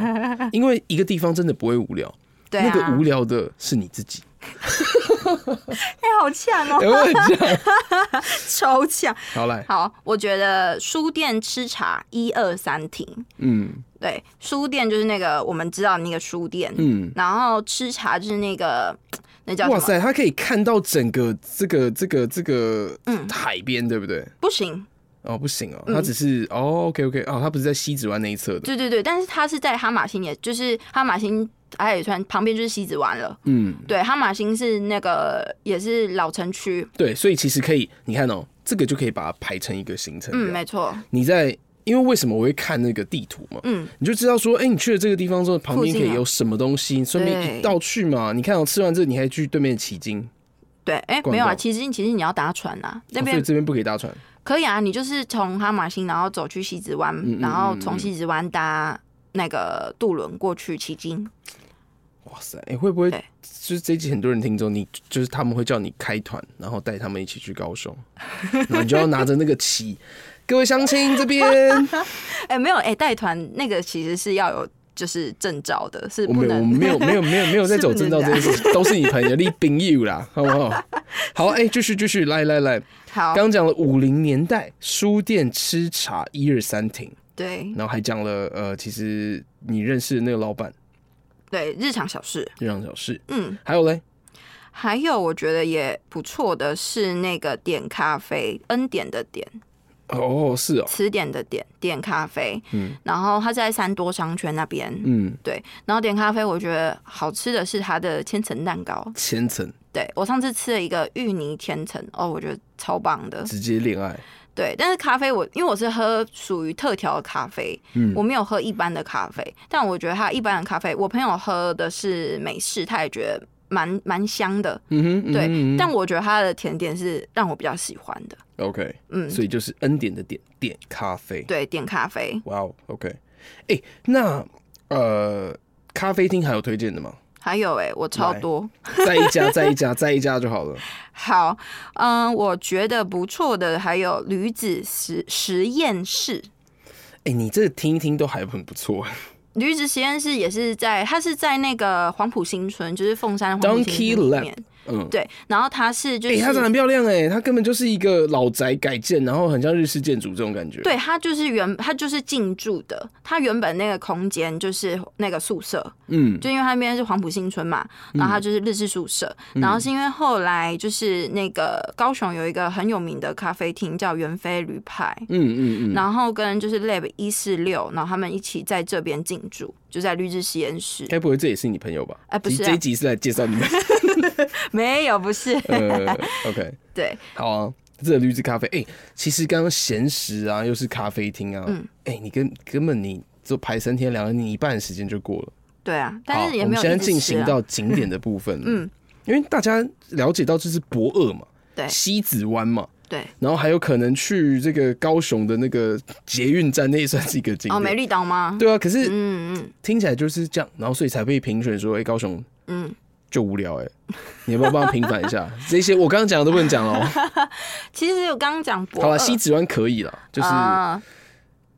[SPEAKER 3] 因为一个地方真的不会无聊，
[SPEAKER 4] 对
[SPEAKER 3] 那
[SPEAKER 4] 啊，
[SPEAKER 3] 个无聊的是你自 己。
[SPEAKER 4] 哎、好呛哦、
[SPEAKER 3] 哎我很像
[SPEAKER 4] 超呛。
[SPEAKER 3] 好来，
[SPEAKER 4] 好，我觉得书店吃茶一二三停，
[SPEAKER 3] 嗯
[SPEAKER 4] 对，书店就是那个我们知道的那个书店，
[SPEAKER 3] 嗯。
[SPEAKER 4] 然后吃茶就是那个那叫
[SPEAKER 3] 哇
[SPEAKER 4] 什么？
[SPEAKER 3] 塞，他可以看到整个这个这个这个
[SPEAKER 4] 嗯
[SPEAKER 3] 海边，对不对？
[SPEAKER 4] 不行，
[SPEAKER 3] 哦，不行哦，
[SPEAKER 4] 嗯
[SPEAKER 3] 他只是、哦，OK OK，哦，他不是在西子湾那一侧的，
[SPEAKER 4] 对对对，但是它是在哈马星也，就是哈马星阿里川旁边就是西子湾了。
[SPEAKER 3] 嗯，
[SPEAKER 4] 对，哈马星是那个也是老城区，
[SPEAKER 3] 对，所以其实可以，你看哦，这个就可以把它排成一个行程。
[SPEAKER 4] 嗯，没错，
[SPEAKER 3] 你在，因为为什么我会看那个地图嘛？
[SPEAKER 4] 嗯，
[SPEAKER 3] 你就知道说，哎、你去了这个地方之后，旁边可
[SPEAKER 4] 附近
[SPEAKER 3] 以
[SPEAKER 4] 啊
[SPEAKER 3] 有什么东西，顺便
[SPEAKER 4] 对
[SPEAKER 3] 一道去嘛。你看哦，吃完这你还去对面起经，
[SPEAKER 4] 对，哎、
[SPEAKER 3] 逛
[SPEAKER 4] 没有啊，
[SPEAKER 3] 逛
[SPEAKER 4] 其实其实你要搭船啊，那
[SPEAKER 3] 哦所以
[SPEAKER 4] 边、
[SPEAKER 3] 这边不可以搭船。
[SPEAKER 4] 可以啊，你就是从哈马星然后走去西子湾，
[SPEAKER 3] 嗯嗯
[SPEAKER 4] 然后
[SPEAKER 3] 嗯
[SPEAKER 4] 从西子湾搭那个渡轮过去奇经。
[SPEAKER 3] 哇塞，哎、会不会
[SPEAKER 4] 对
[SPEAKER 3] 就是这一集很多人听众，你就是他们会叫你开团，然后带他们一起去高雄，然后你就要拿着那个旗， 各位乡亲这边，
[SPEAKER 4] 哎、没有，哎、带团那个其实是要有就是证照的， 是
[SPEAKER 3] 我
[SPEAKER 4] 不
[SPEAKER 3] 们我
[SPEAKER 4] 能
[SPEAKER 3] 们没有没有没有没有在
[SPEAKER 4] 是不
[SPEAKER 3] 走正道这
[SPEAKER 4] 能
[SPEAKER 3] 件事，都是你朋友，你朋友啦，好不好？好，哎、继续继续，来来来，
[SPEAKER 4] 好，
[SPEAKER 3] 刚讲了五零年代书店吃茶一二三亭，
[SPEAKER 4] 对
[SPEAKER 3] 然后还讲了呃，其实你认识的那个老板
[SPEAKER 4] 对，日常小事，
[SPEAKER 3] 日常小事，
[SPEAKER 4] 嗯。
[SPEAKER 3] 还有嘞，
[SPEAKER 4] 还有我觉得也不错的是那个点咖啡，恩典的点，
[SPEAKER 3] 哦是哦，
[SPEAKER 4] 词典的点，点咖啡。
[SPEAKER 3] 嗯，
[SPEAKER 4] 然后它是在三多商圈那边。
[SPEAKER 3] 嗯，
[SPEAKER 4] 对，然后点咖啡，我觉得好吃的是它的千层蛋糕。
[SPEAKER 3] 千层
[SPEAKER 4] 对我上次吃了一个芋泥千层，哦，我觉得超棒的。
[SPEAKER 3] 直接恋爱，
[SPEAKER 4] 对，但是咖啡我因为我是喝属于特调的咖啡，
[SPEAKER 3] 嗯
[SPEAKER 4] 我没有喝一般的咖啡，但我觉得它一般的咖啡，我朋友喝的是美式，他也觉得蛮蛮香的。
[SPEAKER 3] 嗯哼，嗯哼
[SPEAKER 4] 对，
[SPEAKER 3] 嗯哼
[SPEAKER 4] 但我觉得它的甜点是让我比较喜欢的。
[SPEAKER 3] OK，
[SPEAKER 4] 嗯，
[SPEAKER 3] 所以就是恩典的点点咖啡。
[SPEAKER 4] 对，点咖啡。
[SPEAKER 3] 哇、哦 o k 哎、那呃，咖啡厅还有推荐的吗？
[SPEAKER 4] 还有哎、我超多。
[SPEAKER 3] 再一家，再一家，再一家就好了。
[SPEAKER 4] 好，嗯，我觉得不错的还有驴子实实验室。
[SPEAKER 3] 哎、你这个听一听都还很不错。
[SPEAKER 4] 驴子实验室也是在，它是在那个黄埔新村，就是凤山黄埔
[SPEAKER 3] Donkey
[SPEAKER 4] 新村里
[SPEAKER 3] Lab，
[SPEAKER 4] 面。
[SPEAKER 3] 嗯，
[SPEAKER 4] 对，然后它是就
[SPEAKER 3] 哎、
[SPEAKER 4] 是，
[SPEAKER 3] 它长得很漂亮哎、它根本就是一个老宅改建，然后很像日式建筑这种感觉。
[SPEAKER 4] 对，它就是原它就是进驻的，它原本那个空间就是那个宿舍，
[SPEAKER 3] 嗯，
[SPEAKER 4] 就因为它那边是黄埔新村嘛，然后它就是日式宿舍，
[SPEAKER 3] 嗯
[SPEAKER 4] 然后是因为后来就是那个高雄有一个很有名的咖啡厅叫元飞驴派，
[SPEAKER 3] 嗯嗯嗯。
[SPEAKER 4] 然后跟就是 Lab 一四六，然后他们一起在这边进驻，就在绿制实验室。
[SPEAKER 3] 该不会这也是你朋友吧？
[SPEAKER 4] 哎不
[SPEAKER 3] 其实
[SPEAKER 4] 是啊
[SPEAKER 3] 这一集是来介绍你 们。
[SPEAKER 4] 没有，不是，
[SPEAKER 3] 呃，OK，
[SPEAKER 4] 对，
[SPEAKER 3] 好啊，这个绿汁咖啡，哎、其实刚刚闲时啊，又是咖啡厅啊，
[SPEAKER 4] 嗯
[SPEAKER 3] 哎、你根根本你就排三天两夜，你一半时间就过了。
[SPEAKER 4] 对啊，但是
[SPEAKER 3] 嗯好，
[SPEAKER 4] 也
[SPEAKER 3] 我们
[SPEAKER 4] 没有
[SPEAKER 3] 现在
[SPEAKER 4] 一直
[SPEAKER 3] 进
[SPEAKER 4] 吃
[SPEAKER 3] 行
[SPEAKER 4] 啊
[SPEAKER 3] 到景点的部分，
[SPEAKER 4] 嗯，
[SPEAKER 3] 因为大家了解到这是博二嘛，
[SPEAKER 4] 对
[SPEAKER 3] 西子湾嘛，
[SPEAKER 4] 对，哦
[SPEAKER 3] 然后还有可能去这个高雄的那个捷运站，那也算是一个景点。
[SPEAKER 4] 哦，美丽岛吗？
[SPEAKER 3] 对啊，可是
[SPEAKER 4] 嗯嗯
[SPEAKER 3] 听起来就是这样，然后所以才被评选说，哎、高雄
[SPEAKER 4] 嗯，
[SPEAKER 3] 就无聊、哎， 你要不要帮他平反一 下？这些我刚刚讲的都不能讲哦。
[SPEAKER 4] 其实我刚刚讲博
[SPEAKER 3] 好
[SPEAKER 4] 二
[SPEAKER 3] 了，西子湾可以了，就是、
[SPEAKER 4] 啊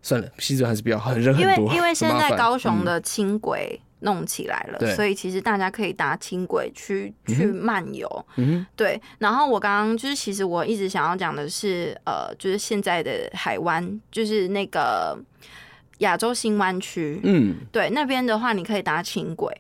[SPEAKER 3] 算了，西子湾还是不要，很人很
[SPEAKER 4] 因为
[SPEAKER 3] 多，
[SPEAKER 4] 因为现
[SPEAKER 3] 很麻
[SPEAKER 4] 在
[SPEAKER 3] 烦嗯
[SPEAKER 4] 高雄的轻轨弄起来了，
[SPEAKER 3] 对
[SPEAKER 4] 所以其实大家可以搭轻轨去去漫游。
[SPEAKER 3] 嗯
[SPEAKER 4] 对，然后我刚刚就是其实我一直想要讲的是，呃，就是现在的海湾，就是那个亚洲新湾区。
[SPEAKER 3] 嗯
[SPEAKER 4] 对，那边的话，你可以搭轻轨，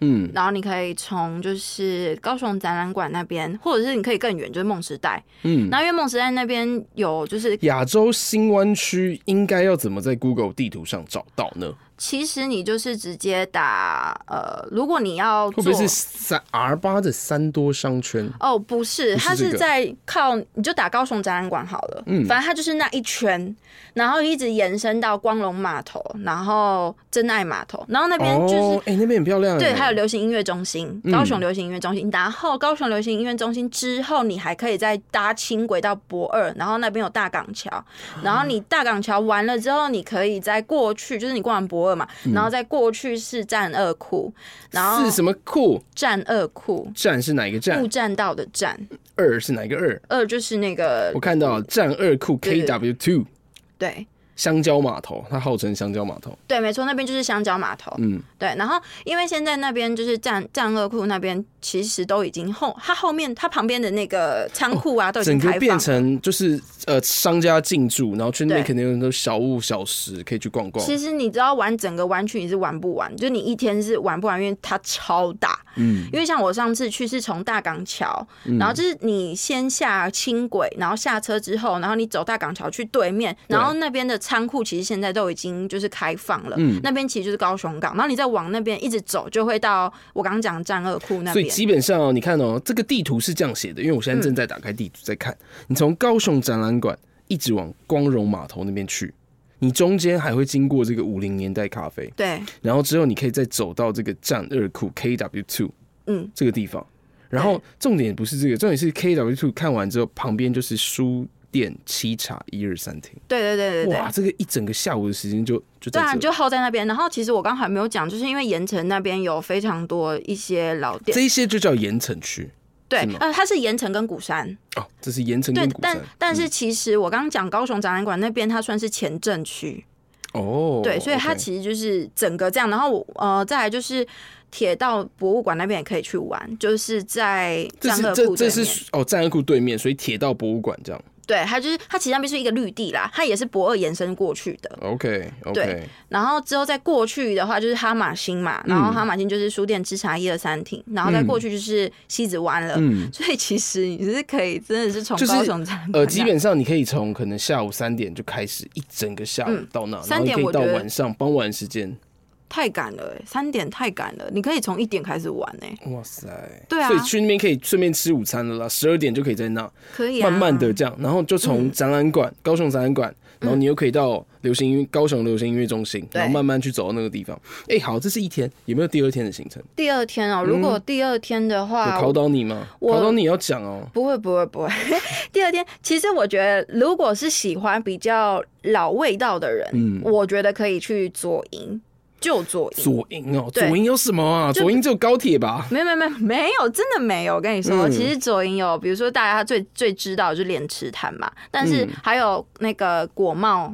[SPEAKER 3] 嗯
[SPEAKER 4] 然后你可以从就是高雄展览馆那边，或者是你可以更远，就是梦时代。
[SPEAKER 3] 嗯。
[SPEAKER 4] 然后因为梦时代那边有就是
[SPEAKER 3] 亚洲新湾区应该要怎么在 Google 地图上找到呢？
[SPEAKER 4] 其实你就是直接打呃，如果你要
[SPEAKER 3] 会
[SPEAKER 4] 做
[SPEAKER 3] 不会是三 R 八的三多商圈？
[SPEAKER 4] 哦，不是，
[SPEAKER 3] 不是
[SPEAKER 4] 它
[SPEAKER 3] 这
[SPEAKER 4] 是
[SPEAKER 3] 个
[SPEAKER 4] 在靠你就打高雄展览馆好了，
[SPEAKER 3] 嗯
[SPEAKER 4] 反正它就是那一圈，然后一直延伸到光荣码头，然后真爱码头，然后那边就是。
[SPEAKER 3] 哦，哎、那边很漂亮哎。
[SPEAKER 4] 对，还有流行音乐中心，
[SPEAKER 3] 嗯
[SPEAKER 4] 高雄流行音乐中心。然后高雄流行音乐中心之后，你还可以再搭轻轨到博二，然后那边有大港桥，然后你大港桥完了之后，你可以再过去，就是你过完博二嘛，然后再过去是战二库，然后
[SPEAKER 3] 嗯是什么库？
[SPEAKER 4] 战二库，
[SPEAKER 3] 站是哪一个站
[SPEAKER 4] 顾？栈道的站，
[SPEAKER 3] 二是哪一个二？
[SPEAKER 4] 二就是那个
[SPEAKER 3] 我看到站二库
[SPEAKER 4] 对
[SPEAKER 3] KW Two
[SPEAKER 4] 对
[SPEAKER 3] 香蕉码头，它号称香蕉码头。
[SPEAKER 4] 对，没错，那边就是香蕉码头。
[SPEAKER 3] 嗯，
[SPEAKER 4] 对，然后因为现在那边就是战战恶库那边，其实都已经后，它后面它旁边的那个仓库啊，都已经
[SPEAKER 3] 整
[SPEAKER 4] 开
[SPEAKER 3] 个
[SPEAKER 4] 放。
[SPEAKER 3] 变成就是呃商家进驻，然后去那边
[SPEAKER 4] 对
[SPEAKER 3] 可能有很多小物小食可以去逛逛。
[SPEAKER 4] 其实你知道玩整个湾区你是玩不完，就你一天是玩不完，因为它超大。
[SPEAKER 3] 嗯，
[SPEAKER 4] 因为像我上次去是从大港桥，然后就是你先下轻轨，然后下车之后，然后你走大港桥去对面，
[SPEAKER 3] 对
[SPEAKER 4] 然后那边的仓库其实现在都已经就是开放了，
[SPEAKER 3] 嗯
[SPEAKER 4] 那边其实就是高雄港，然后你再往那边一直走，就会到我刚刚讲的战二库那
[SPEAKER 3] 所以
[SPEAKER 4] 边。
[SPEAKER 3] 基本上、哦、你看哦，这个地图是这样写的，因为我现在正在打开地图在看。
[SPEAKER 4] 嗯
[SPEAKER 3] 你从高雄展览馆一直往光荣码头那边去，你中间还会经过这个五零年代咖啡，
[SPEAKER 4] 对，
[SPEAKER 3] 然后之后你可以再走到这个站二库 KW Two
[SPEAKER 4] 嗯，
[SPEAKER 3] 这个地方。然后重点不是这个，重点是 KW Two 看完之后，旁边就是书店、七茶、一二三厅。
[SPEAKER 4] 对对对对对
[SPEAKER 3] 哇，。这个一整个下午的时间就就
[SPEAKER 4] 对
[SPEAKER 3] 在
[SPEAKER 4] 啊，
[SPEAKER 3] 这
[SPEAKER 4] 你就耗在那边。然后其实我刚才没有讲，就是因为盐城那边有非常多一些老店
[SPEAKER 3] 这，一些就叫盐城区
[SPEAKER 4] 对
[SPEAKER 3] 是吗，
[SPEAKER 4] 呃，它是盐城跟鼓山，
[SPEAKER 3] 哦，这是盐城
[SPEAKER 4] 对
[SPEAKER 3] 跟古，
[SPEAKER 4] 但
[SPEAKER 3] 山嗯
[SPEAKER 4] 但是其实我刚刚讲高雄展览馆那边，它算是前镇区，
[SPEAKER 3] 哦，
[SPEAKER 4] 对，所以它
[SPEAKER 3] OK
[SPEAKER 4] 其实就是整个这样。然后我呃，再来就是铁道博物馆那边也可以去玩，就是在
[SPEAKER 3] 这
[SPEAKER 4] 江
[SPEAKER 3] 是
[SPEAKER 4] 乐
[SPEAKER 3] 这
[SPEAKER 4] 库对
[SPEAKER 3] 这
[SPEAKER 4] 面，
[SPEAKER 3] 是哦，战河库对面，所以铁道博物馆这样。
[SPEAKER 4] 对，它就是它其实那边是一个绿地啦，它也是博二延伸过去的。
[SPEAKER 3] OK
[SPEAKER 4] 对
[SPEAKER 3] OK，
[SPEAKER 4] 然后之后再过去的话就是哈马星嘛，然
[SPEAKER 3] 嗯
[SPEAKER 4] 后哈马星就是书店吃茶一二三亭，然后再过去就是西子湾了。
[SPEAKER 3] 嗯，
[SPEAKER 4] 所以其实你是可以，真的是从
[SPEAKER 3] 就是
[SPEAKER 4] 高雄站、
[SPEAKER 3] 呃，基本上你可以从可能下午三点就开始，一整个下午
[SPEAKER 4] 嗯
[SPEAKER 3] 到那，然后
[SPEAKER 4] 3
[SPEAKER 3] 你
[SPEAKER 4] 点
[SPEAKER 3] 可以
[SPEAKER 4] 我
[SPEAKER 3] 到
[SPEAKER 4] 觉得
[SPEAKER 3] 晚上傍晚时间。
[SPEAKER 4] 太赶了、欸，三点太赶了，你可以从一点开始玩哎、
[SPEAKER 3] 哇塞，
[SPEAKER 4] 对啊
[SPEAKER 3] 所以去那边可以顺便吃午餐了啦，十二点就可以在那
[SPEAKER 4] 可以啊，嗯
[SPEAKER 3] 慢慢的这样，然后就从展览馆、高雄展览馆，然后你又可以到流行音乐高雄流行音乐中心，
[SPEAKER 4] 对
[SPEAKER 3] 然后慢慢去走到那个地方。哎，好，这是一天，有没有第二天的行程？
[SPEAKER 4] 第二天哦、如果第二天的
[SPEAKER 3] 嗯有
[SPEAKER 4] 话，
[SPEAKER 3] 考倒你吗？
[SPEAKER 4] 我
[SPEAKER 3] 考倒你要讲哦。
[SPEAKER 4] 不会不会不会。 第二天，其实我觉得，如果是喜欢比较老味道的人，
[SPEAKER 3] 嗯
[SPEAKER 4] 我觉得可以去左营，就左营。
[SPEAKER 3] 左营哦，
[SPEAKER 4] 对
[SPEAKER 3] 左营有什么啊？
[SPEAKER 4] 就
[SPEAKER 3] 左营只有高铁吧？
[SPEAKER 4] 没有没有没有没有，真的没有。我跟你说，
[SPEAKER 3] 嗯
[SPEAKER 4] 其实左营有，比如说大家最最知道的就是莲池潭嘛，但是
[SPEAKER 3] 嗯
[SPEAKER 4] 还有那个果贸。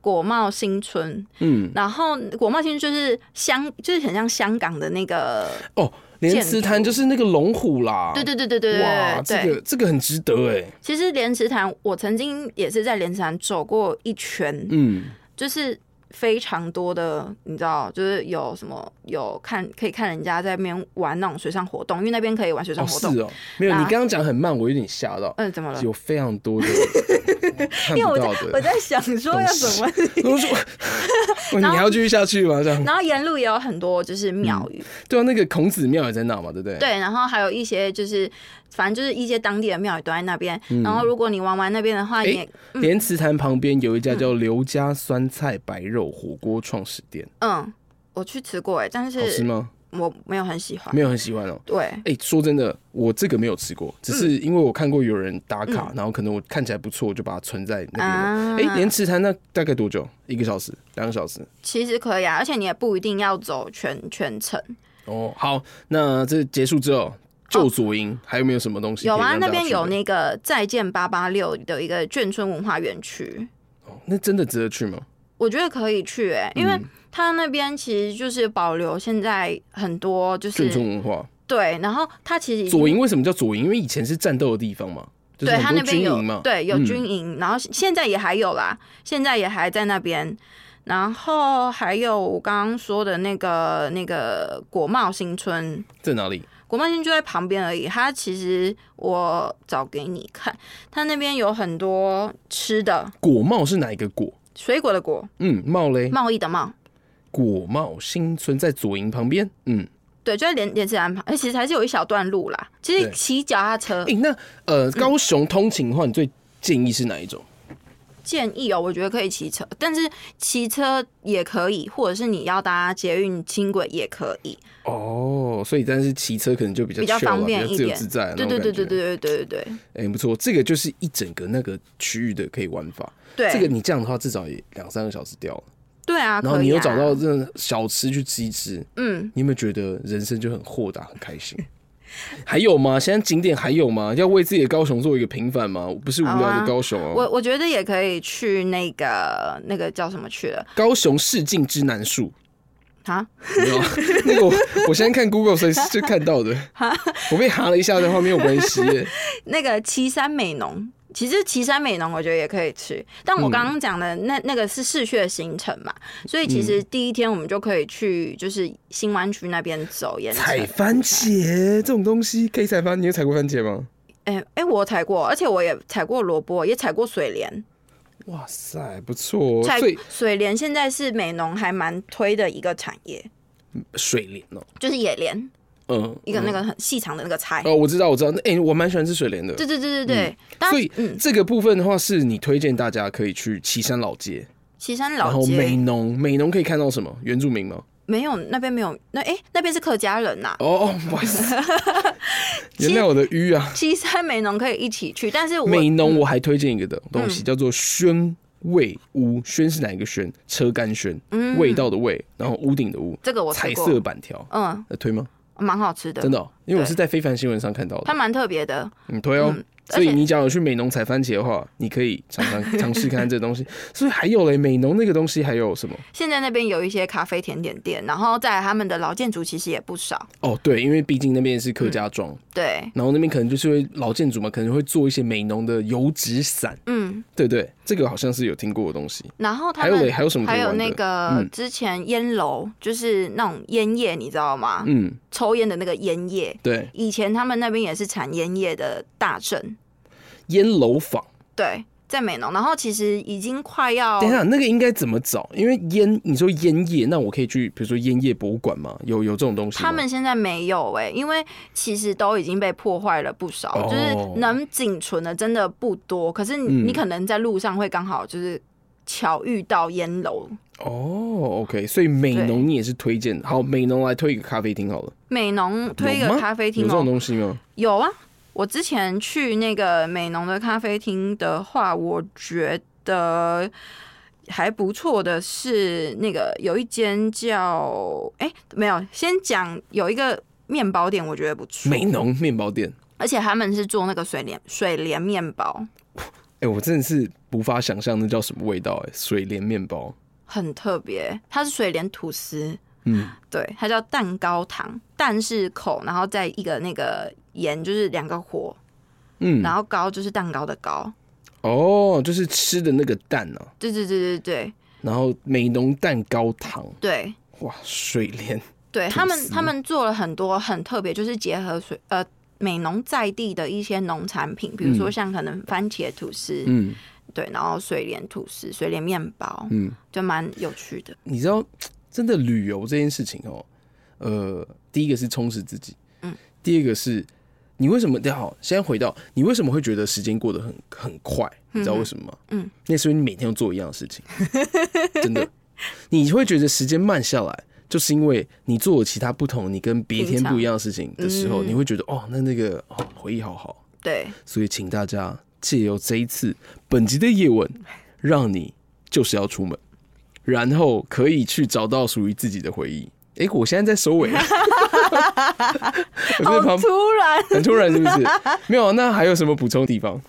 [SPEAKER 4] 果贸新村，
[SPEAKER 3] 嗯，
[SPEAKER 4] 然后果贸新村就是香，就是很像香港的那个，
[SPEAKER 3] 哦，莲池潭就是那个龙虎啦。
[SPEAKER 4] 对对对对对对
[SPEAKER 3] 哇，
[SPEAKER 4] 对
[SPEAKER 3] 这
[SPEAKER 4] 对。
[SPEAKER 3] 个这个很值得哎。
[SPEAKER 4] 其实莲池潭，我曾经也是在莲池潭走过一圈，
[SPEAKER 3] 嗯，
[SPEAKER 4] 就是非常多的，你知道，就是有什么有看可以看人家在那边玩那种水上活动，因为那边可以玩水上
[SPEAKER 3] 哦
[SPEAKER 4] 活
[SPEAKER 3] 是
[SPEAKER 4] 动。
[SPEAKER 3] 哦，
[SPEAKER 4] 啊
[SPEAKER 3] 没有，
[SPEAKER 4] 那
[SPEAKER 3] 你刚刚讲很慢，我有点吓到。
[SPEAKER 4] 嗯，怎么了？
[SPEAKER 3] 有非常多的 看
[SPEAKER 4] 因为
[SPEAKER 3] 不
[SPEAKER 4] 我
[SPEAKER 3] 到
[SPEAKER 4] 在我
[SPEAKER 3] 的，
[SPEAKER 4] 在想说要怎么，
[SPEAKER 3] 我说 哇你还要继续下去吗？这样
[SPEAKER 4] 然后沿路也有很多就是庙宇，
[SPEAKER 3] 对啊，那个孔子庙也在那嘛，对不对？，
[SPEAKER 4] 对，然后还有一些就是反正就是一些当地的庙宇都在那边。然后如果你玩完那边的话，
[SPEAKER 3] 嗯诶
[SPEAKER 4] 你也
[SPEAKER 3] 莲池潭旁边有一家叫刘家酸菜白肉火锅创始店，
[SPEAKER 4] 嗯，我去吃过哎，但
[SPEAKER 3] 好吃
[SPEAKER 4] 是嗯
[SPEAKER 3] 吗？
[SPEAKER 4] 我没有很喜欢
[SPEAKER 3] 没。有很喜欢哦。
[SPEAKER 4] 对，
[SPEAKER 3] 哎、说真的，我这个没有吃过，只
[SPEAKER 4] 嗯
[SPEAKER 3] 是因为我看过有人打卡，然后可能我看起来不错，我就把它存在那边了。
[SPEAKER 4] 啊
[SPEAKER 3] 哎、连吃它那大概多久？一个小时、两个小时？
[SPEAKER 4] 其实可以啊，而且你也不一定要走全全程。
[SPEAKER 3] 哦，好，那这结束之后，旧左营、还有没有什么东西可以
[SPEAKER 4] 哦有
[SPEAKER 3] 让大
[SPEAKER 4] 啊，
[SPEAKER 3] 家去的？
[SPEAKER 4] 那边有那个再见八八六的一个眷村文化园区，
[SPEAKER 3] 哦那真的值得去吗？
[SPEAKER 4] 我觉得可以去哎、
[SPEAKER 3] 嗯
[SPEAKER 4] 因为它那边其实就是保留现在很多就
[SPEAKER 3] 眷村
[SPEAKER 4] 是
[SPEAKER 3] 文化，
[SPEAKER 4] 对，然后它其实已经
[SPEAKER 3] 左营为什么叫左营？因为以前是战斗的地方嘛，就是
[SPEAKER 4] 对它
[SPEAKER 3] 很
[SPEAKER 4] 那
[SPEAKER 3] 多
[SPEAKER 4] 边
[SPEAKER 3] 军
[SPEAKER 4] 有
[SPEAKER 3] 营嘛。
[SPEAKER 4] 对有
[SPEAKER 3] 嗯
[SPEAKER 4] 军营，然后现在也还有啦，现在也还在那边。然后还有我刚刚说的那个那个国贸新村，
[SPEAKER 3] 在哪里？
[SPEAKER 4] 国贸新村就在旁边而已。它其实我找给你看，它那边有很多吃的，
[SPEAKER 3] 果贸是哪一个果？
[SPEAKER 4] 水果的果，
[SPEAKER 3] 嗯，贸嘞，
[SPEAKER 4] 贸易的贸，
[SPEAKER 3] 果贸新村在左营旁边。嗯，
[SPEAKER 4] 对，就在连连着安排。哎，其实还是有一小段路啦。其实
[SPEAKER 3] 对
[SPEAKER 4] 骑脚踏车
[SPEAKER 3] 哎、那
[SPEAKER 4] 嗯
[SPEAKER 3] 呃，高雄通勤的话，你最建议是哪一种？
[SPEAKER 4] 建议哦，我觉得可以骑车，但是骑车也可以，或者是你要搭捷运轻轨也可以。
[SPEAKER 3] 哦，所以但是骑车可能就比较
[SPEAKER 4] 嗯比较
[SPEAKER 3] chill 啊
[SPEAKER 4] 方便
[SPEAKER 3] 比较
[SPEAKER 4] 一
[SPEAKER 3] 自由
[SPEAKER 4] 点
[SPEAKER 3] 自在。
[SPEAKER 4] 对对对对，对对对对
[SPEAKER 3] 哎、不错，这个就是一整个那个区域的可以玩法。
[SPEAKER 4] 对，
[SPEAKER 3] 这个你这样的话，至少也两三个小时掉了。
[SPEAKER 4] 对啊，
[SPEAKER 3] 然后
[SPEAKER 4] 可以
[SPEAKER 3] 你又
[SPEAKER 4] 啊
[SPEAKER 3] 找到这种小吃去吃一吃，
[SPEAKER 4] 嗯，
[SPEAKER 3] 你有没有觉得人生就很豁达、很开心？ 还有吗？现在景点还有吗？要为自己的高雄做一个平反吗？不是无聊
[SPEAKER 4] 好
[SPEAKER 3] 的
[SPEAKER 4] 啊
[SPEAKER 3] 高雄哦、
[SPEAKER 4] 我我觉得也可以去那个那个叫什么去了
[SPEAKER 3] 高雄市境之南树。
[SPEAKER 4] 啊？
[SPEAKER 3] 没有啊， 那个我我现在看 Google 所以就看到的，我被哈了一下，但话没有关 系耶。
[SPEAKER 4] 那个岐山美浓。其实岐山美浓我觉得也可以去，但
[SPEAKER 3] 嗯
[SPEAKER 4] 我刚刚讲的那那个是市区的行程嘛，所以其
[SPEAKER 3] 嗯
[SPEAKER 4] 实第一天我们就可以去就是新湾区那边走沿程。
[SPEAKER 3] 采番茄这种东西可以采番，你有采过番茄吗？
[SPEAKER 4] 哎哎、我采过，而且我也采过萝卜，也采过水莲。
[SPEAKER 3] 哇塞，不错哦，
[SPEAKER 4] 采
[SPEAKER 3] 所以
[SPEAKER 4] 水莲现在是美浓还蛮推的一个产业，
[SPEAKER 3] 水莲哦，
[SPEAKER 4] 就是野莲
[SPEAKER 3] 嗯，
[SPEAKER 4] 一个那
[SPEAKER 3] 嗯
[SPEAKER 4] 个很细长的那个菜。
[SPEAKER 3] 哦，我知道，我知道，那哎，我蛮喜欢吃水莲的
[SPEAKER 4] 对，对对对对，当
[SPEAKER 3] 所以
[SPEAKER 4] 嗯，
[SPEAKER 3] 这个部分的话，是你推荐大家可以去岐山老街，
[SPEAKER 4] 岐山
[SPEAKER 3] 然
[SPEAKER 4] 老
[SPEAKER 3] 后美
[SPEAKER 4] 街
[SPEAKER 3] 浓，美浓可以看到什么？原住民吗？
[SPEAKER 4] 没有那边没有那哎、那边是客家人呐、
[SPEAKER 3] 哦哦，不好意思，原谅我的迂啊。
[SPEAKER 4] 岐山美浓可以一起去，但是我嗯
[SPEAKER 3] 美浓我还推荐一个的东西，叫做轩味屋。轩是哪一个轩？车干轩，味道的味，然后屋顶的屋，
[SPEAKER 4] 嗯这个我
[SPEAKER 3] 彩
[SPEAKER 4] 吃
[SPEAKER 3] 色
[SPEAKER 4] 过，
[SPEAKER 3] 板条，
[SPEAKER 4] 嗯，
[SPEAKER 3] 呃，推吗？
[SPEAKER 4] 蛮好吃的，
[SPEAKER 3] 真的哦，因为我
[SPEAKER 4] 对
[SPEAKER 3] 是在非凡新闻上看到
[SPEAKER 4] 它
[SPEAKER 3] 的，
[SPEAKER 4] 蛮特别的。
[SPEAKER 3] 嗯，推哦
[SPEAKER 4] 嗯。而
[SPEAKER 3] 所
[SPEAKER 4] 且
[SPEAKER 3] 以你假如去美浓采番茄的话，你可以尝 尝尝试看看这东西。所以还有嘞，美浓那个东西还有什么？
[SPEAKER 4] 现在那边有一些咖啡甜点店，然后在他们的老建筑其实也不少，
[SPEAKER 3] 哦，对，因为毕竟那边是客家庄，
[SPEAKER 4] 对，
[SPEAKER 3] 然后那边可能就是会老建筑嘛，可能会做一些美浓的油纸伞，
[SPEAKER 4] 嗯，
[SPEAKER 3] 对不对？这个好像是有听过的东西。
[SPEAKER 4] 然后他
[SPEAKER 3] 还有嘞，
[SPEAKER 4] 们
[SPEAKER 3] 还有什么可
[SPEAKER 4] 还
[SPEAKER 3] 以
[SPEAKER 4] 有
[SPEAKER 3] 玩的？
[SPEAKER 4] 那个
[SPEAKER 3] 嗯
[SPEAKER 4] 之前烟楼，就是那种烟叶，你知道吗？
[SPEAKER 3] 嗯，
[SPEAKER 4] 抽烟的那个烟叶，
[SPEAKER 3] 对，
[SPEAKER 4] 以前他们那边也是产烟叶的大镇，
[SPEAKER 3] 烟楼
[SPEAKER 4] 哦
[SPEAKER 3] 坊。
[SPEAKER 4] 对，在美浓，然后其实已经快要
[SPEAKER 3] 等一下，那个应该怎么找？因为烟，你说烟叶，那我可以去，比如说烟叶博物馆嘛，有有这种东西吗。
[SPEAKER 4] 他们现在没有哎、因为其实都已经被破坏了不少，
[SPEAKER 3] 哦
[SPEAKER 4] 就是能仅存的真的不多。可是你,、
[SPEAKER 3] 嗯
[SPEAKER 4] 你可能在路上会刚好就是巧遇到烟楼。
[SPEAKER 3] 哦，OK，所以美浓你也是推荐的。好，美浓来推一个咖啡厅好了，
[SPEAKER 4] 美浓推一
[SPEAKER 3] 有
[SPEAKER 4] 个
[SPEAKER 3] 吗
[SPEAKER 4] 咖啡
[SPEAKER 3] 有
[SPEAKER 4] 厅
[SPEAKER 3] 这种
[SPEAKER 4] 哦，
[SPEAKER 3] 东西吗？
[SPEAKER 4] 有啊，我之前去那个美浓的咖啡厅的话，我觉得。还不错的是，那个有一间叫哎、没有，先讲有一个面包店，我觉得不错，
[SPEAKER 3] 美浓面包店，
[SPEAKER 4] 而且他们是做那个水莲水莲面包，
[SPEAKER 3] 哎、我真的是无法想象那叫什么味道、哎，水莲面包，
[SPEAKER 4] 很特别，它是水莲吐司，
[SPEAKER 3] 嗯，
[SPEAKER 4] 对，它叫蛋糕糖，蛋是口，然后再一个那个盐就是两个火，
[SPEAKER 3] 嗯，
[SPEAKER 4] 然后糕就是蛋糕的糕，
[SPEAKER 3] 哦，就是吃的那个蛋啊，
[SPEAKER 4] 对对对对对
[SPEAKER 3] 然后美浓蛋糕糖，
[SPEAKER 4] 对
[SPEAKER 3] 哇，水莲，
[SPEAKER 4] 对，
[SPEAKER 3] 吐司
[SPEAKER 4] 他们他们做了很多很特别，就是结合水呃美农在地的一些农产品，比如说像可能番茄吐司，
[SPEAKER 3] 嗯
[SPEAKER 4] 对，然后水莲吐司、水莲面包，
[SPEAKER 3] 嗯，
[SPEAKER 4] 就蛮有趣的，
[SPEAKER 3] 你知道，真的旅游这件事情哦，呃，第一个是充实自己，
[SPEAKER 4] 嗯，
[SPEAKER 3] 第二个是你为什么？对，好，现在回到你为什么会觉得时间过得很很快？你知道为什么吗？
[SPEAKER 4] 嗯，
[SPEAKER 3] 那是因为你每天都做一样的事情，真的，你会觉得时间慢下来，就是因为你做了其他不同、你跟别天不一样的事情的时候，
[SPEAKER 4] 嗯
[SPEAKER 3] 你会觉得哦，那那个哦回忆好好。
[SPEAKER 4] 对，
[SPEAKER 3] 所以请大家借由这一次本集的夜晚，让你就是要出门，然后可以去找到属于自己的回忆。诶，我现在在收 尾，啊我在
[SPEAKER 4] 好
[SPEAKER 3] 旁
[SPEAKER 4] 哦突然
[SPEAKER 3] 很突然，是不是？没有，啊那还有什么补充地 方？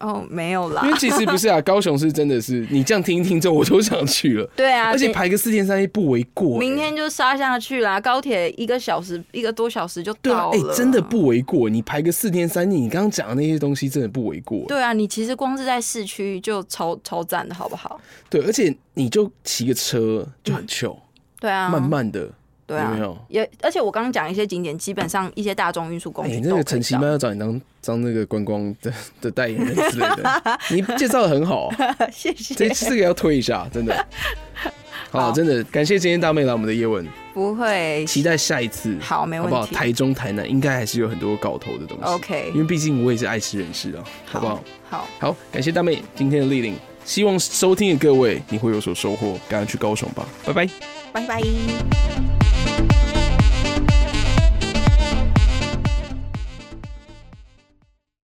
[SPEAKER 4] 哦，没有啦
[SPEAKER 3] 因，为其实不是啊，高雄是真的是你这样听一听之后，我都想去了。
[SPEAKER 4] 对啊，
[SPEAKER 3] 而且
[SPEAKER 4] 明
[SPEAKER 3] 排个四天三夜不为过、
[SPEAKER 4] 明
[SPEAKER 3] 欸
[SPEAKER 4] 天就杀下去啦，高铁一个小时一个多小时就
[SPEAKER 3] 对啊，
[SPEAKER 4] 到
[SPEAKER 3] 哎、
[SPEAKER 4] 了，
[SPEAKER 3] 真的。不为过。你排个四天三夜，你刚刚讲的那些东西真的不为过。
[SPEAKER 4] 对啊，你其实光是在市区就超超赞的好不好？
[SPEAKER 3] 对，而且你就骑个车就很糗，
[SPEAKER 4] 对啊，
[SPEAKER 3] 慢慢的。
[SPEAKER 4] 对啊，
[SPEAKER 3] 有没有
[SPEAKER 4] 也而且我刚刚讲一些景点，基本上一些大众运输工
[SPEAKER 3] 哎、
[SPEAKER 4] 具都可以
[SPEAKER 3] 那
[SPEAKER 4] 到。
[SPEAKER 3] 个陈其迈要找你当当那个观光的的代言人之类 的，你介绍的很好、啊
[SPEAKER 4] 谢
[SPEAKER 3] 这
[SPEAKER 4] 谢，
[SPEAKER 3] 这个要推一下，真 的。好，
[SPEAKER 4] 好
[SPEAKER 3] 真的感谢今天大妹来我们的夜问，
[SPEAKER 4] 不会。
[SPEAKER 3] 期待下一次，
[SPEAKER 4] 好没
[SPEAKER 3] 好不好？
[SPEAKER 4] 问题
[SPEAKER 3] 台中、台南应该还是有很多搞头的东西
[SPEAKER 4] OK
[SPEAKER 3] 因为毕竟我也是爱吃人士啊，好不好？
[SPEAKER 4] 好，
[SPEAKER 3] 好，感谢大妹今天的莅临，希望收听的各位你会有所收获，赶快去高雄吧，拜拜。
[SPEAKER 4] 拜拜。